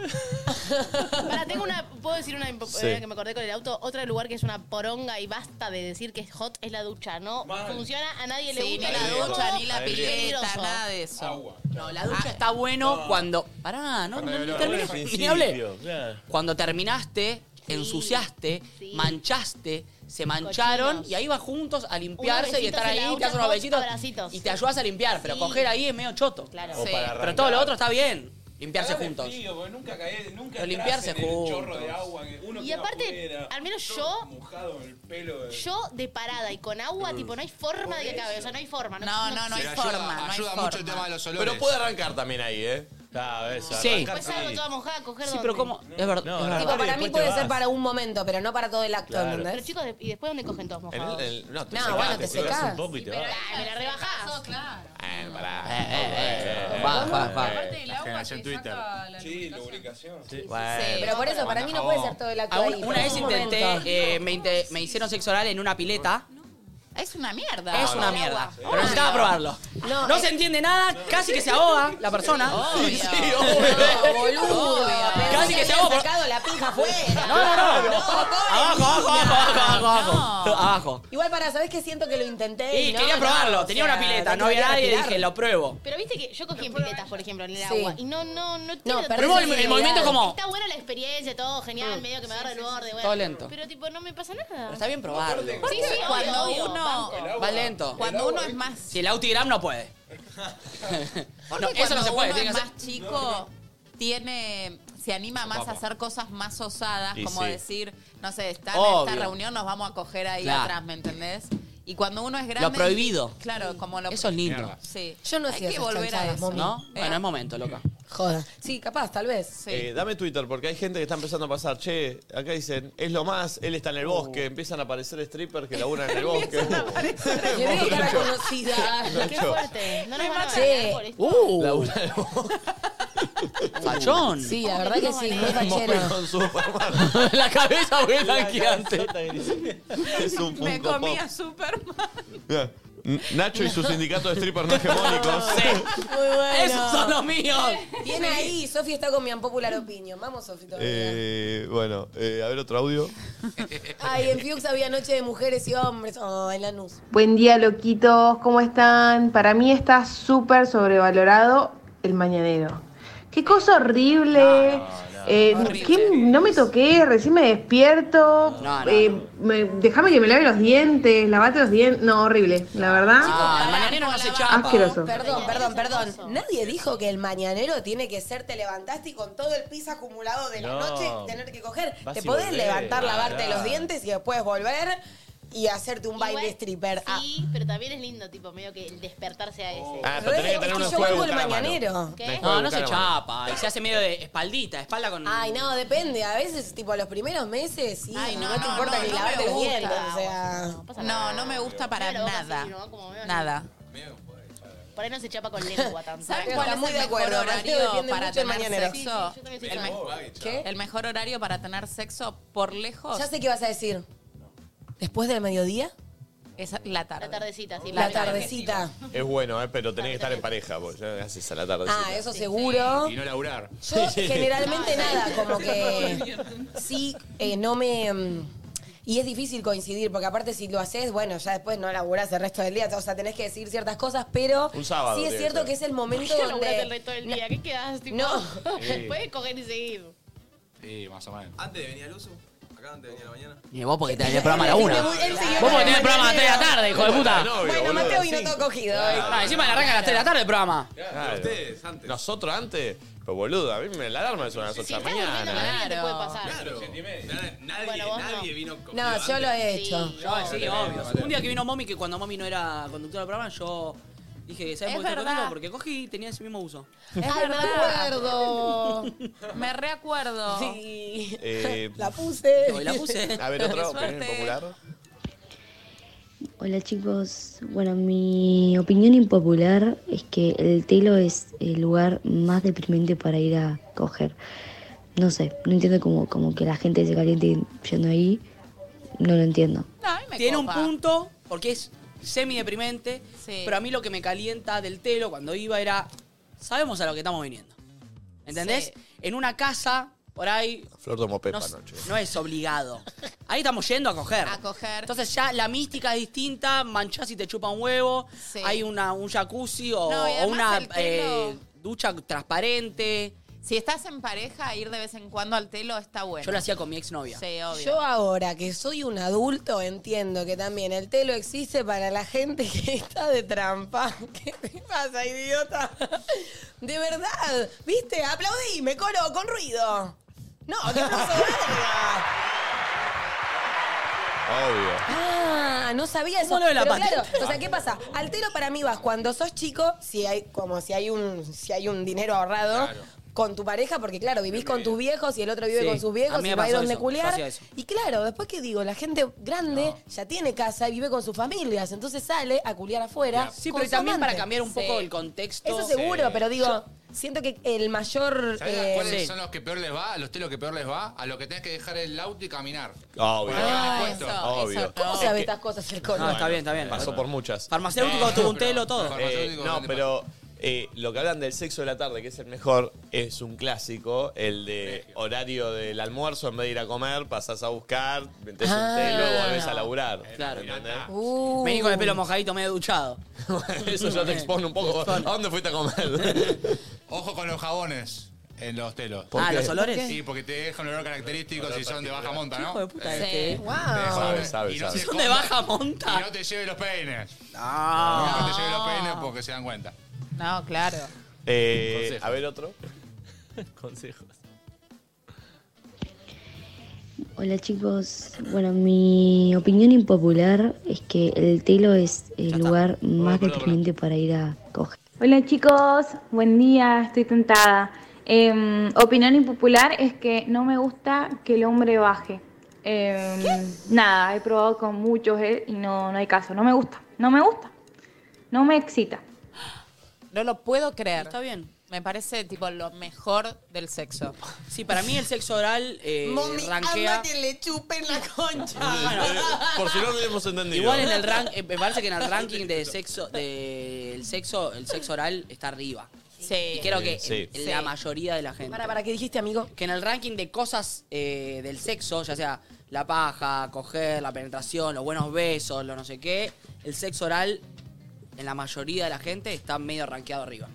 Para, tengo una. ¿Puedo decir una impo- Sí. eh, que me acordé con el auto? Otro lugar que es una poronga y basta de decir que es hot es la ducha. No funciona, a nadie le Sí, gusta. ni la ducha, ni la Es pileta, peligroso. nada de eso. No, la ducha está bueno cuando. Pará, no, no, no, termino, ni hablé. Cuando terminaste, ensuciaste, manchaste, se mancharon Cochinos. y ahí vas juntos a limpiarse y besitos estar en la ahí, te ducha, hacen unos hot besitos y te ayudas a limpiar, pero Sí. coger ahí es medio choto. Claro. O para Pero todo arrancar. lo otro está bien, limpiarse Cagame juntos. frío, porque nunca caí, nunca Pero limpiarse entrás en el juntos. chorro de agua que uno Y queda aparte, afuera, al menos todo yo, mojado en el pelo. eh. yo de parada y con agua, tipo, no hay forma de que acabe. O sea, no hay forma. No, no, no hay existe. forma, no hay forma. Pero puede arrancar también ahí, ¿eh? Ah, ves, Sí. arrancar, Después Pues salgo toda mojada, coger Sí, pero dónde. ¿cómo? Es verdad. es verdad. Tipo, para mí puede ser para un momento, pero no para todo el acto, Claro. ¿entendés? Pero chicos, ¿y después dónde cogen todos En mojados? el, el- no, te No, secás, bueno, te secás secás. un poco y te vas. Ah, me la rebajás. Eh, pará. eh, eh, va, va, va. Aparte La generación Twitter. Sí, lubricación. Pero por eso, para mí no puede ser todo el acto Ah, un- ahí. Eh, una pero vez es un momento. intenté, eh, me, inte- me hicieron sexo oral en una pileta. Es una mierda. Es una El mierda. agua. Pero necesitaba probarlo. No, eh. se entiende nada, casi que se ahoga la persona. Sí, sí, obvio. Casi que se ahoga. por- sacado la pija afuera. No, no, no. Abajo, abajo, abajo, abajo, abajo. Abajo. Igual para, ¿sabés que siento que lo intenté? Y no, quería no, probarlo, o tenía sea, una pileta, te no había quería nadie, respirar. dije, lo pruebo. Pero viste que yo cogí en piletas, por ejemplo, en el Sí. agua. Y no, no, no tiene perdés Pero el- el sensibilidad. movimiento es como- Está buena la experiencia, todo genial, medio que me agarra el borde, bueno. Todo lento. Pero tipo, no me pasa nada. Pero está bien probarlo. Sí, sí, Cuando obvio, obvio, uno- banco. Va lento. Cuando uno es más Si el autigram no puede. No, Porque eso no cuando se puede. uno Tiene que es ser. más [laughs] chico, tiene, se anima más a hacer cosas más osadas, Y como sí. decir, no sé, está en Obvio. esta reunión, nos vamos a coger ahí Claro. atrás, ¿me entendés? Y cuando uno es grande. prohibido. Claro, como lo Eso es lindo. Mierda. Sí. Yo no Hay hacía que esas volver a chanchadas, eso. mami. ¿No? Eh, Bueno, es momento, loca. Joda. Sí, capaz, tal vez. Sí. Eh, dame Twitter, porque hay gente que está empezando a pasar. Che, acá dicen, es lo más, él está en el bosque. Empiezan a aparecer strippers que laburan en el bosque. [laughs] Qué veo cara conocida. [laughs] Qué fuerte. No nos van a Che. ganar por esto. Uh. Laburan en el bosque. Fachón. Sí, la verdad que sí, muy Mover fachero. con Superman. La cabeza fue blanqueante. Es un Me Funko Pop. comía Superman. Nacho y su sindicato de strippers no hegemónicos. Muy bueno. Esos son los míos. Tiene ahí, Sofi está con mi popular opinion. Vamos, Sofi, todavía. Eh, bueno, eh, a ver otro audio. Eh. Ay, en Fiux había noche de mujeres y hombres. Oh, en Lanús. Buen día, loquitos. ¿Cómo están? Para mí está súper sobrevalorado el mañanero. ¡Qué cosa horrible! Eh, ¿qué? No me toqué, recién me despierto. No, no. eh, me- Déjame que me lave los dientes, lavate los dientes. No, horrible, la verdad. el mañanero no se chapa. Asqueroso. Perdón, perdón, perdón. Nadie dijo que el mañanero tiene que ser te levantaste y con todo el pis acumulado de la No. noche tener que coger. Vas Te y podés volvés, levantar, lavarte pará. los dientes y después volver y hacerte un baile stripper. Ah, Sí, pero también es lindo, tipo, medio que el despertarse a ese. Ah, pero tenés que tener Es que unos yo juegos banco el buscar a mano. mañanero. ¿Qué? No, no se buscar a mano. chapa. Y se hace medio de espaldita, espalda con. Ay, no, depende. A veces, tipo, los primeros meses, sí, no, te importa no, ni no lavarte me los gusta. dientes. O sea, No, no me gusta para Claro, vos nada. así, ¿no? Como medio- Nada. Por ahí no se chapa con lengua [laughs] tanto. ¿Sabes cuál es el mejor horario para tener sexo? Sí, sí, yo también soy El, me- chapa. ¿Qué? El mejor horario para tener sexo por lejos. ya sé qué vas a decir. ¿Después del mediodía? Es la tarde. La tardecita, sí. La tardecita. Es bueno, eh, pero tenés que estar en pareja, porque ya haces a la tarde. Ah, eso seguro. Y no laburar. [laughs] Yo [laughs] generalmente nada, como que sí, eh, no me... mm, Y es difícil coincidir, porque aparte si lo haces, bueno, ya después no laburás el resto del día, o sea, tenés que decir ciertas cosas, pero Un sábado sí es tiene cierto que que es el ¿Por momento qué laburás el donde... resto del día? ¿Qué quedás? Tipo, [laughs] No. Sí. Puedes coger y seguir. Sí, más o menos. Antes de venir al uso, acá antes de venir a la mañana. Y vos porque tenés el programa a la una. Vos Él siguió porque con tenés el programa a las 3 de la tarde, hijo de puta. Bueno, Mateo vino todo cogido hoy. Ah, encima le arranca a las 3 de la tarde el programa. Ustedes antes. Nosotros antes. Pero boludo, a mí me la alarma es a las 8 de la mañana. Claro. Te puede pasar. Claro. Nadie, Bueno, vos nadie vino con. No, yo lo he hecho. Yo, sí, obvio. Un día que vino Mommy, que cuando Mommy no era conductora del programa, yo dije, Es ¿sabes por qué verdad. estoy contento? Porque cogí y tenía ese mismo uso. Ah, Ay, me acuerdo. [laughs] Me reacuerdo. Sí. Eh, La puse. Hoy la puse. A ver, otra opinión popular. Hola chicos, bueno, mi opinión impopular es que el telo es el lugar más deprimente para ir a coger. No sé, no entiendo cómo, como que la gente se caliente yendo ahí, no lo entiendo. Tiene un punto, porque es semi deprimente, pero a mí lo que me calienta del telo cuando iba era, sabemos a lo que estamos viniendo. ¿Entendés? En una casa, por ahí, ¿eh? Flor tomó pepa No sé. anoche. no es obligado. Ahí estamos yendo a coger. A coger. Entonces ya la mística es distinta, manchás y te chupa un huevo, Sí. hay una, un jacuzzi o, No, y o además una el telo- eh, ducha transparente. Si estás en pareja, ir de vez en cuando al telo está bueno. Yo lo hacía con mi exnovia. Sí, obvio. Yo ahora que soy un adulto entiendo que también el telo existe para la gente que está de trampa. [laughs] ¿Qué te pasa, idiota? De verdad, ¿viste? Aplaudíme, coro, con ruido. No, ¿qué pasó? Obvio. Ah, no sabía eso. ¿Cómo lo de la Pero patita? claro, o sea, ¿qué pasa? Al telo para mí vas cuando sos chico, si hay como si hay un si hay un dinero ahorrado. Con tu pareja, porque claro, vivís con tus viejos y el otro vive Sí, con sus a viejos mí y me no hay pasó donde eso, yo culiar. hacía eso. Y claro, después que digo, la gente grande ya tiene casa y vive con sus familias, entonces sale a culiar afuera. Sí, con pero su también para amante. cambiar un poco el contexto. Eso seguro, pero digo, siento que el mayor. ¿Sabés eh, cuáles son los que peor les va? A los telos que peor les va. A los que tenés que dejar el auto y caminar. Obvio. Ah, Por eso, supuesto. eso. Obvio. ¿Cómo Es sabe que- estas cosas el coro? Bueno, está bien, está bien. Pasó por muchas. Farmacéutico, No, todo un telo, todo. Eh, no, pero eh, lo que hablan del sexo de la tarde, que es el mejor, es un clásico, el de horario del almuerzo, en vez de ir a comer, pasás a buscar, metés un Ah. telo, volvés a laburar. Claro. ¿entendés? Uh. Vení con el pelo mojadito, medio duchado. [laughs] Eso ya te expone un poco. ¿A dónde fuiste a comer? [laughs] Ojo con los jabones en los telos. ¿Por Ah, qué? ¿los olores? Sí, porque te dejan un olor característico si son de baja monta, ¿no? Hijo de puta Sí. este. Sabe, sabe, Y no sabe. se Son de esconda- baja monta. Ah. Y no te lleves los peines. No. No te lleves los peines porque se dan cuenta. No, claro. Eh, a ver otro. Consejos. Hola chicos, bueno, mi opinión impopular es que el telo es el lugar más deprimente para ir a coger. Hola chicos, buen día, estoy tentada. Em, opinión impopular es que no me gusta que el hombre baje. Em, Nada, he probado con muchos eh, y no, no hay caso. No me gusta, no me gusta, no me excita. No lo puedo creer. Está bien. Me parece tipo lo mejor del sexo. Sí, para mí el sexo oral eh, Mami, rankea. ama que le chupen la [laughs] concha. Eh, Por si no lo hemos entendido. Igual en el rank, eh, me parece que en el ranking de sexo, de el sexo, el sexo oral está arriba. Sí. Y creo que Sí. en- en la Sí. mayoría de la gente. Para, para, ¿qué dijiste, amigo? Que en el ranking de cosas eh, del sexo, ya sea la paja, coger, la penetración, los buenos besos, lo no sé qué, el sexo oral en la mayoría de la gente está medio rankeado arriba.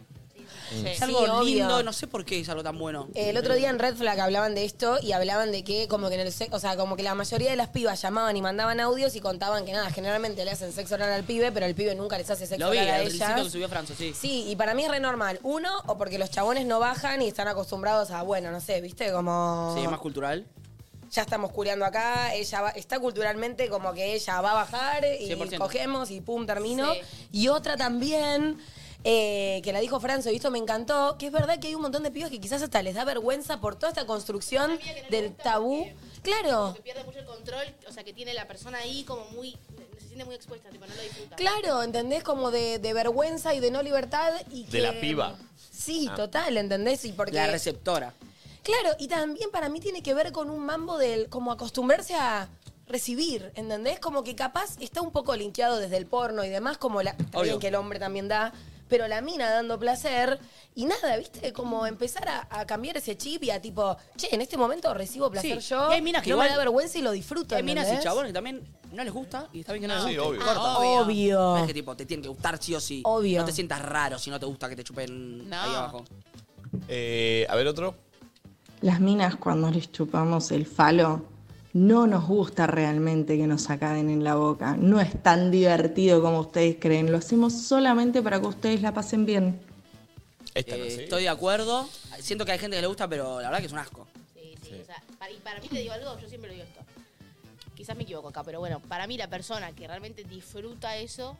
Es Mm. Sí, algo obvio. lindo, no sé por qué es algo tan bueno. Eh, El otro día en Red Flag hablaban de esto y hablaban de que como que en el sexo, o sea, como que la mayoría de las pibas llamaban y mandaban audios y contaban que nada, generalmente le hacen sexo oral al pibe, pero el pibe nunca les hace sexo Lo vi, oral a el reelcito que ellas. subió Franzo, sí. Sí, y para mí es re normal. Uno, o porque los chabones no bajan y están acostumbrados a, bueno, no sé, viste, como. Sí, es más cultural. ya estamos cureando acá, ella va- está culturalmente como que ella va a bajar y 100%. cogemos y pum, termino. Y otra también, eh, que la dijo Franzo y esto me encantó, que es verdad que hay un montón de pibes que quizás hasta les da vergüenza por toda esta construcción del tabú. Claro, Que pierde mucho el control, o sea, que tiene la persona ahí como muy. Se siente muy expuesta, tipo, no lo disfruta. claro, ¿entendés? Como de, de vergüenza y de no libertad. Y De la que- piba. Sí, Ah. total, ¿entendés? Y porque... La receptora. Claro, y también para mí tiene que ver con un mambo del como acostumbrarse a recibir, ¿entendés? Como que capaz está un poco linkeado desde el porno y demás, como la está Obvio. bien que el hombre también da, pero la mina dando placer y nada, ¿viste? Como empezar a, a cambiar ese chip y a tipo, che, en este momento recibo placer Sí. yo, Y hay minas que no igual- me da vergüenza y lo disfruto, Hay minas y ¿entendés? chabones que también no les gusta y está bien que no les Ah, guste. sí, obvio. Corta. Ah, obvio. No es que tipo, te tienen que gustar sí o sí. Obvio. No te sientas raro si no te gusta que te chupen ahí abajo. Eh, a ver otro. Las minas cuando les chupamos el falo, no nos gusta realmente que nos acaden en la boca. No es tan divertido como ustedes creen. Lo hacemos solamente para que ustedes la pasen bien. Eh, Estoy de acuerdo. Siento que hay gente que le gusta, pero la verdad que es un asco. O sea, para- y para mí te digo algo, yo siempre lo digo esto. Quizás me equivoco acá, pero bueno, para mí la persona que realmente disfruta eso,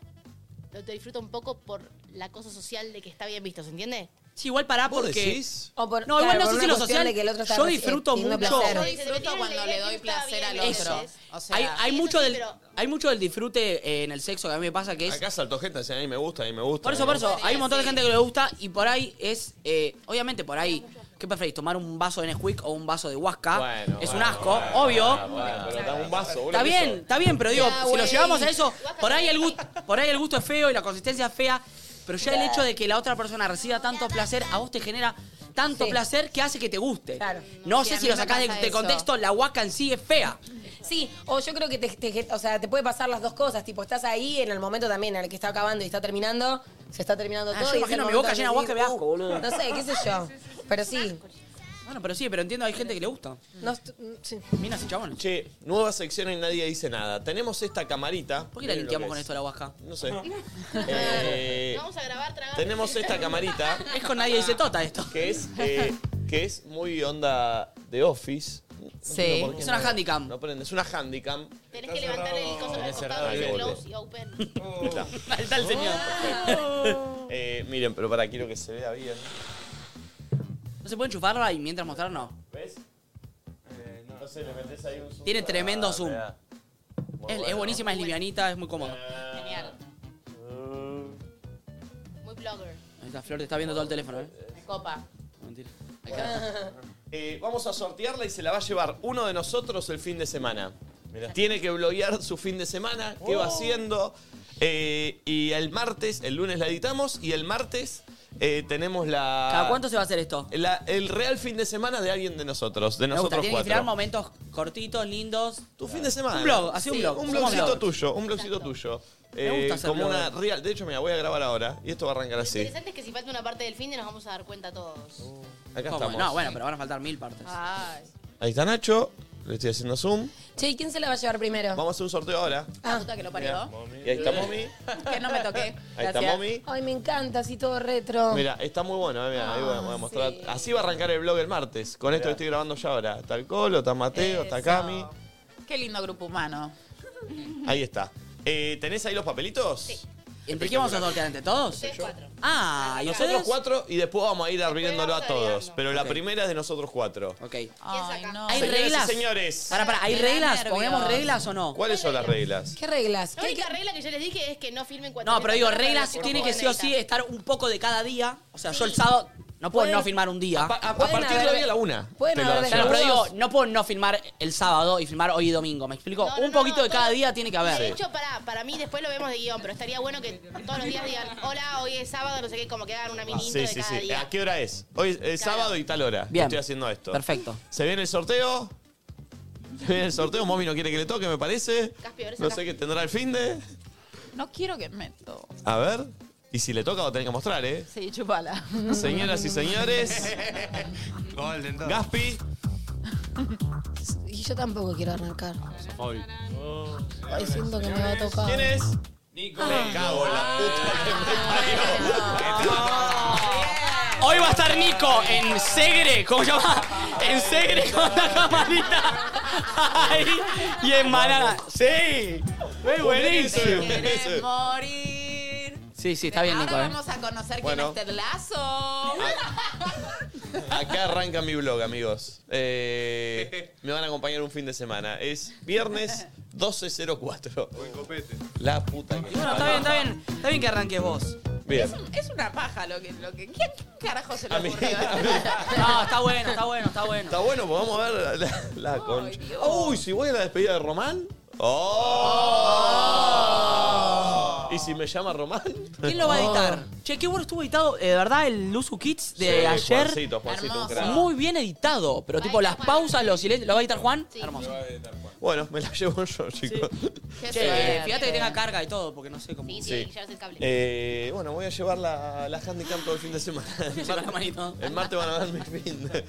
lo te disfruta un poco por la cosa social de que está bien visto, ¿se entiende? Sí, igual pará ¿Vos porque. decís? O por- no, igual claro, no por sé si una lo cuestión social. de que el otro está yo reci- disfruto teniendo mucho. placer. Yo disfruto cuando le doy placer al Eso. otro. O sea, hay, hay sí, eso mucho sí, del, pero- hay mucho del disfrute eh, en el sexo que a mí me pasa que es. Acá saltó gente, dice, a mí me gusta, a mí me gusta. Por a eso, mí por me eso. gusta". Hay un montón de gente que le gusta y por ahí es. eh, obviamente, por ahí. ¿Qué preferís? ¿Tomar un vaso de Nesquik o un vaso de Huasca? es un asco, obvio. Ah, Pero dame un vaso, boludo. Está bien, está bien, pero digo, Ya, si lo güey. llevamos a eso, por ahí, el gusto, por ahí el gusto es feo y la consistencia es fea, pero ya el hecho de que la otra persona reciba tanto placer, a vos te genera tanto placer que hace que te guste. No Sí, sé a si mí lo me sacás de, pasa de eso. Ah, contexto, la huaca en sí es fea. Ah, Sí, o yo creo que te, te- o sea, te puede pasar las dos cosas. Tipo, estás ahí en el momento también en el que está acabando y está terminando, se está terminando Ah, todo. yo y es el imagino mi momento boca llena de decir, guasca, me da asco, "Uh", boludo. No sé, qué sé yo. Pero sí. Bueno, pero sí, pero entiendo, hay gente que le gusta. No, est- sí. Minas y chabones. Che, nueva sección y nadie dice nada. Tenemos esta camarita. ¿Por qué la Miren lo limpiamos que con es. esto la huasca? No [laughs] sé. Eh, Vamos a grabar, tragar. tenemos esta camarita. [laughs] Es con nadie dice tota esto. Que es, eh, que es muy onda de office. No entiendo por qué Es una no- handicam. No prende, es una handicam. Tenés que levantar el coso para el costado, Ahí dice volvió. close y open. [laughs] [laughs] Ahí está. Ahí está el señor. Eh, miren, pero para quiero que se vea bien. ¿No se puede enchufarla y mientras mostrar no? ¿Ves? Eh, Entonces le metes ahí un zoom. Tiene Ah, tremendo zoom. mirá. Muy Es, es bueno. Ah. buenísima, es livianita, es muy cómoda. Genial. Muy blogger. La flor te está viendo todo el teléfono, ¿eh? Me copa. Mentira. [laughs] Eh, vamos a sortearla y se la va a llevar uno de nosotros el fin de semana. Tiene que bloguear su fin de semana, qué va Oh. haciendo. Eh, y el martes, el lunes la editamos y el martes eh, tenemos la. ¿Cada cuánto se va a hacer esto? la- el real fin de semana de alguien de nosotros, de Me gusta, nosotros tiene que tirar cuatro. momentos cortitos, lindos. Tu fin de semana. Un blog, así un Sí, blog. Un somos blogcito bloggers. tuyo, un blogcito tuyo. Eh, Me gusta hacer como una blog. real. De hecho, mira, voy a grabar ahora y esto va a arrancar Lo así. interesante es que si falta una parte del fin de nos vamos a dar cuenta todos. Uh. Ah. Acá ¿Cómo? estamos. No, bueno, pero van a faltar mil partes. Ay. Ahí está Nacho, le estoy haciendo zoom. Che, ¿y quién se la va a llevar primero? Vamos a hacer un sorteo ahora. Ah, puta que lo Mirá. Y ahí está Momi. que no me toqué. Ahí está Momi. Ay, me encanta, así todo retro. Mira, está muy bueno, eh, mirá, ahí voy a, voy a mostrar. Así va a arrancar el blog el martes. Con esto que estoy grabando ya ahora. Está el Colo, está Mateo, está Eso. Cami. Qué lindo grupo humano. Ahí está. Eh, ¿Tenés ahí los papelitos? Sí. ¿Entre quién vamos a sortear? ¿Entre todos? Ustedes cuatro. Ah, ¿y Nosotros ustedes? cuatro y después vamos a ir arruinándolo a todos. Pero la Ok. primera es de nosotros cuatro. Ok. Ay, no. ¿Hay Señoras y reglas? señores. Para, para, ¿hay Me da reglas? nervios. ¿Pongamos reglas o no? ¿Cuáles son las reglas? ¿Qué reglas? La única regla que yo les dije es que no filmen cuatro. No, pero digo, reglas tiene que sí o sí estar un poco de cada día. O sea, yo el sábado no puedo Pueden- no filmar un día. A partir de hoy a la una. pueden te lo haber llevas. Claro, pero digo, no puedo no filmar el sábado y filmar hoy y domingo, ¿me explico? un poquito de cada día tiene que haber. De hecho, para, para mí después lo vemos de guión, pero estaría bueno que todos los días digan, hola, hoy es sábado, no sé qué, como que hagan una mini intro Ah, Sí, de sí, cada sí. día. ¿A qué hora es? Hoy es eh, sábado y tal hora. Bien. Estoy haciendo esto. Perfecto. Se viene el sorteo. Se viene el sorteo. Momi no quiere que le toque, me parece. Caspi, ahora No saca. sé qué tendrá el fin de. No quiero que me toque. A ver. Y si le toca, va a tener que mostrar, ¿eh? Sí, chupala. Señoras y señores. Gaspi. Y yo tampoco quiero arrancar. Hoy. Hoy siento que me va a tocar. ¿Quién es? Nico. Me cago en Ah, la puta que me parió. Hoy va a estar Nico en Segre, ¿cómo se llama? En Segre con la camarita. Ahí. Y en Manada. Sí. Muy buenísimo. Quieres morir. Sí, sí, está bien, Nico. Ahora eh. vamos a conocer Bueno. Ah. quién es Ted Lazo. Acá arranca mi blog, amigos. Eh, me van a acompañar un fin de semana. Es viernes 12.04. Buen copete. La puta que Bueno, está bien, está bien. Está bien que arranques vos. Bien. Es una paja lo que. Lo que ¿Quién carajo se lo A mí- ocurrió? No, está bueno, está bueno, está bueno. Está bueno, pues vamos a ver la, la concha. Uy, si voy a la despedida de Román. Ah. ¡Oh! ¿Y si me llama Román? ¿Quién Oh. lo va a editar? Che, qué bueno estuvo editado, eh, de verdad, el Luzu Kids de Sí, ayer. Juancito, Juancito, un crack. Muy bien editado, pero tipo las pausas, los silencios. ¿Lo va a editar Juan? Hermoso. Bueno, me la llevo yo, chicos. Che, [laughs] suerte. fíjate que tenga carga y todo, porque no sé cómo. Sí, Sí. Eh, bueno, voy a llevar la, la handicap todo el fin de semana. El martes, el martes van a ver mi fin. de-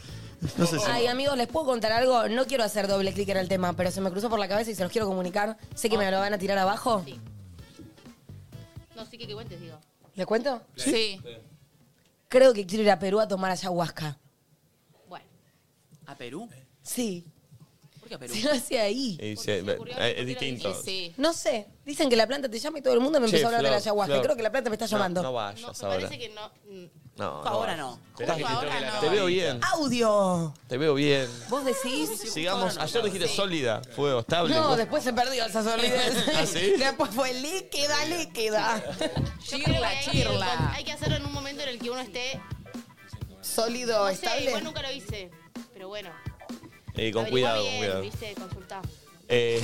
No sé si. Ay, amigos, les puedo contar algo. No quiero hacer doble clic en el tema, pero se me cruzó por la cabeza y se los quiero comunicar. Sé que me lo van a tirar abajo. No, sí que que cuentes, digo. Este ¿Le cuento? Sí. Sí. Creo que quiero ir a Perú a tomar ayahuasca. ¿A Perú? Sí. ¿Por qué a Perú? Se lo hace ahí. Y se- eh, es distinto. No sé. Dicen que la planta te llama y todo el mundo me Che, empezó a hablar de la Flor, ayahuasca. Flor. Creo que la planta me está No, llamando. No, vayas ahora. Parece que no. mm, No, ahora vayas. no. Esperá que te Justo toque ahora la no. Te veo bien. Audio. Te veo bien. ¿Vos decís? Sigamos. Ayer dijiste sólida, fuego, estable. No, después se perdió esa [laughs] solidez. ¿Ah, sí? [laughs] Después fue líquida, líquida. Chirla, chirla. Hay que hacerlo en un momento en el que uno esté. Oh, Sólido, no sé, estable. Igual nunca lo hice. Pero bueno. Eh, con averigua cuidado, con bien, cuidado. Viste, consultá. Eh,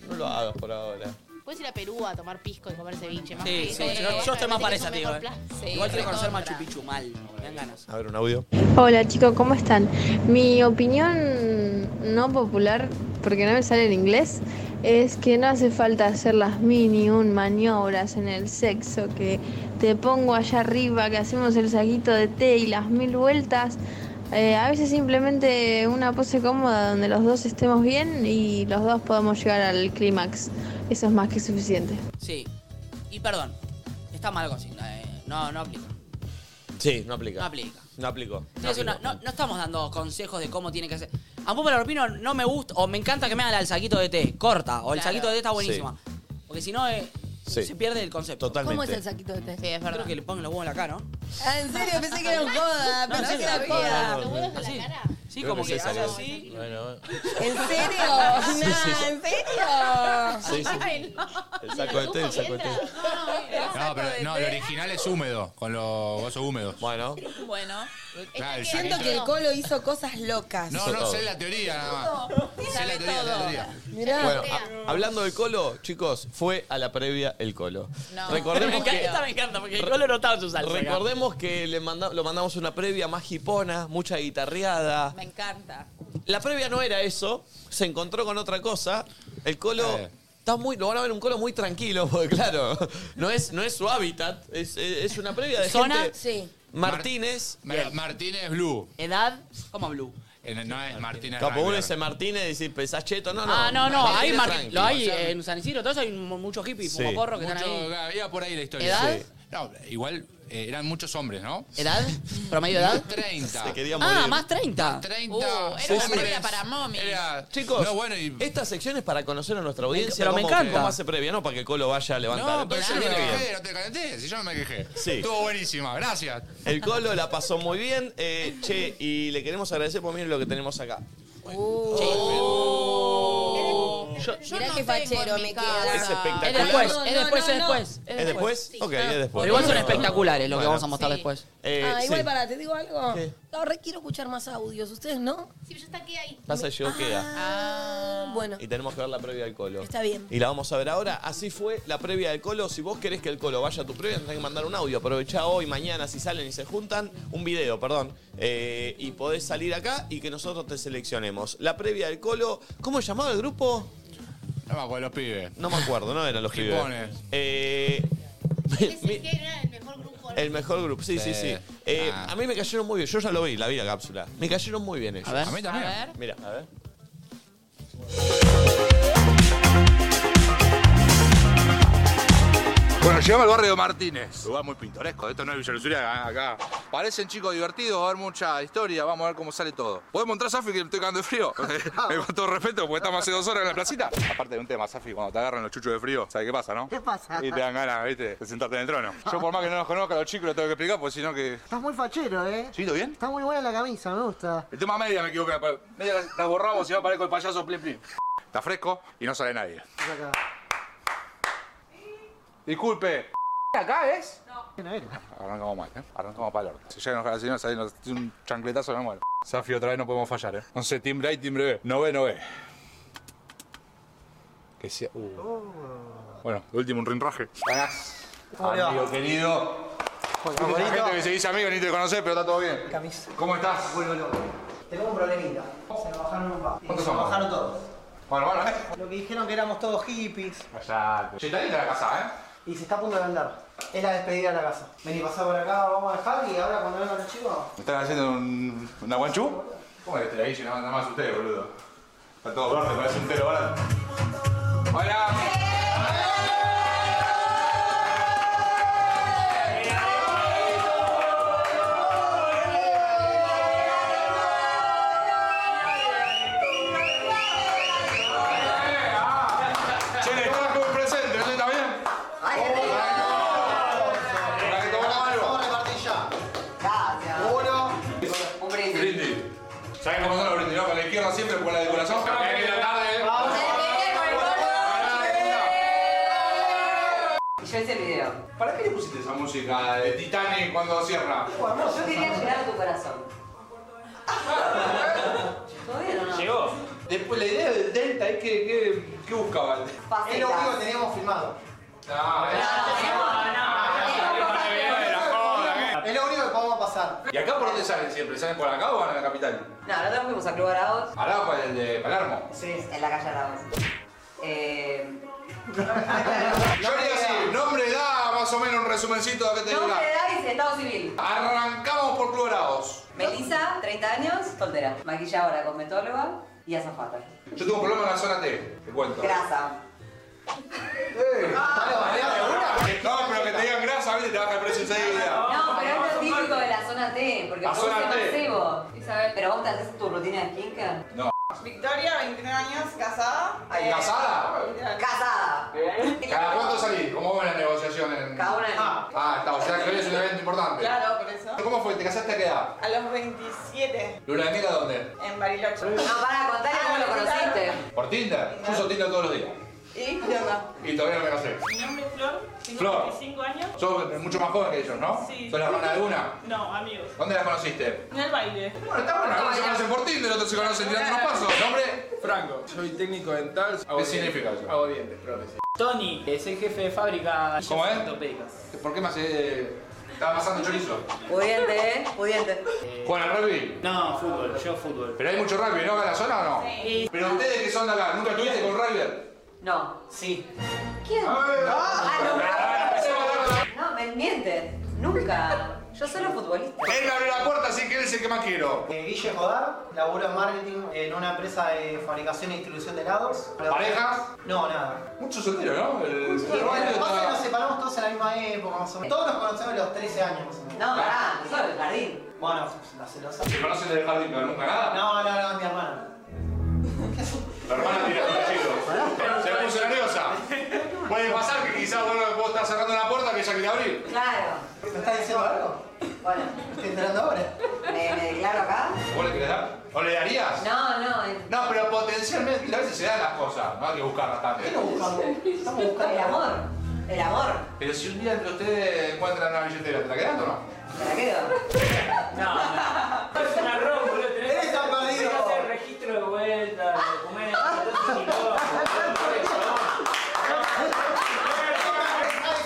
[laughs] no lo hagas por ahora. Puedes ir a Perú a tomar pisco y comer ceviche. Más Sí, que sí, eso, yo, bueno, yo estoy más para parece esa, que es tío. un eh. mejor plan. Sí, Igual quiero conocer recontra. Machu Picchu mal. Me dan ganas. A ver, un audio. Hola chicos, ¿cómo están? Mi opinión no popular, porque no me sale en inglés, es que no hace falta hacer las mini un maniobras en el sexo, que te pongo allá arriba, que hacemos el saquito de té y las mil vueltas. Eh, a veces simplemente una pose cómoda donde los dos estemos bien y los dos podamos llegar al clímax. Eso es más que suficiente. Sí. Y perdón, está mal consigna, eh. No, no aplica. Sí, no aplica. No aplica. No aplico. Sí, es una- No, no estamos dando consejos de cómo tiene que hacer. A un poco el Europino no me gusta, o me encanta que me hagan el saquito de té, corta, o el Claro. saquito de té está buenísima. Porque si no, eh, Sí. se pierde el concepto. Totalmente. ¿Cómo es el saquito de té? Sí, es Creo que le pongan los huevos en la cara, ¿no? Ah, en serio, pensé que era un joda. No, Pensé sí, que era sí. joda. ¿Los huevos en la Así. cara? Sí, como que hace así. Bueno, ¿En serio? Sí, sí, sí. No, ¿en serio? Sí, sí. Ay, no. el saco de té, el saco de té. No, pero no, el original es húmedo, con los gozos húmedos. Bueno. Bueno. Claro, el Siento saquito- que el colo hizo cosas locas. No, no, sé la teoría nada más. Sé la teoría, la teoría. Mirá. Bueno, a- hablando del colo, chicos, fue a la previa el colo. Recordemos Me encanta, que. esta me encanta, porque el color no estaba en su salsa. acá. Recordemos que le manda- lo mandamos una previa más hipona, mucha guitarreada. Me encanta. La previa no era eso, se encontró con otra cosa. El colo Eh. está muy, lo van a ver un colo muy tranquilo, [laughs] porque claro, no es, no es su hábitat, es, es- es una previa de ¿Zona? gente. Sí. Martínez. Mar- Martínez Blue. ¿Edad? ¿Cómo Blue? En- No es Martínez Capo, uno Rambler. dice Martínez y dice, pensás cheto, no, no. ah, no, no, ahí Martínez Mar- tranqui. lo hay O sea, eh, en San Isidro, todos hay mu- muchos hippies, Sí. fumoporros que Mucho- están ahí. Iba por ahí la historia. ¿Edad? Sí. No, igual eh, eran muchos hombres, ¿no? ¿Edad? ¿Promedio de edad? 30. Se quería Ah, más 30. 30. Uh, era una previa para momis. Era, Chicos, No, bueno, y- esta sección es para conocer a nuestra audiencia. pero me cómo- encanta. cómo hace previa? No, para que el Colo vaya a levantar. No, pero Entonces yo no me viene bien. quejé, no te calenté, si yo no me quejé. Sí. Estuvo buenísima, gracias. El Colo la pasó muy bien. eh, che, y le queremos agradecer por miren lo que tenemos acá. Uh. Mirá qué fachero me queda. Es espectacular. Es después, No, es no, después, no, es no. después. ¿Es después? Ok, es después. Pero igual son No, no, no. espectaculares lo que Bueno. vamos a mostrar después. Eh, Ah, igual sí. para, te digo algo. No, re quiero escuchar más audios. ¿Ustedes no? Sí, pero ya está aquí ahí. Pasa, llegó queda. Ah, bueno. Y tenemos que ver la previa del Colo. Está bien. Y la vamos a ver ahora. Así fue la previa del Colo. Si vos querés que el Colo vaya a tu previa, tenés que mandar un audio. Aprovechá hoy, mañana, si salen y se juntan, un video, perdón. Eh, y podés salir acá y que nosotros te seleccionemos. La previa del Colo. ¿Cómo se llamaba el grupo? No me acuerdo, los pibes. No me acuerdo, no eran los pibes. Hipones. Eh, mi- Ese que era el mejor El mejor grupo, sí, sí, Sí. sí. Ah. Eh, A mí me cayeron muy bien. Yo ya lo vi, la vi la cápsula. Me cayeron muy bien ellos. A ver. A mí también. A ver. Mira, a ver. Bueno, llegamos al barrio de Martínez. Lugar muy pintoresco. Esto no es Villa Luzuria, acá. Parecen chicos divertidos, va a haber mucha historia, vamos a ver cómo sale todo. ¿Podemos entrar, Safi, que estoy cagando de frío? Eh, Con todo respeto, porque estamos hace dos horas en la placita. Aparte de un tema, Safi, cuando te agarran los chuchos de frío, ¿sabes qué pasa, no? ¿Qué pasa? Y te dan ganas, viste, de sentarte en el trono. Yo por más que no los conozca a los chicos, lo tengo que explicar, porque si no que... Estás muy fachero, ¿eh? ¿Sí, todo bien? Está muy buena la camisa, me gusta. El tema media me equivoqué. pa- Media la, la borramos y va a parar con el payaso Plim Plim. Está fresco y no sale nadie. Es acá. Disculpe. ¿Acá es? Bueno, era. Arrancamos mal, ¿eh? Arrancamos para el orto. Si llega a enojar la señora, sale nos tira un chancletazo en la muerte. Safi, otra vez no podemos fallar, ¿eh? No sé, timbre A y timbre B. No ve, no ve. Que sea. uh. Bueno, de último, un rinraje. Ganás. ¿Cómo le va? Amigo querido. Hay mucha gente que se dice amigo, ni te conoces, pero está todo bien. ¿Cómo estás? Tengo un problemita. Se nos bajaron un par. ¿Cuántos Se nos somos? bajaron todos. Bueno, bueno, ¿eh? Lo que dijeron que éramos todos hippies. Callate. Che, está linda la casa, ¿eh? Y se está a punto de andar. Es la despedida de la casa. Vení, pasá por acá, vamos a dejar y ahora cuando vengan los chicos. ¿Me están haciendo un, una guanchu? ¿Cómo que te la hice nada más ustedes, boludo? Está todo verde, parece un telo barato. ¡Hola! Che, le traje un presente, ¿sí? ¿Está bien? ¿Para que tomemos algo? Uno. Un brindis. Brindis. ¿Sabes cómo son los brindis? no? Con la izquierda siempre, con la decoración. Acá en la tarde. eh, Yo hice el video. ¿Para qué le pusiste esa música de Titanic cuando cierra? Yo quería llegar a tu corazón. ¿Todavía no? no? Llegó. Después, la idea del Delta es que. ¿Qué, qué buscaba el Delta? Es lo único que teníamos filmado. Ah, Es lo único que podemos pasar. ¿Y acá por dónde salen siempre? ¿Salen por acá o van a la capital? No, nosotros fuimos a Club Arauz. Arauco, el de [laughs] Palermo. Sí, en la calle Arauz. Eh... Yo le digo así, nombre da más o menos un resumencito de qué te Nombre, edad y estado civil. Arrancamos por Club Arauz. Melissa, 30 años, soltera. Maquilladora, cosmetóloga y azafata. Yo tengo un problema en la zona T, Eh, te cuento. Grasa. Ah. No, pero que te digan grasa, a veces te baja el precio enseguida. No, pero es lo típico de la zona T, porque La produce zona T. placebo. Pero vos te haces tu rutina de skincare. No. Victoria, 21 años, eh, casada. Ay, ¿casada? Casada. ¿Cada cuánto salís? ¿Cómo van las negociaciones? Cada una de- Ah, ah, está, o sea que hoy es un evento importante. Claro, por eso. ¿Cómo fue? ¿Te casaste a qué edad? A los 27. ¿Luna de miel a dónde? En Bariloche. Ah, No, para, contale cómo lo conociste. ¿Por Tinder? Yo uso Tinder todos los días. ¿Y qué onda? Y todavía no me casé. Mi nombre es Flor, tengo Flor. 25 años. Sos mucho más joven que ellos, ¿no? Sí. ¿Sos la hermana de una? No, amigos. ¿Dónde la conociste? En el baile. Bueno, está bueno, algunos se conocen por Tinder, otros se conocen tirando unos pasos. ¿Nombre? Franco, soy técnico dental. ¿Qué significa eso? Hago dientes, profe. sí. Tony, eh, soy jefe de fábrica. ¿Cómo es? Ortopédicas. ¿Por qué me hace...? Estaba pasando chorizo. Pudiente, ¿eh? Pudiente. ¿Juegan al rugby? No, fútbol, yo fútbol. Pero hay mucho rugby, ¿no? Acá en la zona o no? Sí. Pero ustedes que son de acá, ¿nunca estuviste con rugby? No. Sí. ¿Quién? Ah, no. No, me mientes. Nunca. Yo solo futbolista. Él me abrió la puerta, así que él es el que más quiero. Eh, Guille Jodar, laburo en marketing en una empresa de fabricación e distribución de helados. ¿Parejas? No, nada. Mucho soltero, ¿no? El- Y bueno, el- pasa que nos separamos todos en la misma época, más o menos. Todos nos conocemos a los 13 años, más o menos. No, pará, sos del jardín. Bueno, la celosa. ¿Se conocen del jardín, pero nunca nada? No, no, no, es mi hermana. La hermana tirando chicos. Se puso nerviosa. Puede pasar que quizás vos, vos estás cerrando la puerta que ella quiere abrir. Claro. ¿Me estás diciendo algo? Bueno, ¿Estoy entrando ahora? ¿me, me declaro acá? ¿Vos le querés dar? ¿O le darías? No, no. eh, No, pero potencialmente a veces se dan las cosas, no hay que buscarlas tanto. Estamos buscando el amor. El amor. Pero si un día entre ustedes encuentran una billetera, ¿te la quedan o no? ¿Te la quedo? Es un arroz, boludo. Tenés Eres tan perdido. tenés que hacer registro de vuelta, documentos, todo ese quilombo.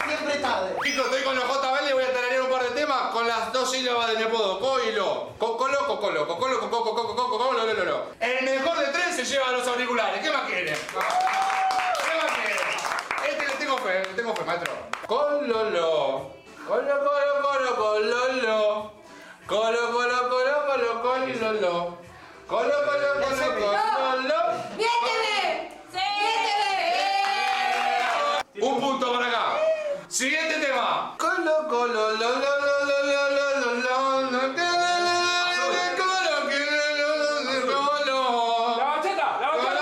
Siempre tarde. Chicos, estoy con los JBL y voy a tararear un par de temas con las dos sílabas de mi apodo. Coilo. Cocolo, cocolo, cocolo, cocolo, cocolo, cocolo, cocolo, lo, lo, lo. El mejor de tres se lleva los auriculares. ¿Qué más quieren? ¿Qué más quieren? Este le tengo fe, le tengo fe, maestro. Cololo. Colo, colo, colo, Colo, colo, colo, colo, colo, lo. Colo, colo, colo, colo, lo. ¡Miénteme! Un punto para acá. Siguiente tema. Colo, colo, lo, lo, lo, lo, lo, lo, lo, lo, lo, lo, lo, lo, que, lo, lo, lo, lo, lo. ¡La bacheta! ¡La bacheta!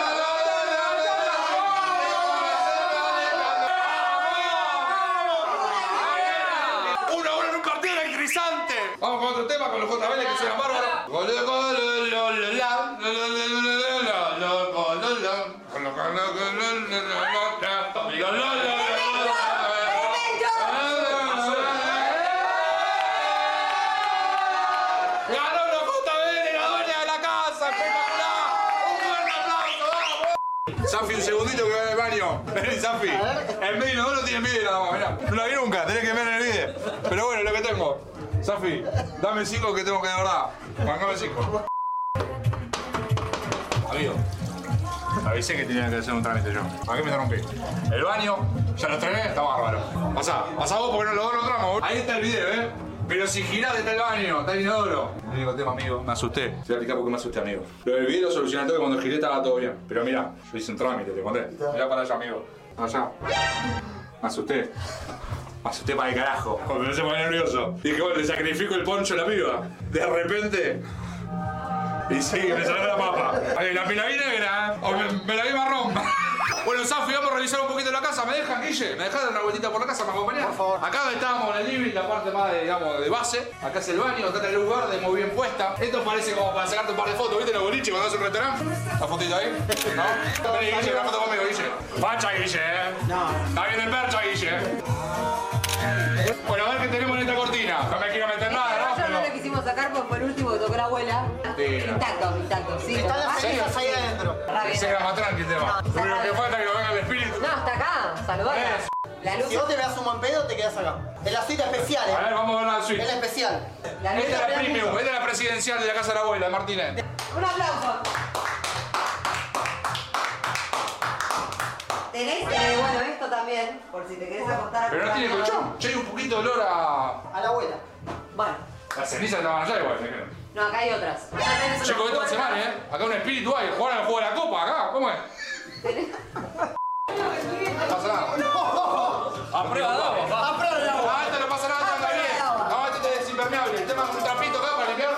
Una hora en un partido electrizante. Vamos con otro tema con los JBL que suena bárbaro. Colo, colo, lo, lo, la, lo, lo, lo, lo, lo, lo, lo, colo, lo. Colo, colo, colo, lo, lo, lo, la. Lo, lo, lo, lo, lo, lo. ¡Ganó los JBL, la dueña de la casa! ¡Espectacular! ¡Un fuerte aplauso! ¡Vamos! Safi, un segundito que voy al baño. Vení, Safi. El medio no lo tiene medio nada más, mirá. No la vi nunca, tenés que ver en el video. Pero bueno, lo que tengo. Safi, dame cinco que tengo que de verdad. Bancame cinco. Amigo. Avisé que tenía que hacer un trámite yo. ¿Para qué me rompí? El baño, ya lo estrené, está bárbaro. Pasá, pasá vos porque no lo encontramos. Ahí está el video, ¿eh? Pero si girás está el baño, está el inodoro. El único tema, amigo. Me asusté. Te voy a explicar por qué me asusté, amigo. Lo del video lo solucioné todo que cuando giré estaba todo bien. Pero mira, yo hice un trámite, te conté. Mirá para allá, amigo. Para allá. Me asusté. Me asusté para el carajo. Me empecé a poner nervioso. Dije, bueno, le sacrifico el poncho a la piba. De repente. Y sí, me salió la papa. Ay, La, me la vi negra, ¿eh? O me, me la vi marrón. [laughs] Bueno, Safi, vamos a revisar un poquito la casa. ¿Me dejan, Guille? ¿Me dejan dar una vueltita por la casa? ¿Me acompañás? Por favor. Acá estábamos en el living, la parte más, de, digamos, de base. Acá es el baño, acá está la luz verde, muy bien puesta. Esto parece como para sacarte un par de fotos, ¿viste? Los boliches cuando vas a un restaurante. La fotito ahí, ¿no? Vení, Guille, una foto conmigo, Guille. Facha, Guille, ¿eh? No. Está bien el percha, Guille. Bueno, a ver qué tenemos en esta cortina. No me quiero meter nada, ¿no? Yo no lo quisimos sacar porque fue el último que tocó la abuela. Mentira. Intacto, intacto, sí. Están las cenizas ahí adentro. Ese era más tranqui el tema. Lo único que falta es que lo venga el espíritu. No, está acá. Eh. Saludala. La luz. Si vos te das un buen pedo, te quedas acá. Es la suite especial, eh. A ver, vamos a ver la suite. Es la especial. Esta es la premium, eh. esta es la presidencial de la casa de la abuela, de Martínez. Un aplauso. Tenés, eh, bueno, esto también, por si te querés acostar a Pero no tiene colchón. Che, hay un poquito de olor a. A la abuela. Bueno, Las cenizas estaban allá igual, me creo. no, acá hay otras. Acá tenés Chicos, unas esto hace mal, ¿eh? Acá un espíritu hay, jugaron al juego de la copa, acá, ¿cómo es? No pasa nada. A prueba de agua, pa. A prueba de agua. Ah, esto no pasa nada, anda bien. No, esto es impermeable. Tema un trapito acá para limpiar.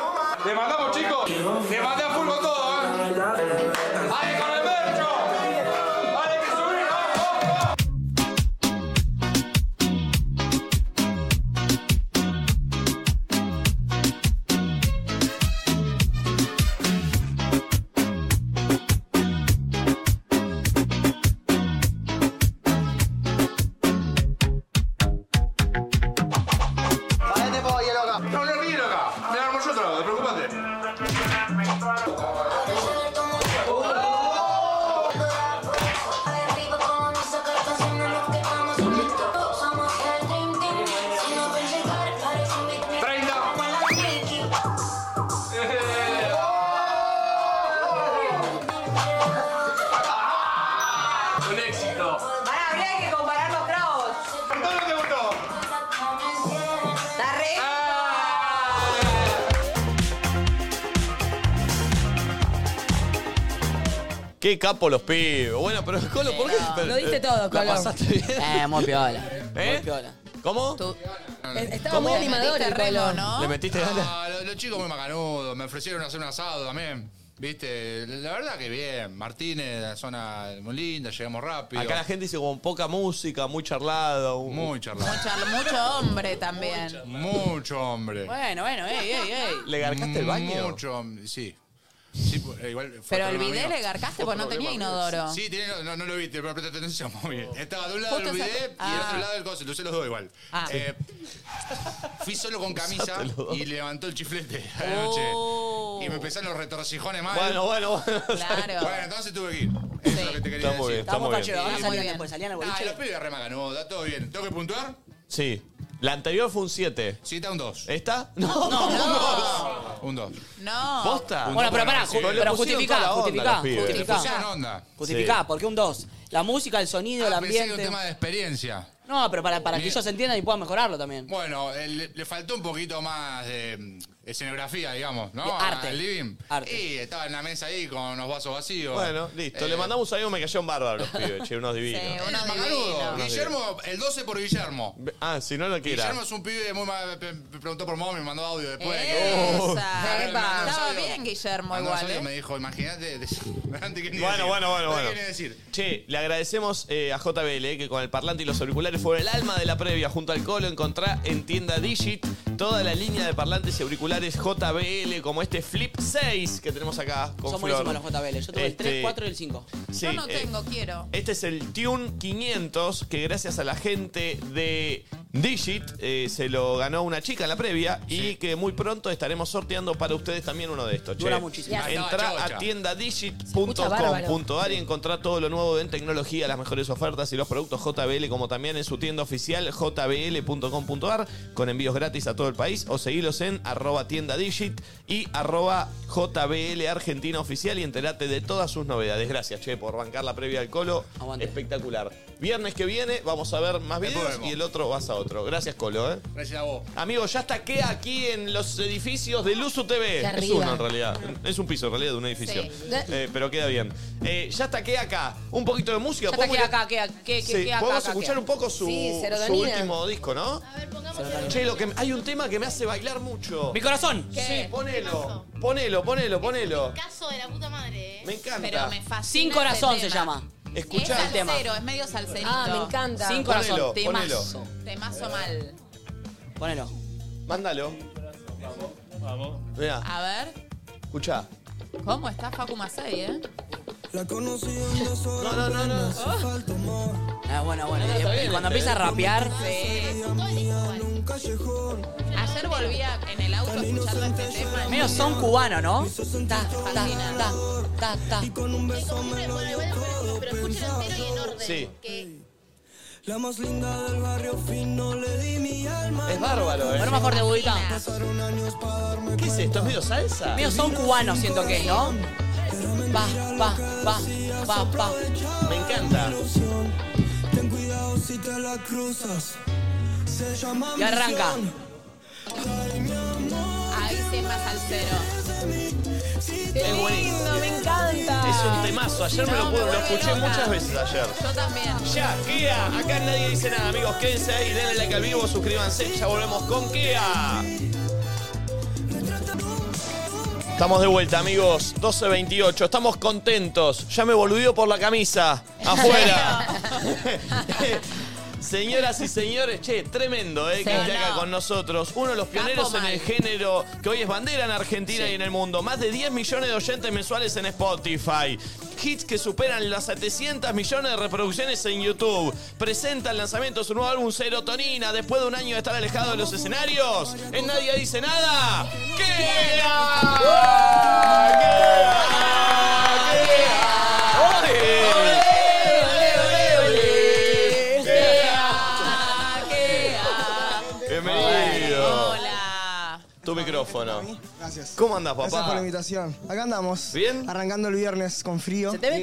Le mandamos, chicos. Le mandé a full con todo, ¿eh? ¡Ale con el mercho! ¡Ale que subir! ¡Vamos, vamos! Parate por hielo acá. No, no ríen acá. Me la armo yo otra vez, preocupate. [laughs] Un éxito. Pará, habría que comparar los cravos. ¿Todo no te gustó? La re... Qué capo los pibes. Bueno, pero [laughs] Colo, ¿por qué? Pero, eh, Lo diste todo, ¿la Colo. pasaste [laughs] bien? Eh, muy piola. [laughs] ¿Eh? ¿Cómo? Estaba muy ¿Cómo? animador el Colo. ¿Le metiste ganas? Ah, lo- los chicos muy macanudos, me ofrecieron hacer un asado también. Viste, la verdad que bien. Martínez, la zona muy linda, llegamos rápido. Acá la gente dice como poca música, muy charlado. Muy charlado. Mucho, mucho hombre también. Mucho hombre. Bueno, bueno, ey, ey, ey. ¿Le garcaste el baño? Mucho hombre, sí. Sí, pu- eh, igual fue Pero el otro video amigo. le garcaste Otro porque no problema. tenía inodoro. Sí, tiene- no, no lo viste, pero presta atención muy bien. Estaba de un lado Justo el esa- bidet y del Ah. otro lado el coso, entonces los dos igual. Ah. Eh, fui solo con camisa Usaste los dos. y levantó el chiflete a la noche. Y me empezaron los retorcijones mal. Bueno, bueno, bueno. Claro. Bueno, entonces tuve que ir. Eso es lo que te quería Está muy bien, decir. está muy bien. Pero van a Sí, salir muy después, salían al Ah, boliche. los pibes re macanudos, está todo bien. ¿Tengo que puntuar? Sí. La anterior fue un 7. Sí, está un 2. ¿Esta? No, no, no. Un dos. No. ¿Posta? Bueno, pero pará, Sí. ju- Pero le pero pusieron toda justificá, la onda justificá, los pibes. justificá. Le pusieron onda. Justificá, Sí. ¿por qué un 2? La música, el sonido, el Ah, pensé que era ambiente. un tema de experiencia. No, pero para, para que Bien. ellos entiendan y puedan mejorarlo también. Bueno, eh, le, le faltó un poquito más de mm, escenografía, digamos, ¿no? Y arte. Al living. Y estaba en la mesa ahí con unos vasos vacíos. Bueno, listo. Le Eh, mandamos ahí un megación bárbaro a los pibes, che, unos divinos. unos Macanudo. divinos. Guillermo, el 12 por Guillermo. Ah, si no, no quiera. Guillermo es un pibe muy mal. pe- pe- preguntó por Momo y me mandó audio después. Oh. Esa. Mandó un Estaba audio. bien, Guillermo, Mandó un igual. audio y ¿eh? Me dijo, imagínate. de- antes que ni Bueno, decir. bueno, bueno, Antes que bueno. ni decir. Che, le agradecemos eh, a JBL eh, que con el parlante y los auriculares fueron el alma de la previa. Junto al Colo encontrá en tienda Digit toda la línea de parlantes y auriculares JBL, como este Flip 6 que tenemos acá con Son Flor. buenísimos los JBL. Yo tuve el Este, 3, 4 y el 5. sí, Yo no eh, tengo, quiero. Este es el Tune 500 que gracias a la gente de Digit eh, se lo ganó una chica en la previa y que muy pronto estaremos sorteando para ustedes también uno de estos. Dura muchísimo. Ya. Entra a Chocha. Escucha bárbaro. tiendadigit.com.ar y encontrá todo lo nuevo en tecnología, las mejores ofertas y los productos JBL como también en su tienda oficial jbl.com.ar con envíos gratis a todo el país o seguilos en arroba tiendadigit y arroba jbl argentina oficial y enterate de todas sus novedades. Gracias, Che, por bancar la previa al colo. Espectacular. Viernes que viene vamos a ver más videos y el otro vas a otro. Gracias, Colo, ¿eh? Gracias a vos. Amigo, ya está que aquí en los edificios de Luzu TV. De Es arriba. uno en realidad. Es un piso en realidad de un edificio. Sí. Eh, pero queda bien. Eh, ya está que acá. Un poquito de Ya música. está, ¿Podemos queda ir a- acá, queda, que, que, Sí, queda acá, podemos acá, escuchar queda. un poco su, Sí, su serotonina. último disco, ¿no? Che, lo que, hay un tema que me hace bailar mucho. Mi corazón. Sí, ponelo. Ponelo, ponelo, ponelo. Caso de la puta madre, eh. Me encanta. Pero me fascina Sin corazón ese se tema. llama. Escuchá es el tema. salsero, es medio salserito. Ah, me encanta. Sin Ponelo, corazón, ponelo. temazo. Temazo mal. Ponelo. Mándalo. Vamos. Mira, A ver, escuchá. ¿cómo está Facu Macei, eh? Oh. La conocí en No, no, no, no. Ah, bueno, bueno. Y está después, bien cuando este, empieza a ¿eh? rapear. Sí. callejón. Ayer volvía en el auto escuchando este tema. Medio son cubano, ¿no? Ta, ta, Fascinante. ta, ta, ta. Pero escúchenlo entero y en orden. Sí. Que La más linda del barrio fino le di mi alma. Es bárbaro, ¿eh? Bueno, más fuerte, budita. Pasaron años para darme ¿Qué es esto? ¿Es medio salsa? Medio son cubano siento que es, ¿no? Va, va, va, va, va. Me encanta. Ten cuidado si te la cruzas. Se llama Y arranca. misión. Ahí sí es más salsero. Qué lindo, me encanta. Es un temazo. Ayer me lo, pude- lo escuché muchas veces ayer. Yo también. Ya, Kea. Acá nadie dice nada, amigos. Quédense ahí, denle like al vivo, suscríbanse. Ya volvemos con Kea. Estamos de vuelta, amigos. 12.28. Estamos contentos. Ya me boludió por la camisa. Afuera. Señoras y señores, che, tremendo, ¿eh? Sí, que esté acá no. con nosotros. Uno de los pioneros Capo en el mal. género que hoy es bandera en Argentina y en el mundo. Más de 10 millones de oyentes mensuales en Spotify. Hits que superan las 700 millones de reproducciones en YouTube. Presenta el lanzamiento de su nuevo álbum Serotonina después de un año de estar alejado de los escenarios. En Nadie Dice Nada. Bienvenido. Tu micrófono. Gracias. ¿Cómo andas, papá? Gracias por la invitación. Acá andamos. ¿Bien? Arrancando el viernes con frío. Se te ve Se te ve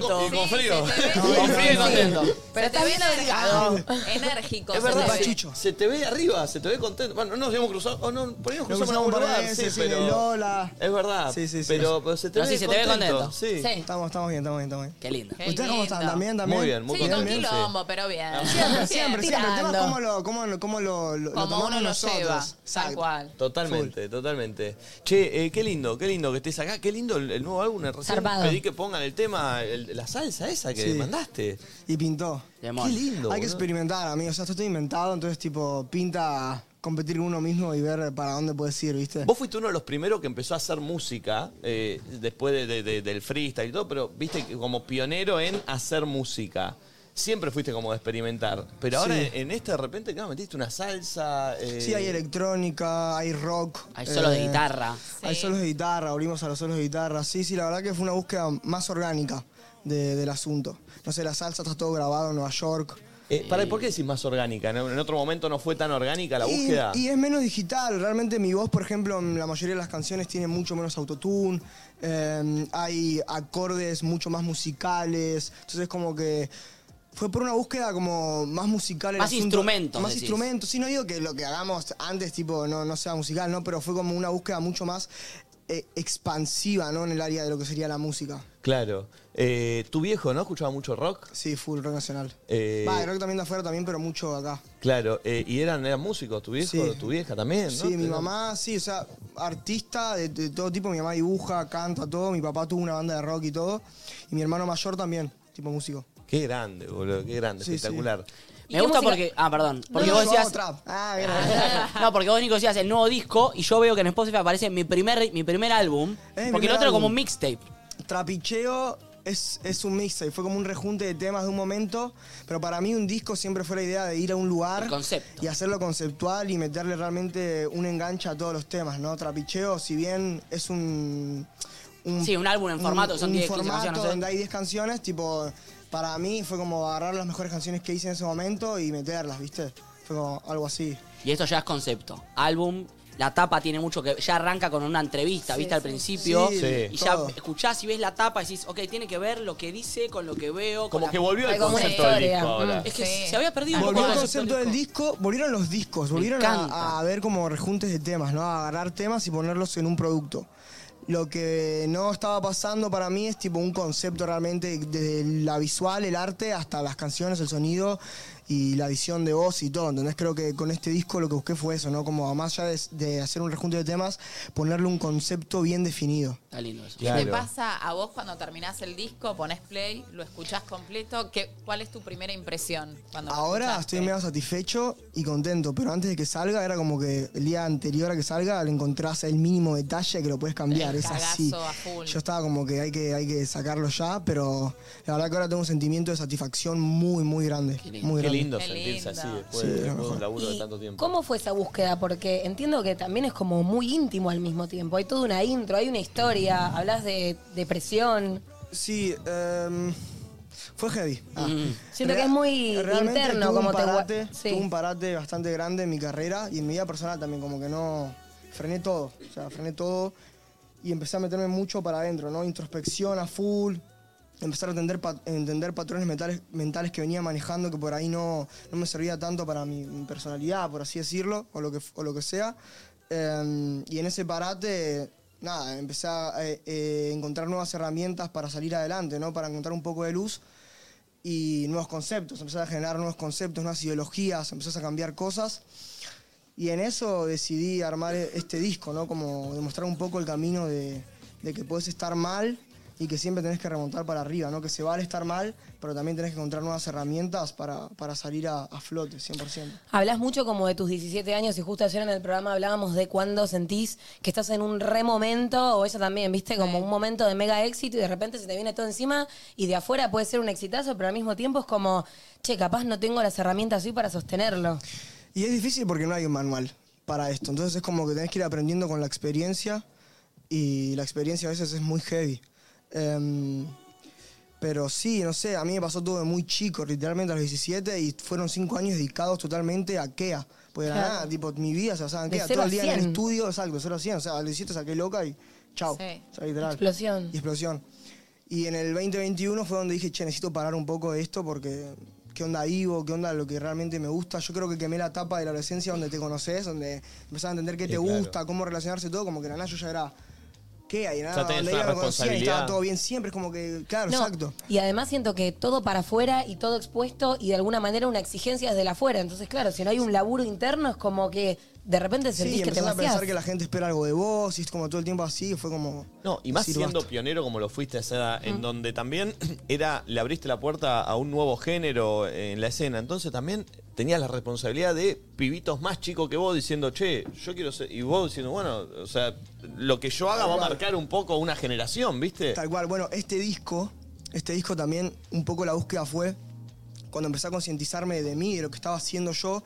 contento. con- y con frío. Con frío y contento. Pero está te ven bien abrigado. Enérgico. Es se verdad, te ve. Se te ve de arriba, se te ve contento. Bueno, no nos habíamos cruzado. Oh, no, por ahí nos Nos cruzamos en cruzamos algún un par de lugar, veces sí, en el pero. Lola. Es verdad. Sí, sí, sí. Pero, pero se te Pero ve sí, se te ve contento. Sí. Estamos, estamos bien, estamos bien, estamos bien. Qué lindo. ¿Ustedes cómo están? ¿También, también? Muy bien, muy Sí, con contento. quilombo, pero bien. Siempre, siempre, siempre. El tema es Tirando. cómo lo, cómo lo, cómo lo, lo- lo Como tomamos uno lo nosotros. lleva, tal Exacto. cual. Totalmente, totalmente. Che, eh, qué lindo, qué lindo que estés acá. Qué lindo el, el nuevo álbum. Recién Zarpado. pedí que pongan el tema, el- la salsa esa que Sí. mandaste. Y pintó. Qué lindo. Hay que boludo. experimentar, amigos. O sea, esto está inventado, entonces, tipo, pinta competir con uno mismo y ver para dónde puedes ir, ¿viste? Vos fuiste uno de los primeros que empezó a hacer música eh, después de- de- de- del freestyle y todo, pero viste que como pionero en hacer música. Siempre fuiste como de experimentar. Pero ahora Sí. en esta de repente, claro, metiste una salsa. eh, Sí, hay electrónica, hay rock. eh, Hay solos de guitarra. Hay solos de guitarra, abrimos a los solos de guitarra. Sí, sí, la verdad que fue una búsqueda más orgánica de- del asunto. No sé, la salsa está todo grabado en Nueva York. Eh, pará, ¿Por qué decís más orgánica? ¿En en otro momento no fue tan orgánica la Y- búsqueda? Y, es menos digital. Realmente mi voz, por ejemplo, en la mayoría de las canciones tiene mucho menos autotune. eh, hay acordes mucho más musicales. Entonces como que fue por una búsqueda como más musical. el Más asunto. instrumentos, Más decís. instrumentos. Sí, no digo que lo que hagamos antes tipo no, no sea musical, ¿no? Pero fue como una búsqueda mucho más eh, expansiva, ¿no? En el área de lo que sería la música. Claro. Eh, ¿Tu viejo, no? ¿Escuchaba mucho rock? Sí, full rock nacional. Eh, Va, creo que también de afuera también, pero mucho acá. Claro. eh, ¿Y eran, eran músicos? ¿Tu viejo, Sí. tu vieja también? ¿no? Sí, mi Tenían- mamá, sí, o sea, artista de, de todo tipo. Mi mamá dibuja, canta, todo. Mi papá tuvo una banda de rock y todo. Y mi hermano mayor también, tipo músico. Qué grande, boludo, qué grande, Sí, sí. espectacular. Me gusta porque. Ah, perdón. Porque No, vos yo decías. hago trap. Ah, bien. No, porque vos, Nico, decías el nuevo disco y yo veo que en Spotify aparece mi primer, mi primer álbum. Eh, porque mi primer el otro era como álbum. un mixtape. [laughs] Trapicheo es, es un mixtape, fue como un rejunte de temas de un momento, pero para mí un disco siempre fue la idea de ir a un lugar y hacerlo conceptual y meterle realmente un enganche a todos los temas, ¿no? Trapicheo, si bien es un... Sí, un álbum en formato, son 10, 15 formato canciones, no sé. donde hay 10 canciones, tipo, para mí fue como agarrar las mejores canciones que hice en ese momento y meterlas, ¿viste? Fue como algo así. Y esto ya es concepto. Álbum, la tapa tiene mucho que. Ya arranca con una entrevista, Sí, ¿viste? Al sí. principio. Sí, y sí. ya todo. escuchás y ves la tapa y decís, ok, tiene que ver lo que dice con lo que veo. con Como la- que volvió el Hay como una concepto del historia. disco ahora. Es que Sí. se había perdido un Volvió poco el concepto del disco, volvieron los discos, volvieron encanta. a, a ver como rejuntes de temas, ¿no? A agarrar temas y ponerlos en un producto. Lo que no estaba pasando para mí es tipo un concepto realmente desde la visual, el arte, hasta las canciones, el sonido y la visión de voz y todo. Entonces creo que con este disco lo que busqué fue eso, ¿no? Como más allá de, de hacer un rejunte de temas, ponerle un concepto bien definido. Está lindo eso. Claro. ¿Qué te pasa a vos cuando terminás el disco, ponés play, lo escuchás completo? ¿Qué, ¿Cuál es tu primera impresión? Cuando lo Ahora escuchaste? estoy medio satisfecho y contento, pero antes de que salga era como que el día anterior a que salga le encontrás el mínimo detalle que lo puedes cambiar, El es así. cagazo a full. Yo estaba como que hay, que hay que sacarlo ya, pero la verdad que ahora tengo un sentimiento de satisfacción muy, muy grande. muy Qué grande. lindo sentirse así después, Sí, después lo de mejor. un laburo de Y tanto tiempo. ¿Cómo fue esa búsqueda? Porque entiendo que también es como muy íntimo al mismo tiempo. Hay toda una intro, hay una historia, hablas de depresión. Sí, em, fue heavy. Ah. Siento que Rea- es muy realmente interno tuve como un te gua- parate, sí. Tuve un parate bastante grande en mi carrera y en mi vida personal también, como que no. Frené todo. O sea, frené todo y empecé a meterme mucho para adentro, ¿no? Introspección a full. Empezar a entender, pa- entender patrones mentales, mentales que venía manejando que por ahí no, no me servía tanto para mi, mi personalidad, por así decirlo, o lo que, f- o lo que sea. Em, y en ese parate, nada, empecé a eh, eh, encontrar nuevas herramientas para salir adelante, ¿no? Para encontrar un poco de luz y nuevos conceptos, empezar a generar nuevos conceptos, nuevas ideologías, empezás a cambiar cosas. Y en eso decidí armar e- este disco, ¿no? Como demostrar un poco el camino de, de que puedes estar mal y que siempre tenés que remontar para arriba, ¿no? Que se vale estar mal, pero también tenés que encontrar nuevas herramientas para, para salir a, a flote, 100%. Hablas mucho como de tus 17 años y justo ayer en el programa hablábamos de cuando sentís que estás en un re momento, o ella también, viste, como un momento de mega éxito y de repente se te viene todo encima y de afuera puede ser un exitazo, pero al mismo tiempo es como, che, capaz no tengo las herramientas hoy para sostenerlo. Y es difícil porque no hay un manual para esto. Entonces es como que tenés que ir aprendiendo con la experiencia y la experiencia a veces es muy heavy. Em, pero sí, no sé, a mí me pasó todo de muy chico, literalmente a los 17 y fueron cinco años dedicados totalmente a KEA. Pues de la Claro. nada, tipo, mi vida se basaba en De KEA. cero Todo a el día en el cien. estudio, exacto, 0 a 100. O sea, a los 17 saqué loca y chao. Sí. O sea, literal. Explosión. Y explosión. Y en el 2021 fue donde dije, che, necesito parar un poco de esto porque qué onda vivo, qué onda lo que realmente me gusta. Yo creo que quemé la etapa de la adolescencia donde te conoces, donde empezás a entender qué Sí, te claro. gusta, cómo relacionarse todo, como que la nada yo ya era... ¿Qué hay? Nada, Ya tenés donde una ella me conocía y estaba responsabilidad. todo bien siempre, es como que, claro, No, exacto. Y además siento que todo para afuera y todo expuesto y de alguna manera una exigencia desde la afuera. Entonces, claro, si no hay un laburo interno es como que de repente sentís Sí, que te empezás a vacías. pensar que la gente espera algo de vos y es como todo el tiempo así, fue como... No, y más decir, siendo basta. pionero como lo fuiste a esa edad, en donde también [clears throat] era, le abriste la puerta a un nuevo género en la escena, entonces también tenías la responsabilidad de pibitos más chicos que vos diciendo, che, yo quiero ser, y vos diciendo, bueno, o sea, lo que yo haga va a marcar un poco una generación, ¿viste? Tal cual, bueno, este disco, este disco también, un poco la búsqueda fue, cuando empecé a concientizarme de mí, de lo que estaba haciendo yo,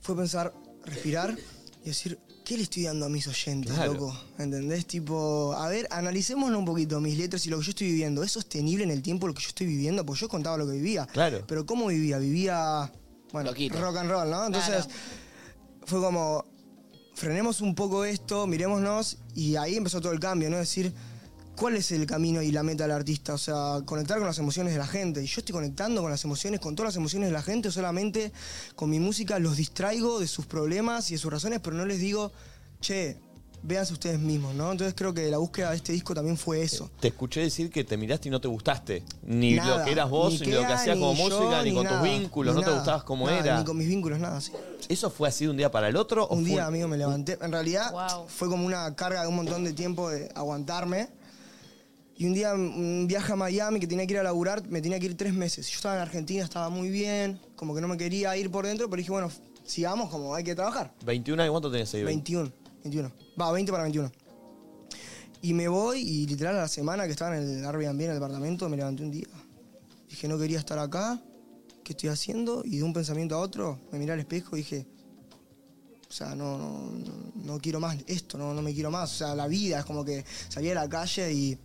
fue pensar, respirar y decir, ¿qué le estoy dando a mis oyentes, Claro. loco? ¿Entendés? Tipo, a ver, analicémoslo un poquito, mis letras y lo que yo estoy viviendo. ¿Es sostenible en el tiempo lo que yo estoy viviendo? Porque yo contaba lo que vivía. Claro. Pero ¿cómo vivía? Vivía, bueno, rock and roll, ¿no? Entonces, fue como, frenemos un poco esto, mirémonos, y ahí empezó todo el cambio, ¿no? Es decir, ¿cuál es el camino y la meta del artista? O sea, conectar con las emociones de la gente. Y yo estoy conectando con las emociones, con todas las emociones de la gente, o solamente con mi música los distraigo de sus problemas y de sus razones, pero no les digo, che, véanse ustedes mismos, ¿no? Entonces creo que la búsqueda de este disco también fue eso. Te escuché decir que te miraste y no te gustaste. Ni Nada, lo que eras vos, ni, qué lo que era, hacías como yo, música, ni con nada, tus vínculos, ni no te nada, gustabas como nada, era. Ni con mis vínculos, nada, sí. ¿Eso fue así de un día para el otro? o Un fue- día, amigo, me levanté. En realidad fue como una carga de un montón de tiempo de aguantarme. Y un día, un viaje a Miami que tenía que ir a laburar, me tenía que ir tres meses. Yo estaba en Argentina, estaba muy bien, como que no me quería ir por dentro, pero dije, bueno, sigamos, como hay que trabajar. 21 años, ¿cuánto tenías ahí? 21, 21. Va, 20 para 21. Y me voy y literal a la semana que estaba en el Airbnb, en el departamento, me levanté un día. Dije, no quería estar acá, ¿qué estoy haciendo? Y de un pensamiento a otro, me miré al espejo y dije, o sea, no, no, no- no quiero más esto, no, no me quiero más. O sea, la vida es como que salía a la calle y,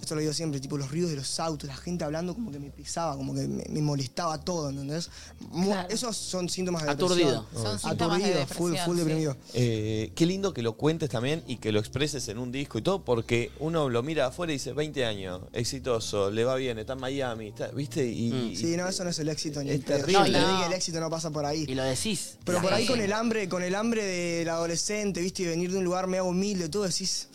esto lo digo siempre, tipo los ruidos de los autos, la gente hablando como que me pesaba, como que me, me molestaba todo, ¿entendés? Mu- Esos son síntomas de Aturdido. depresión. Son Aturdido, síntomas de full, depresión, full sí. deprimido. Eh, qué lindo que lo cuentes también y que lo expreses en un disco y todo, porque uno lo mira afuera y dice, 20 años, exitoso, le va bien, está en Miami, está- ¿viste? Y, y- Sí, no, eso no es el éxito. Ni Es en pedo. terrible. Yo te No. digo, el éxito no pasa por ahí. Y lo decís. Pero La por ahí gente. con el hambre, con el hambre del adolescente, viste, y venir de un lugar medio humilde, tú decís,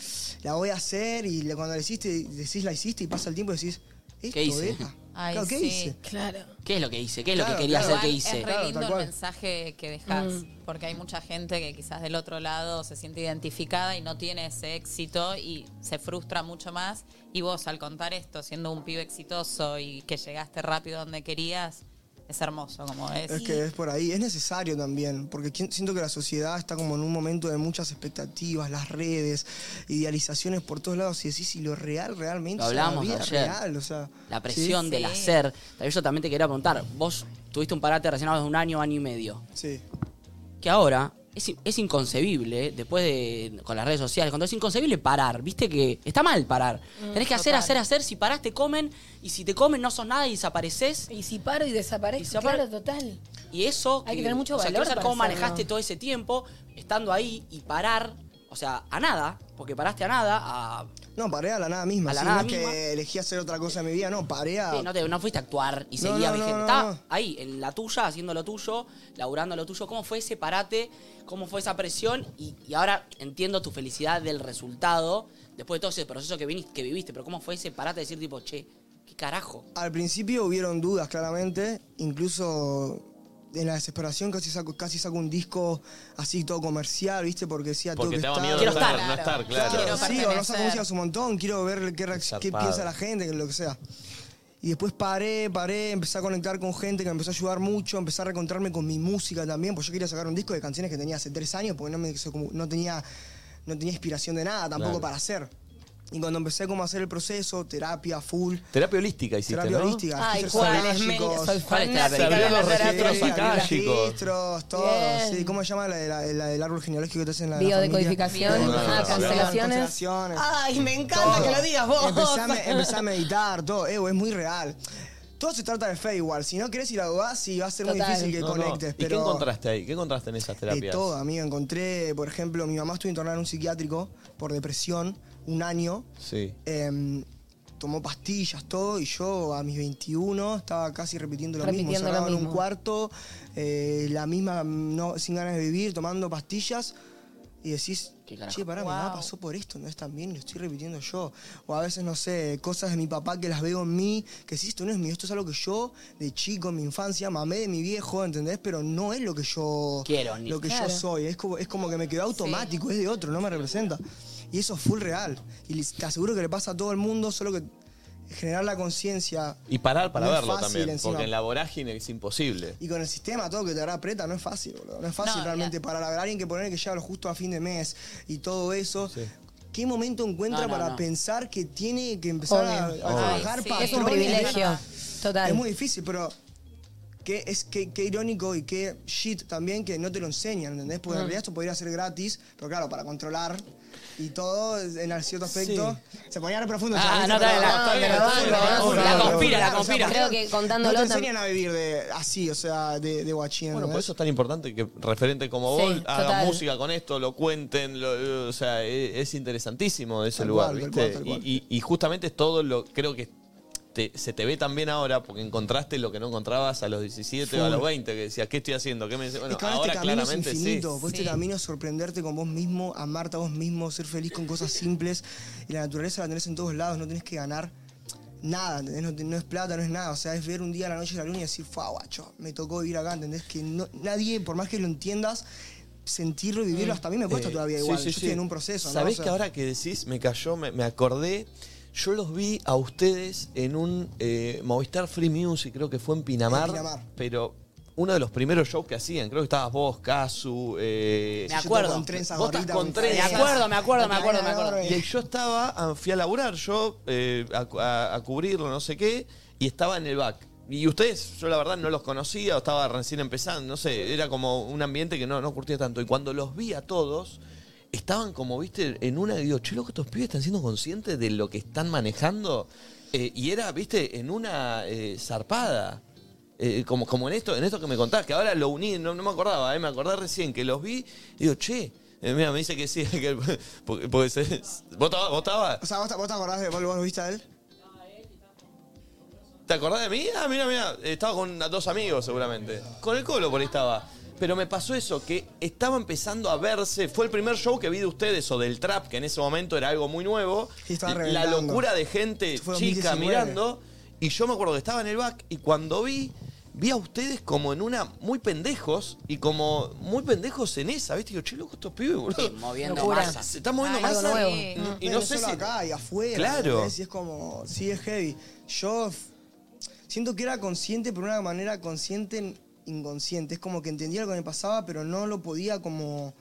la voy a hacer, y le- cuando la hiciste, decís, la hiciste, y pasa el tiempo y decís, ¿esto ¿Qué hice? era? Ay, Claro, ¿qué sí, hice? Claro. ¿Qué es lo que hice? ¿Qué es lo Claro, que quería claro. hacer que Igual es hice? Es re lindo el mensaje que dejas, porque hay mucha gente que quizás del otro lado se siente identificada y no tiene ese éxito y se frustra mucho más. Y vos, al contar esto, siendo un pibe exitoso y que llegaste rápido donde querías, es hermoso como es. Es que es por ahí, es necesario también, porque qui- siento que la sociedad está como en un momento de muchas expectativas, las redes, idealizaciones por todos lados, y decís, y lo real realmente Lo es la hablamos vida ayer. real, o sea, La presión sí. del hacer. Tal vez yo también te quería preguntar. Vos tuviste un parate recién hace un año, año y medio. Sí. Que ahora es, in- es inconcebible, después de. con las redes sociales, cuando es inconcebible parar. Viste que está mal parar. Mm, Tenés que hacer, total. hacer, hacer. Si parás, te comen. Y si te comen, no sos nada y desapareces. Y si paro y desaparezco, claro, total. Y eso. Hay que tener mucho o sea, valor quiero saber para cómo hacerlo. manejaste todo ese tiempo, estando ahí y parar, o sea, a nada, porque paraste a nada, a. No, paré a la nada misma, A la sí, nada no es misma. que elegí hacer otra cosa en mi vida, no, paré a... Sí, no, te- no fuiste a actuar y No, seguía no, no, vigente. no, Estaba no. ahí, en la tuya, haciendo lo tuyo, laburando lo tuyo. ¿Cómo fue ese parate? ¿Cómo fue esa presión? Y, y ahora entiendo tu felicidad del resultado, después de todo ese proceso que, viniste, que viviste, pero ¿cómo fue ese parate de decir, tipo, che, qué carajo? Al principio hubieron dudas, claramente. Incluso en la desesperación casi saco, casi saco un disco así todo comercial, ¿viste? Porque decía, tengo Porque que te daba estar... miedo no Quiero estar, estar. no estar, claro. Quiero sí, o no saco pertenecer. música hace un montón, quiero ver qué, reacc- qué Zarpado. piensa la gente, lo que sea. Y después paré, paré, empecé a conectar con gente que me empezó a ayudar mucho, empecé a reencontrarme con mi música también, porque yo quería sacar un disco de canciones que tenía hace tres años, porque no, me, no, tenía, no tenía inspiración de nada tampoco Claro. para hacer. Y cuando empecé como a hacer el proceso, terapia full, Terapia holística hiciste, Terapia ¿no? holística. Ay, registros ¿cuál es, akáshicos. men? Soy ¿Cuál es fanática Ah, terapia? de la Sí, terapia holística. registros, todo. Bien. Sí, ¿Cómo se llama la, de la- la del árbol genealógico que te hacen la de la Biodecodificación, familia? ah, cancelaciones. cancelaciones. Ay, me encanta que lo digas vos. Empecé a, me- empecé a meditar, todo. Eh, es muy real. Todo se trata de fe igual. Si no querés ir a dudar, sí, va a ser muy Total. difícil que No, no. conectes. ¿Y Pero qué encontraste ahí? ¿Qué encontraste en esas terapias? de todo, amigo. Encontré, por ejemplo, mi mamá estuvo internada en un psiquiátrico por depresión un año. Sí. Em, tomó pastillas, todo, y yo a mis 21 estaba casi repitiendo lo mismo. Repitiendo lo Cerrado en un mismo. cuarto, eh, la misma, mm, no, sin ganas de vivir, tomando pastillas. Y decís, carajo. che, pará, mi mamá pasó por esto, no es tan bien, y lo estoy repitiendo yo. O a veces, no sé, cosas de mi papá que las veo en mí, que decís, esto no es mío, esto es algo que yo, de chico, en mi infancia, mamé de mi viejo, ¿entendés? Pero no es lo que yo Quiero, ni- lo que Claro. yo soy. Es como, es como que me quedó automático, es de otro, no me representa. Y eso es full real. Y les- te aseguro que le pasa a todo el mundo, solo que generar la conciencia Y parar para No es verlo fácil también, encima. porque en la vorágine es imposible. y con el sistema todo que te hará aprieta no es fácil, boludo. No es fácil realmente parar a ver a alguien que poner que llega lo justo a fin de mes y todo eso. ¿Qué momento encuentra No, no, para no. pensar que tiene que empezar a, a Obvio. trabajar Ay, sí. para Es un privilegio. Total. Es muy difícil, pero Qué, es, qué, qué irónico y qué shit también que no te lo enseñan, ¿entendés? Porque Mm. en realidad esto podría ser gratis, pero claro, para controlar y todo, en cierto aspecto, se ponía re profundo. Ah, ya, ¿viste? no, está bien, la- Pero banco, está bien, banco, la banco, banco, la banco, banco. conspira, la banco, o sea, conspira. porque Creo que contándolo No te tam- enseñan a vivir de así, o sea, de, de guachín. Bueno, por ¿entendés? eso es tan importante que referentes como Sí, vos hagan total. música con esto, lo cuenten, lo- o sea, e- es, interesantísimo ese Tal lugar, cual, tal ¿viste? cual, tal Y- cual. Y, y justamente es todo lo, creo que te- se te ve también ahora porque encontraste lo que no encontrabas a los 17 o a Full. los 20, que decías, ¿qué estoy haciendo? ¿Qué me dice? Bueno, es que ahora ahora este camino es claramente infinito. sí. Pues este camino es sorprenderte con vos mismo, amarte a vos mismo, ser feliz con cosas simples. Y la naturaleza la tenés en todos lados, no tenés que ganar nada, ¿entendés? No, te- no es plata, no es nada. O sea, es ver un día a la noche la luna y decir, fua, guacho, me tocó vivir acá, ¿entendés? Que no- nadie, por más que lo entiendas, sentirlo y vivirlo, hasta a mí me cuesta Eh, todavía sí, igual. sí, Yo sí. estoy en un proceso, ¿no? ¿Sabés O sea, que ahora que decís, me cayó, me, me acordé? Yo los vi a ustedes en un eh, Movistar Free Music, creo que fue en Pinamar, En Pinamar. pero uno de los primeros shows que hacían, creo que estabas vos, Casu. eh, Me acuerdo. yo estaba vos estás con trenzas. Me acuerdo, me acuerdo, me acuerdo, me acuerdo. Y yo estaba, ah, fui a laburar yo, eh, a, a- a cubrirlo, no sé qué, y estaba en el back. Y ustedes, yo la verdad no los conocía, o estaba recién empezando, no sé, era como un ambiente que no, no curtía tanto. Y cuando los vi a todos, estaban como, viste, en una, y digo, che, loco, estos pibes están siendo conscientes de lo que están manejando. Eh, y era, viste, en una eh, zarpada. Eh, como, como en esto, en esto que me contás, que ahora lo uní, no, no me acordaba, eh, me acordé recién que los vi, y digo, che, eh, mira, me dice que sí, [laughs] que el- porque, porque se, ¿vos, estabas- vos estabas? O sea, ¿vos te, vos te acordás de vos, vos lo viste a él? ¿Te acordás de mí? Ah, mira, mira, estaba con dos amigos seguramente. Con el colo por ahí estaba. Pero me pasó eso, que estaba empezando a verse, fue el primer show que vi de ustedes, o del trap, que en ese momento era algo muy nuevo. Y estaba la reventando. locura de gente Fue chica 2019. mirando. Y yo me acuerdo que estaba en el back y cuando vi, vi a ustedes como en una, muy pendejos, y como muy pendejos en esa, ¿viste? Digo, che, loco, estos pibes, boludo. moviendo Locura. masa. Se están moviendo Algo masa. nuevo. Y, y Pero no sé solo si... acá y afuera. Claro. ¿entendés? Y es como, sí, es heavy. Yo f- siento que era consciente, pero de una manera consciente en- inconsciente. Es como que entendía lo que me pasaba, pero no lo podía como...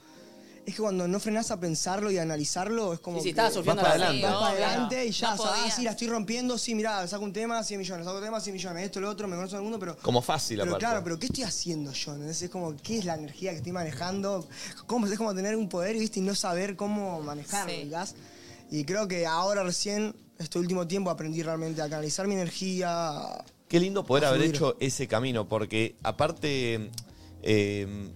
Es que cuando no frenás a pensarlo y a analizarlo, es como Sí, sí, que estaba surfeando vas la para ola. adelante, vas para Sí, obvio. adelante y ya, No sabes, podía. sí, la estoy rompiendo, sí, mirá, saco un tema, 100 millones, saco un tema, 100 millones, esto, lo otro, me conozco alguno, pero Como fácil, pero aparte. claro, pero ¿qué estoy haciendo yo? ¿Entendés? Es como, ¿qué es la energía que estoy manejando? ¿Cómo, es como tener un poder ¿viste? y no saber cómo manejarlo, ¿verdad? Y creo que ahora recién, este último tiempo, aprendí realmente a canalizar mi energía. a- Qué lindo poder A haber fluir. hecho ese camino, porque aparte, eh,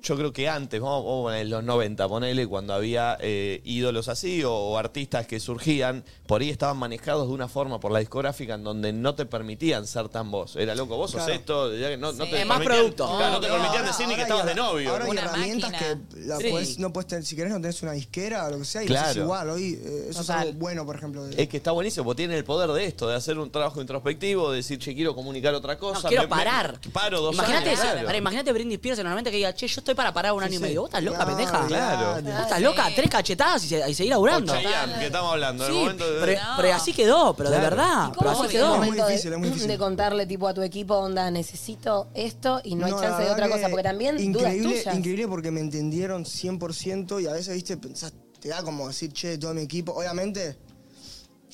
yo creo que antes, vamos, vamos a poner en los 90, ponele, cuando había eh, ídolos así o, o artistas que surgían, por ahí estaban manejados de una forma por la discográfica en donde no te permitían ser tan vos. Era loco, vos sos Claro. esto, ya que no, no Sí. te Es más permitían- producto. claro, no te Obvio. permitían decir ni que Ahora estabas hay- de novio. Ahora hay Una herramientas que la Sí. podés- no puedes tener- si querés no tenés una disquera o lo que sea, y lo Claro. haces igual. Hoy, eh, eso Total. es algo bueno, por ejemplo. de- Es que está buenísimo, porque tienen el poder de esto, de hacer un trabajo introspectivo, de decir, che, quiero comunicar otra cosa. quiero me- me- parar. paro dos Imagínate, años. claro. pará, imagínate Britney Spears normalmente que diga, che, yo estoy para parar un año y medio. ¿Vos estás loca, Claro, pendeja? claro. ¿Vos estás loca? Tres cachetadas y, se- y seguir laburando. O Chayanne, que estamos hablando. en Sí, el momento de- pero, pero así quedó, pero de Claro. verdad. ¿Y Pero cómo así fue? quedó. Es muy momento de- difícil, es muy difícil. de contarle tipo a tu equipo, onda, necesito esto y no hay la chance de verdad otra que cosa, porque también dudas increíble, tuyas. Increíble porque me entendieron 100% y a veces, viste, pensás, te da como decir, che, todo mi equipo. Obviamente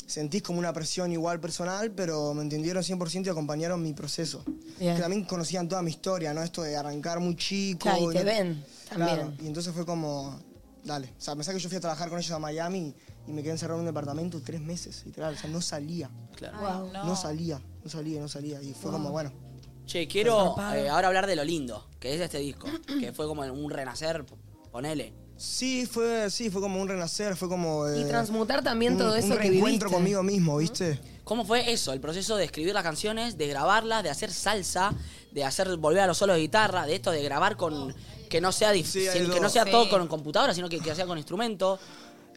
sentís como una presión igual personal, pero me entendieron 100% y acompañaron mi proceso. Bien. Que también conocían toda mi historia, ¿no? Esto de arrancar muy chico. Claro, y te ¿no? ven también. Claro, y entonces fue como, dale. O sea, pensá que yo fui a trabajar con ellos a Miami y me quedé encerrado en un departamento tres meses, literal. O sea, no salía. Claro. Wow. no. salía, no salía, no salía. Y fue como, bueno. Che, quiero Atrapado. eh, ahora hablar de lo lindo, que es este disco, [clears throat] que fue como un renacer, ponele. Sí, fue, sí, fue como un renacer, fue como... Y eh, transmutar también un- todo eso Un que reencuentro viviste. conmigo mismo, ¿viste? ¿Cómo fue eso? El proceso de escribir las canciones, de grabarlas, de hacer salsa, de hacer volver a los solos de guitarra, de esto de grabar con que no sea dif- Sí, hay sin- que no dos. sea Sí. todo con computadora, sino que, que sea con instrumento.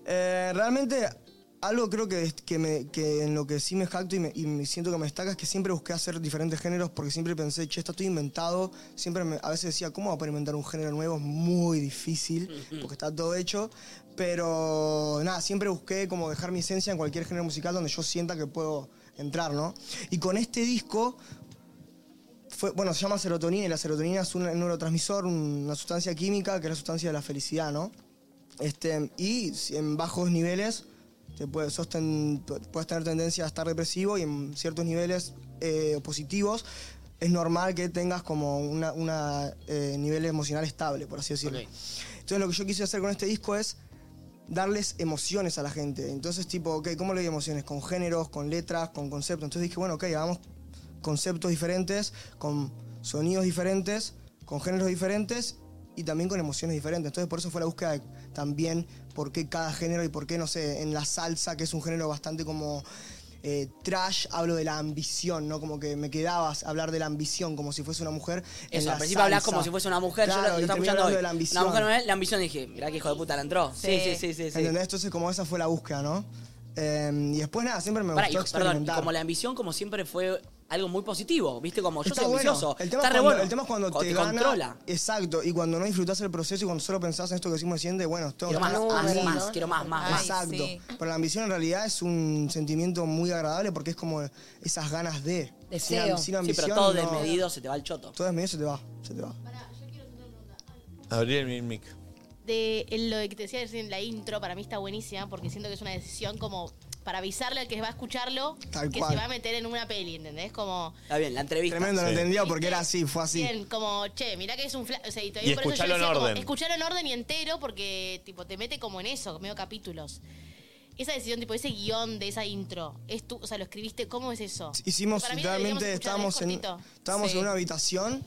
Eh, realmente, algo creo que, que, me- que en lo que sí me jacto y me, y me siento que me destaca es que siempre busqué hacer diferentes géneros porque siempre pensé, che, está todo inventado. Siempre me- a veces decía, ¿cómo voy a poder inventar un género nuevo? Es muy difícil porque está todo hecho. Pero nada, siempre busqué como dejar mi esencia en cualquier género musical donde yo sienta que puedo entrar, ¿no? Y con este disco fue, bueno, se llama serotonina y la serotonina es un neurotransmisor, una sustancia química que es la sustancia de la felicidad, ¿no? Este, y si en bajos niveles te puede- sos ten- puedes tener tendencia a estar depresivo y en ciertos niveles eh, positivos es normal que tengas como un una, eh, nivel emocional estable, por así decirlo. Entonces lo que yo quise hacer con este disco es darles emociones a la gente. Entonces, tipo, ok, ¿cómo le doy emociones? Con géneros, con letras, con conceptos. Entonces dije, bueno, ok, hagamos conceptos diferentes, con sonidos diferentes, con géneros diferentes y también con emociones diferentes. Entonces, por eso fue la búsqueda de también por qué cada género y por qué, no sé, en la salsa, que es un género bastante como eh, trash, hablo de la ambición, ¿no? Como que me quedabas a hablar de la ambición como si fuese una mujer. en Eso, la al principio hablas salsa. como si fuese una mujer. Claro, yo lo, lo y estaba termino escuchando hablando hoy. de la ambición. Una mujer, no, la ambición, dije, mirá que hijo de puta, la entró. Sí, sí, sí, sí. sí. ¿Entendés? Entonces, como esa fue la búsqueda, ¿no? Eh, y después, nada, siempre me Pará, gustó y- perdón, y experimentar. como la ambición, como siempre, fue algo muy positivo. ¿Viste? Como yo Está soy bueno. ambicioso. El tema, está es re cuando, bueno. el tema es cuando te, gana, controla. Exacto. Y cuando no disfrutás el proceso y cuando solo pensás en esto que decimos recién de, bueno, esto Quiero más, más, más, quiero más, más, más. Exacto. Ay, Pero la ambición en realidad es un sentimiento muy agradable porque es como esas ganas de. Sin am- Sin, sí, ambición. pero todo no. desmedido se te va el choto. Todo desmedido se te va. Se te va. Abrir el mic. de el- lo de que te decía recién la intro, para mí está buenísima porque siento que es una decisión como para avisarle al que va a escucharlo Tal que cual. se va a meter en una peli, ¿entendés? Como Está bien, la entrevista. Tremendo, lo entendía porque era así, fue así. bien, como, che, mirá que es un flash. O sea, y Y todavía por eso yo escuchalo en decía como, orden. escuchalo en orden y entero porque tipo te mete como en eso, medio capítulos. Esa decisión, tipo, ese guión de esa intro, es tú, o sea, lo escribiste, ¿cómo es eso? Hicimos, Para mí lo literalmente, deberíamos estábamos, escuchar, en, es cortito. estábamos Sí. en una habitación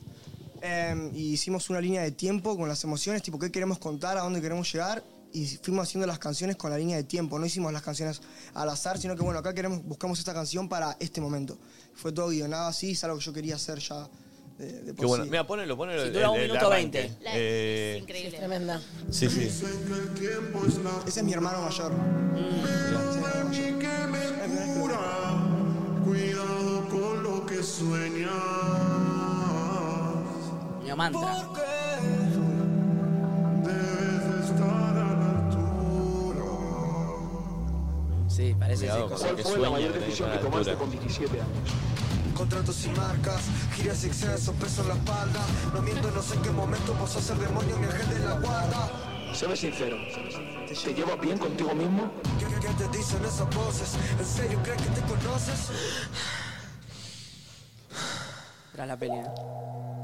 eh, y hicimos una línea de tiempo con las emociones, tipo, qué queremos contar, a dónde queremos llegar. Y fuimos haciendo las canciones con la línea de tiempo. No hicimos las canciones al azar, sino que, bueno, acá queremos, buscamos esta canción para este momento. Fue todo guionado así, es algo que yo quería hacer ya de, de por Qué bueno. sí. Mira, ponelo, ponelo. Si el- dura un el- el minuto arranque. 20. Eh, Increíble. Es tremenda. sí, sí. Ese es mi hermano mayor. Mm. Cuidado con lo que sueñas. Mi mantra. Debes estar a la altura. Sí, parece Cuidado sí, con cosa- lo que sueña tener para la altura. Contratos y marcas, giras y excesos, peso en la espalda. No miento, no sé en qué momento vos sos el demonio, mi ángel de la guarda. Sabes sincero, ¿te llevas bien contigo mismo? ¿Qué, qué te dicen esas voces? ¿En serio crees que te conoces? Tras la peli.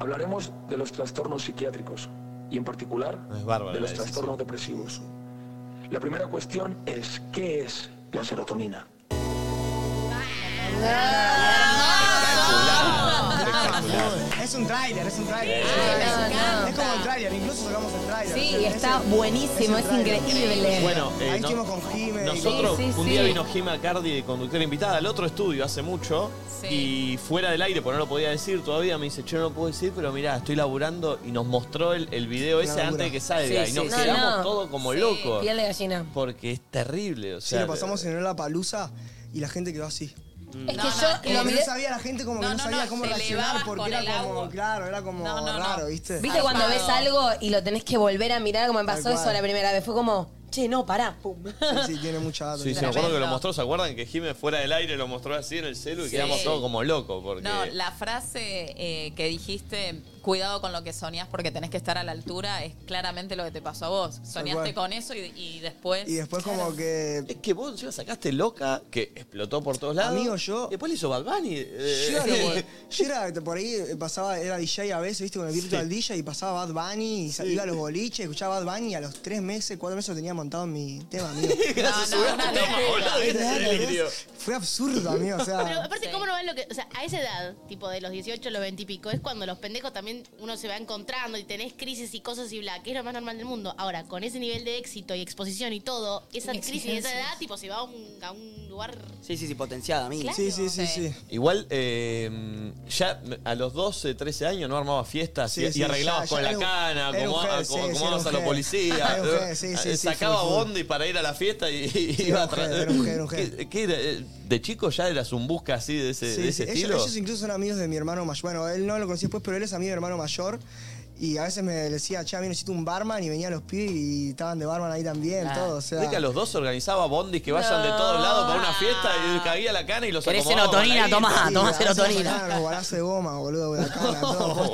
Hablaremos de los trastornos psiquiátricos y en particular Es bárbara de los la trastornos depresivos. La primera cuestión es, ¿qué es la serotonina? Es un tráiler, es un tráiler. es como el tráiler, incluso sacamos el tráiler. Sí, O sea, está el- buenísimo, el es tráiler. increíble. Bueno, eh, ahí no- estuvimos con Jimé. Nosotros, un día vino Gema Cardi, de conductora invitada, al otro estudio hace mucho. Y fuera del aire, porque no lo podía decir todavía, me dice, yo no lo puedo decir, pero mirá, estoy laburando. Y nos mostró el, el video Una ese locura. antes de que salga. Sí, y nos sí, sí. quedamos No, no. todos como Sí, locos. piel de gallina. Porque es terrible, o Sí, sea. lo pasamos en la palusa y la gente quedó así. Es que yo Como lo que miré- no sabía la gente como que No, no, no, sabía no, cómo te elevabas reaccionar con porque era el como, claro, era como raro, ¿viste? ¿Viste cuando ves algo y lo tenés que volver a mirar como me pasó Tal eso cual. la primera vez? Fue como, che, no, pará, pum. Sí, tiene mucha data. Sí, sí, me acuerdo que lo mostró, ¿se acuerdan? Que Jimé fuera del aire lo mostró así en el celu y Sí. quedamos todos como locos. Porque... No, eh, la frase eh, que dijiste, cuidado con lo que soñás porque tenés que estar a la altura, es claramente lo que te pasó a vos. Soñaste cual. con eso y, y después... como que. Es que vos la sacaste loca, que explotó por todos lados. Amigo, yo- Después le hizo Bad Bunny. eh, Yo era, como- yo era, por ahí eh, pasaba, era DJ a veces, viste, con el virtual DJ y pasaba Bad Bunny y sa- iba a los boliches, escuchaba Bad Bunny y a los tres meses, cuatro meses lo tenía montado en mi tema, [laughs] amigo. Fue absurdo, amigo, o Pero sea. aparte, ¿cómo no ven lo que.? O sea, a esa edad, tipo de los 18, los 20 y pico, es cuando los pendejos también uno se va encontrando y tenés crisis y cosas y bla, que es lo más normal del mundo. Ahora, con ese nivel de éxito y exposición y todo, esa crisis de esa Exigencias. edad, tipo, se va a un, a un lugar. Sí, sí, sí, potenciada, amigo. Claro. Sí, sí, sí, sí. Igual, eh, ya a los 12, 13 años no armabas fiestas Sí, y, y sí, ya, ya arreglabas con era la un- cana, era un como jefe, a- sí, como- sí, como era vas un jefe. [laughs] a los Era un jefe, policías. sí, sí, eh, sí, Sacaba full, full. bondi para ir a la fiesta y y era iba a un jefe, era un jefe, era un jefe. ¿Qué- qué era? Eh, ¿De chico ya eras un busca así de ese, Sí, de sí, ese ellos- estilo? Ellos, incluso son amigos de mi hermano mayor. Bueno, él no lo conocí después, pero él es amigo de mi hermano mayor. Y a veces me decía, che, a mí necesito un barman. Y venían los pibes y estaban de barman ahí también, todo. O sea, Ve que a los dos organizaba bondis que vayan de todos lados para una fiesta y caía la cana y los ¿Querés acomodaba para serotonina? ahí. Tomá, Sí, tomá a veces serotonina. sacaban- Claro, balazo de goma, boludo, de la cara, todo.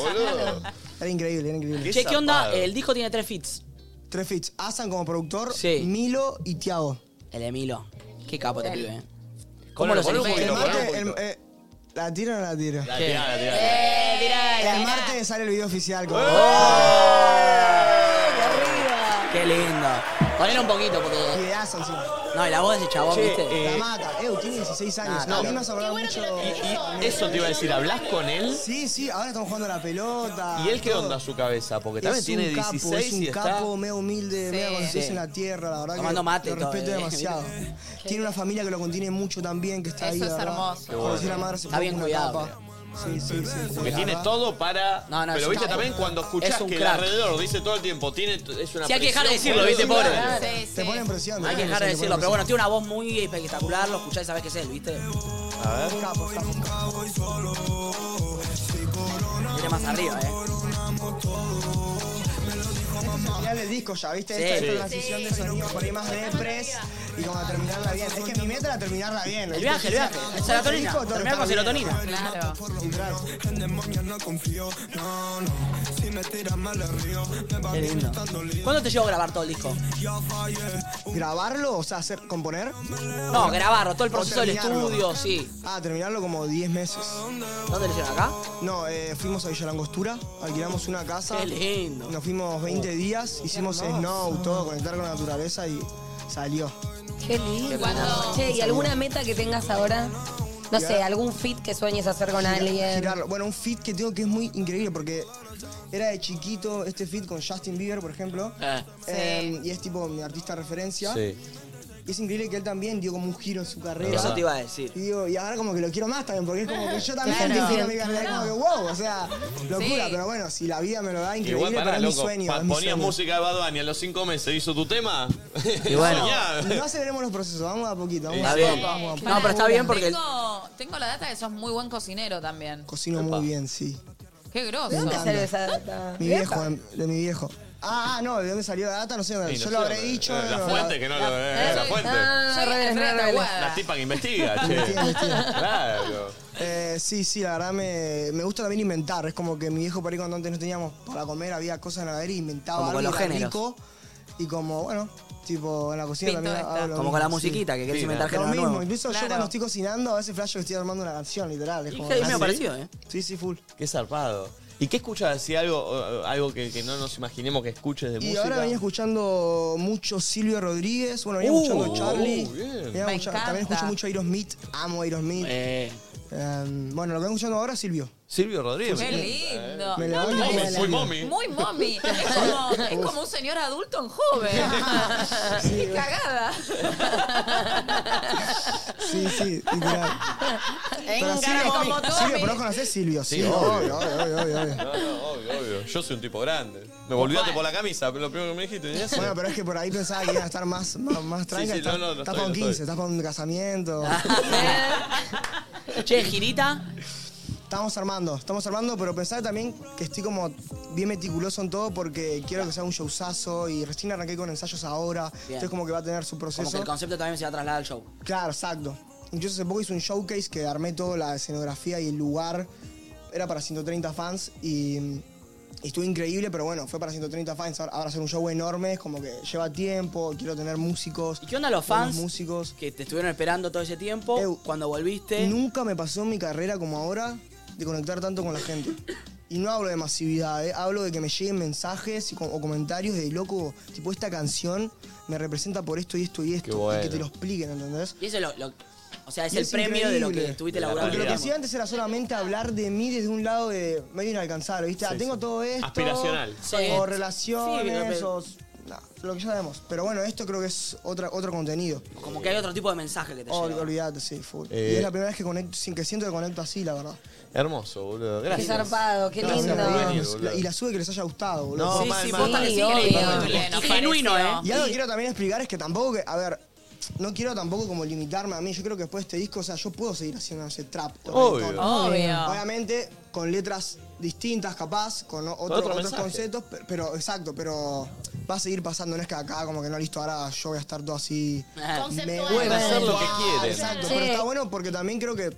Era increíble, era increíble. Che, ¿qué onda? El disco tiene tres fits. Tres fits. Asan como productor, Sí. Milo y Tiago. El Emilo. Qué capo te El- pibe, ¿eh? Ponelo, ponelo un sentiste? eh, poquito, ponelo un poquito. ¿La tiro o no la tiro? La tirá, la tirá. Eh, tirá, El tirá. martes sale el video oficial. como- ¡Oh! Qué lindo. Ponle un poquito porque. Ideazo, sí. No, y la voz de ese chabón, Che, ¿viste? La mata. Eu, tiene 16 años. Ah, claro. a mí me has hablado mucho. Eso te iba a decir, ¿hablas con él? Sí, sí, ahora estamos jugando a la pelota. ¿Y él qué todo. onda su cabeza? Porque Es también tiene un capo, 16 es un y está. capo, medio humilde, Sí. medio conocido Sí. en la tierra, la verdad Tomando que mate y lo todo, respeto eh. [laughs] demasiado. Tiene una familia que lo contiene mucho también, que está Eso ahí, es la verdad. hermoso. Qué bueno. Conocí a la madre hace Está poco, bien una cuidado, capa. Sí, sí, sí. sí, Porque la tiene verdad. todo para. No, no, es pero un viste capo. también cuando escuchás Es un que crack. el alrededor dice todo el tiempo, tiene, t- es una Sí, hay que dejar de decirlo, presión, boludo. viste, pobre. Te pone presión. Hay que dejar de decirlo, pero bueno, tiene una voz muy espectacular, lo escuchás y sabés que es él, ¿viste? A ver. Viene más arriba, ¿eh? final del disco ya, ¿viste? Sí. Esta es Sí. la sesión de sonido por ahí más depres y como a terminarla bien. Es que mi meta era terminarla bien. El viaje, el viaje. Después La del serotonina. disco, todo Terminar con está serotonina. bien. Claro. Qué lindo. ¿Cuándo te llevó a grabar todo el disco? ¿Grabarlo? O sea, hacer, componer. No, grabarlo, todo el O proceso del terminarlo. estudio, sí. Ah, terminarlo como 10 meses. ¿Dónde lo hicieron acá? No, eh, fuimos a Villa Langostura, alquilamos una casa. Qué lindo. Oh. Nos fuimos 20 días, hicimos snow, todo, conectar con la naturaleza y salió. Qué lindo. Cuando- Che, ¿y alguna meta que tengas ahora? No sé, algún fit que sueñes hacer con Gira- alguien. girarlo. Bueno, un fit que tengo que es muy increíble porque era de chiquito este fit con Justin Bieber, por ejemplo. Eh. Eh, y es tipo mi artista de referencia. Y es increíble que él también dio como un giro en su carrera. Eso te iba a decir. Y, digo, y ahora como que lo quiero más también, porque es como que yo también Claro. tengo una amiga mía, como que wow, o sea, locura, Sí. pero bueno, si la vida me lo da, increíble, Igual pero pará, es mi loco. sueño. pa- es mi ponías sueño. música de Bad Bunny a los cinco meses, hizo tu tema. Y bueno. Soñá. No aceleremos los procesos, vamos a poquito, vamos Está a bien. poco, vamos a poco. No, pero está bien porque- Tengo, tengo la data de que sos muy buen cocinero también. Cocino muy bien, sí. Qué grosso. ¿De dónde salió esa data? Mi viejo, de, de mi viejo. Ah, ah, no, ¿de dónde salió la data? No sé, Sí, yo no lo sé, habré eh, dicho. eh, La pero- fuente, que no lo eh, La fuente. Ah, reveles, reveles. La tipa que investiga, che. Investiga, investiga. Claro. Eh, sí, sí, la verdad me, me gusta también inventar. Es como que mi viejo por ahí cuando antes no teníamos para comer, había cosas en la heladera y inventaba Como con algo los y era géneros. rico. Y como, bueno, tipo en la cocina Pinto también esta. hago lo Como mismo, con la musiquita, que querés inventar Lo género mismo, nuevo. incluso Claro. yo cuando estoy cocinando, a veces flash que estoy armando una canción, literal. Es como, que es medio ¿Ah, sí? parecido, ¿eh? Sí, sí, full. Qué zarpado. ¿Y qué escuchas? Si algo, o- o algo que, que no nos imaginemos que escuches de Y música. ahora venía escuchando mucho Silvio Rodríguez, bueno, venía Uh, escuchando Charlie. uh, bien. Venía Me escuchando- también encanta. escucho mucho Aerosmith, amo Aerosmith. Em, bueno, lo que vengo escuchando ahora es Silvio. Eh. Silvio Rodríguez. Qué lindo. Me No, levanto y no, me es- levanto. Muy mommy. Es como, es como un señor adulto en [laughs] joven. [laughs] Qué cagada. [laughs] Sí, sí, literal. [laughs] Pero Silvio, como todo Silvio, mi- pero no conocés Silvio. Sí, Sí, obvio, obvio. obvio, obvio, obvio. No, no, obvio, obvio. Yo soy un tipo grande. Me volviaste por la camisa, pero lo primero que me dijiste. ¿y eso? Bueno, pero es que por ahí pensaba que iba a estar más, más, más tranca. sí, estás no, no, lo estás estoy, para un lo 15, estoy. estás para un casamiento. [laughs] Che, girita. Estamos armando, estamos armando, pero pensaba también que estoy como bien meticuloso en todo porque quiero que sea un showzazo y recién arranqué con ensayos ahora. Entonces como que va a tener su proceso. Como que el concepto también se va a trasladar al show. Claro, exacto. Incluso hace poco hice un showcase que armé toda la escenografía y el lugar. Era para 130 fans y, mm, estuvo increíble, pero bueno, fue para 130 fans. Ahora, ahora hacer un show enorme es como que lleva tiempo, quiero tener músicos. ¿Y ¿Qué onda los fans músicos. que te estuvieron esperando todo ese tiempo? cuando volviste. Nunca me pasó en mi carrera como ahora de conectar tanto con la gente. Y no hablo de masividad, ¿eh? hablo de que me lleguen mensajes y co- o comentarios de loco, tipo esta canción me representa por esto y esto y esto. Y que bueno. te lo expliquen, ¿entendés? Y eso es lo, lo- O sea, es Y el premio de lo que increíble. estuviste laburando. Porque lo que digamos. hacía antes era solamente hablar de mí desde un lado de medio inalcanzable, ¿viste? Ah, Sí, tengo sí. todo esto. Aspiracional. O Sí. relaciones, Sí, o... nah, lo que ya sabemos. Pero bueno, esto creo que es otra, otro contenido. Como que hay otro tipo de mensaje que te Ol- llega. olvídate, sí, full. Eh. Y es la primera vez que conecto, sin que siento que conecto así, la verdad. Hermoso, boludo. Gracias. Qué zarpado, qué Gracias lindo. por venir, La- boludo. y la sube que les haya gustado, boludo. No, Sí, mal, sí, mal. posta que sí, que le Sí, digo. obvio. Y Nos genuino, pareció. ¿eh? Y algo que quiero también explicar es que tampoco que, a ver, no quiero tampoco como limitarme a mí. Yo creo que después de este disco, o sea, yo puedo seguir haciendo ese trap. Obvio. reggaetón. Obvio. Obviamente, con letras distintas, capaz, con o- otro- otro otros mensaje. conceptos, pe- pero exacto, pero va a seguir pasando. No es que acá, como que no, listo, ahora yo voy a estar todo así. Ah, Conceptual. mega Pueden hacer lo que conceptual, quieren. Exacto, Sí. pero está bueno porque también creo que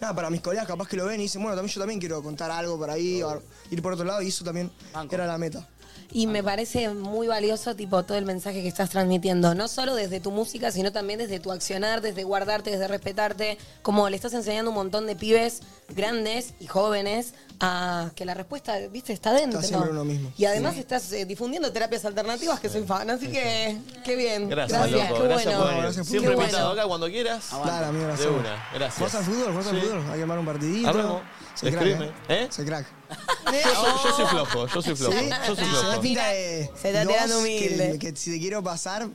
Nada, para mis colegas capaz que lo ven y dicen, bueno, también yo también quiero contar algo por ahí, o ir por otro lado, y eso también era la meta. Y me parece muy valioso, tipo, todo el mensaje que estás transmitiendo. No solo desde tu música, sino también desde tu accionar, desde guardarte, desde respetarte. Como le estás enseñando a un montón de pibes grandes y jóvenes a que la respuesta, viste, está dentro. Está siempre uno mismo. Y además Sí. estás eh, difundiendo terapias alternativas, que soy fan. Así que, qué bien. Gracias, loco. qué Gracias bueno. por venir. Gracias por Siempre venir. invitado Bueno. acá cuando quieras. Claro, amigo, De gracias. una, gracias. ¿Vas al fútbol? ¿Vas al Sí. fútbol? Hay que armar un partidito. Hablamos. Soy crack, Escríbeme. ¿Eh? Soy crack. Yo soy- yo soy flojo, yo soy flojo, Sí. yo soy Se flojo. da pinta de Oh. Se está tirando dos, que- humilde. Que, si te quiero pasar...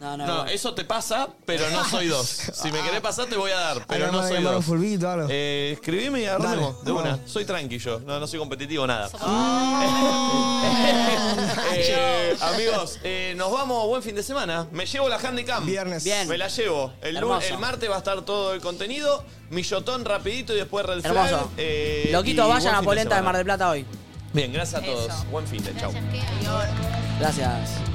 No, No, eso te pasa, pero no [laughs] soy dos. Si me querés pasar, te voy a dar, pero no soy un dos. fulbito, algo. Eh, escribime y armemos de una. Soy tranquilo, no, no soy competitivo, nada. Eh, amigos, eh, nos vamos, buen fin de semana. Me llevo la Handicam. Viernes. Bien. Me la llevo. El, lun- Hermoso. el martes va a estar todo el contenido. Millotón rapidito y después Red Flag. Hermoso. Eh, Loquitos, y buen vayan a fin Polenta de semana. Mar del Plata hoy. Bien, gracias a todos. Buen fin de chao. Gracias.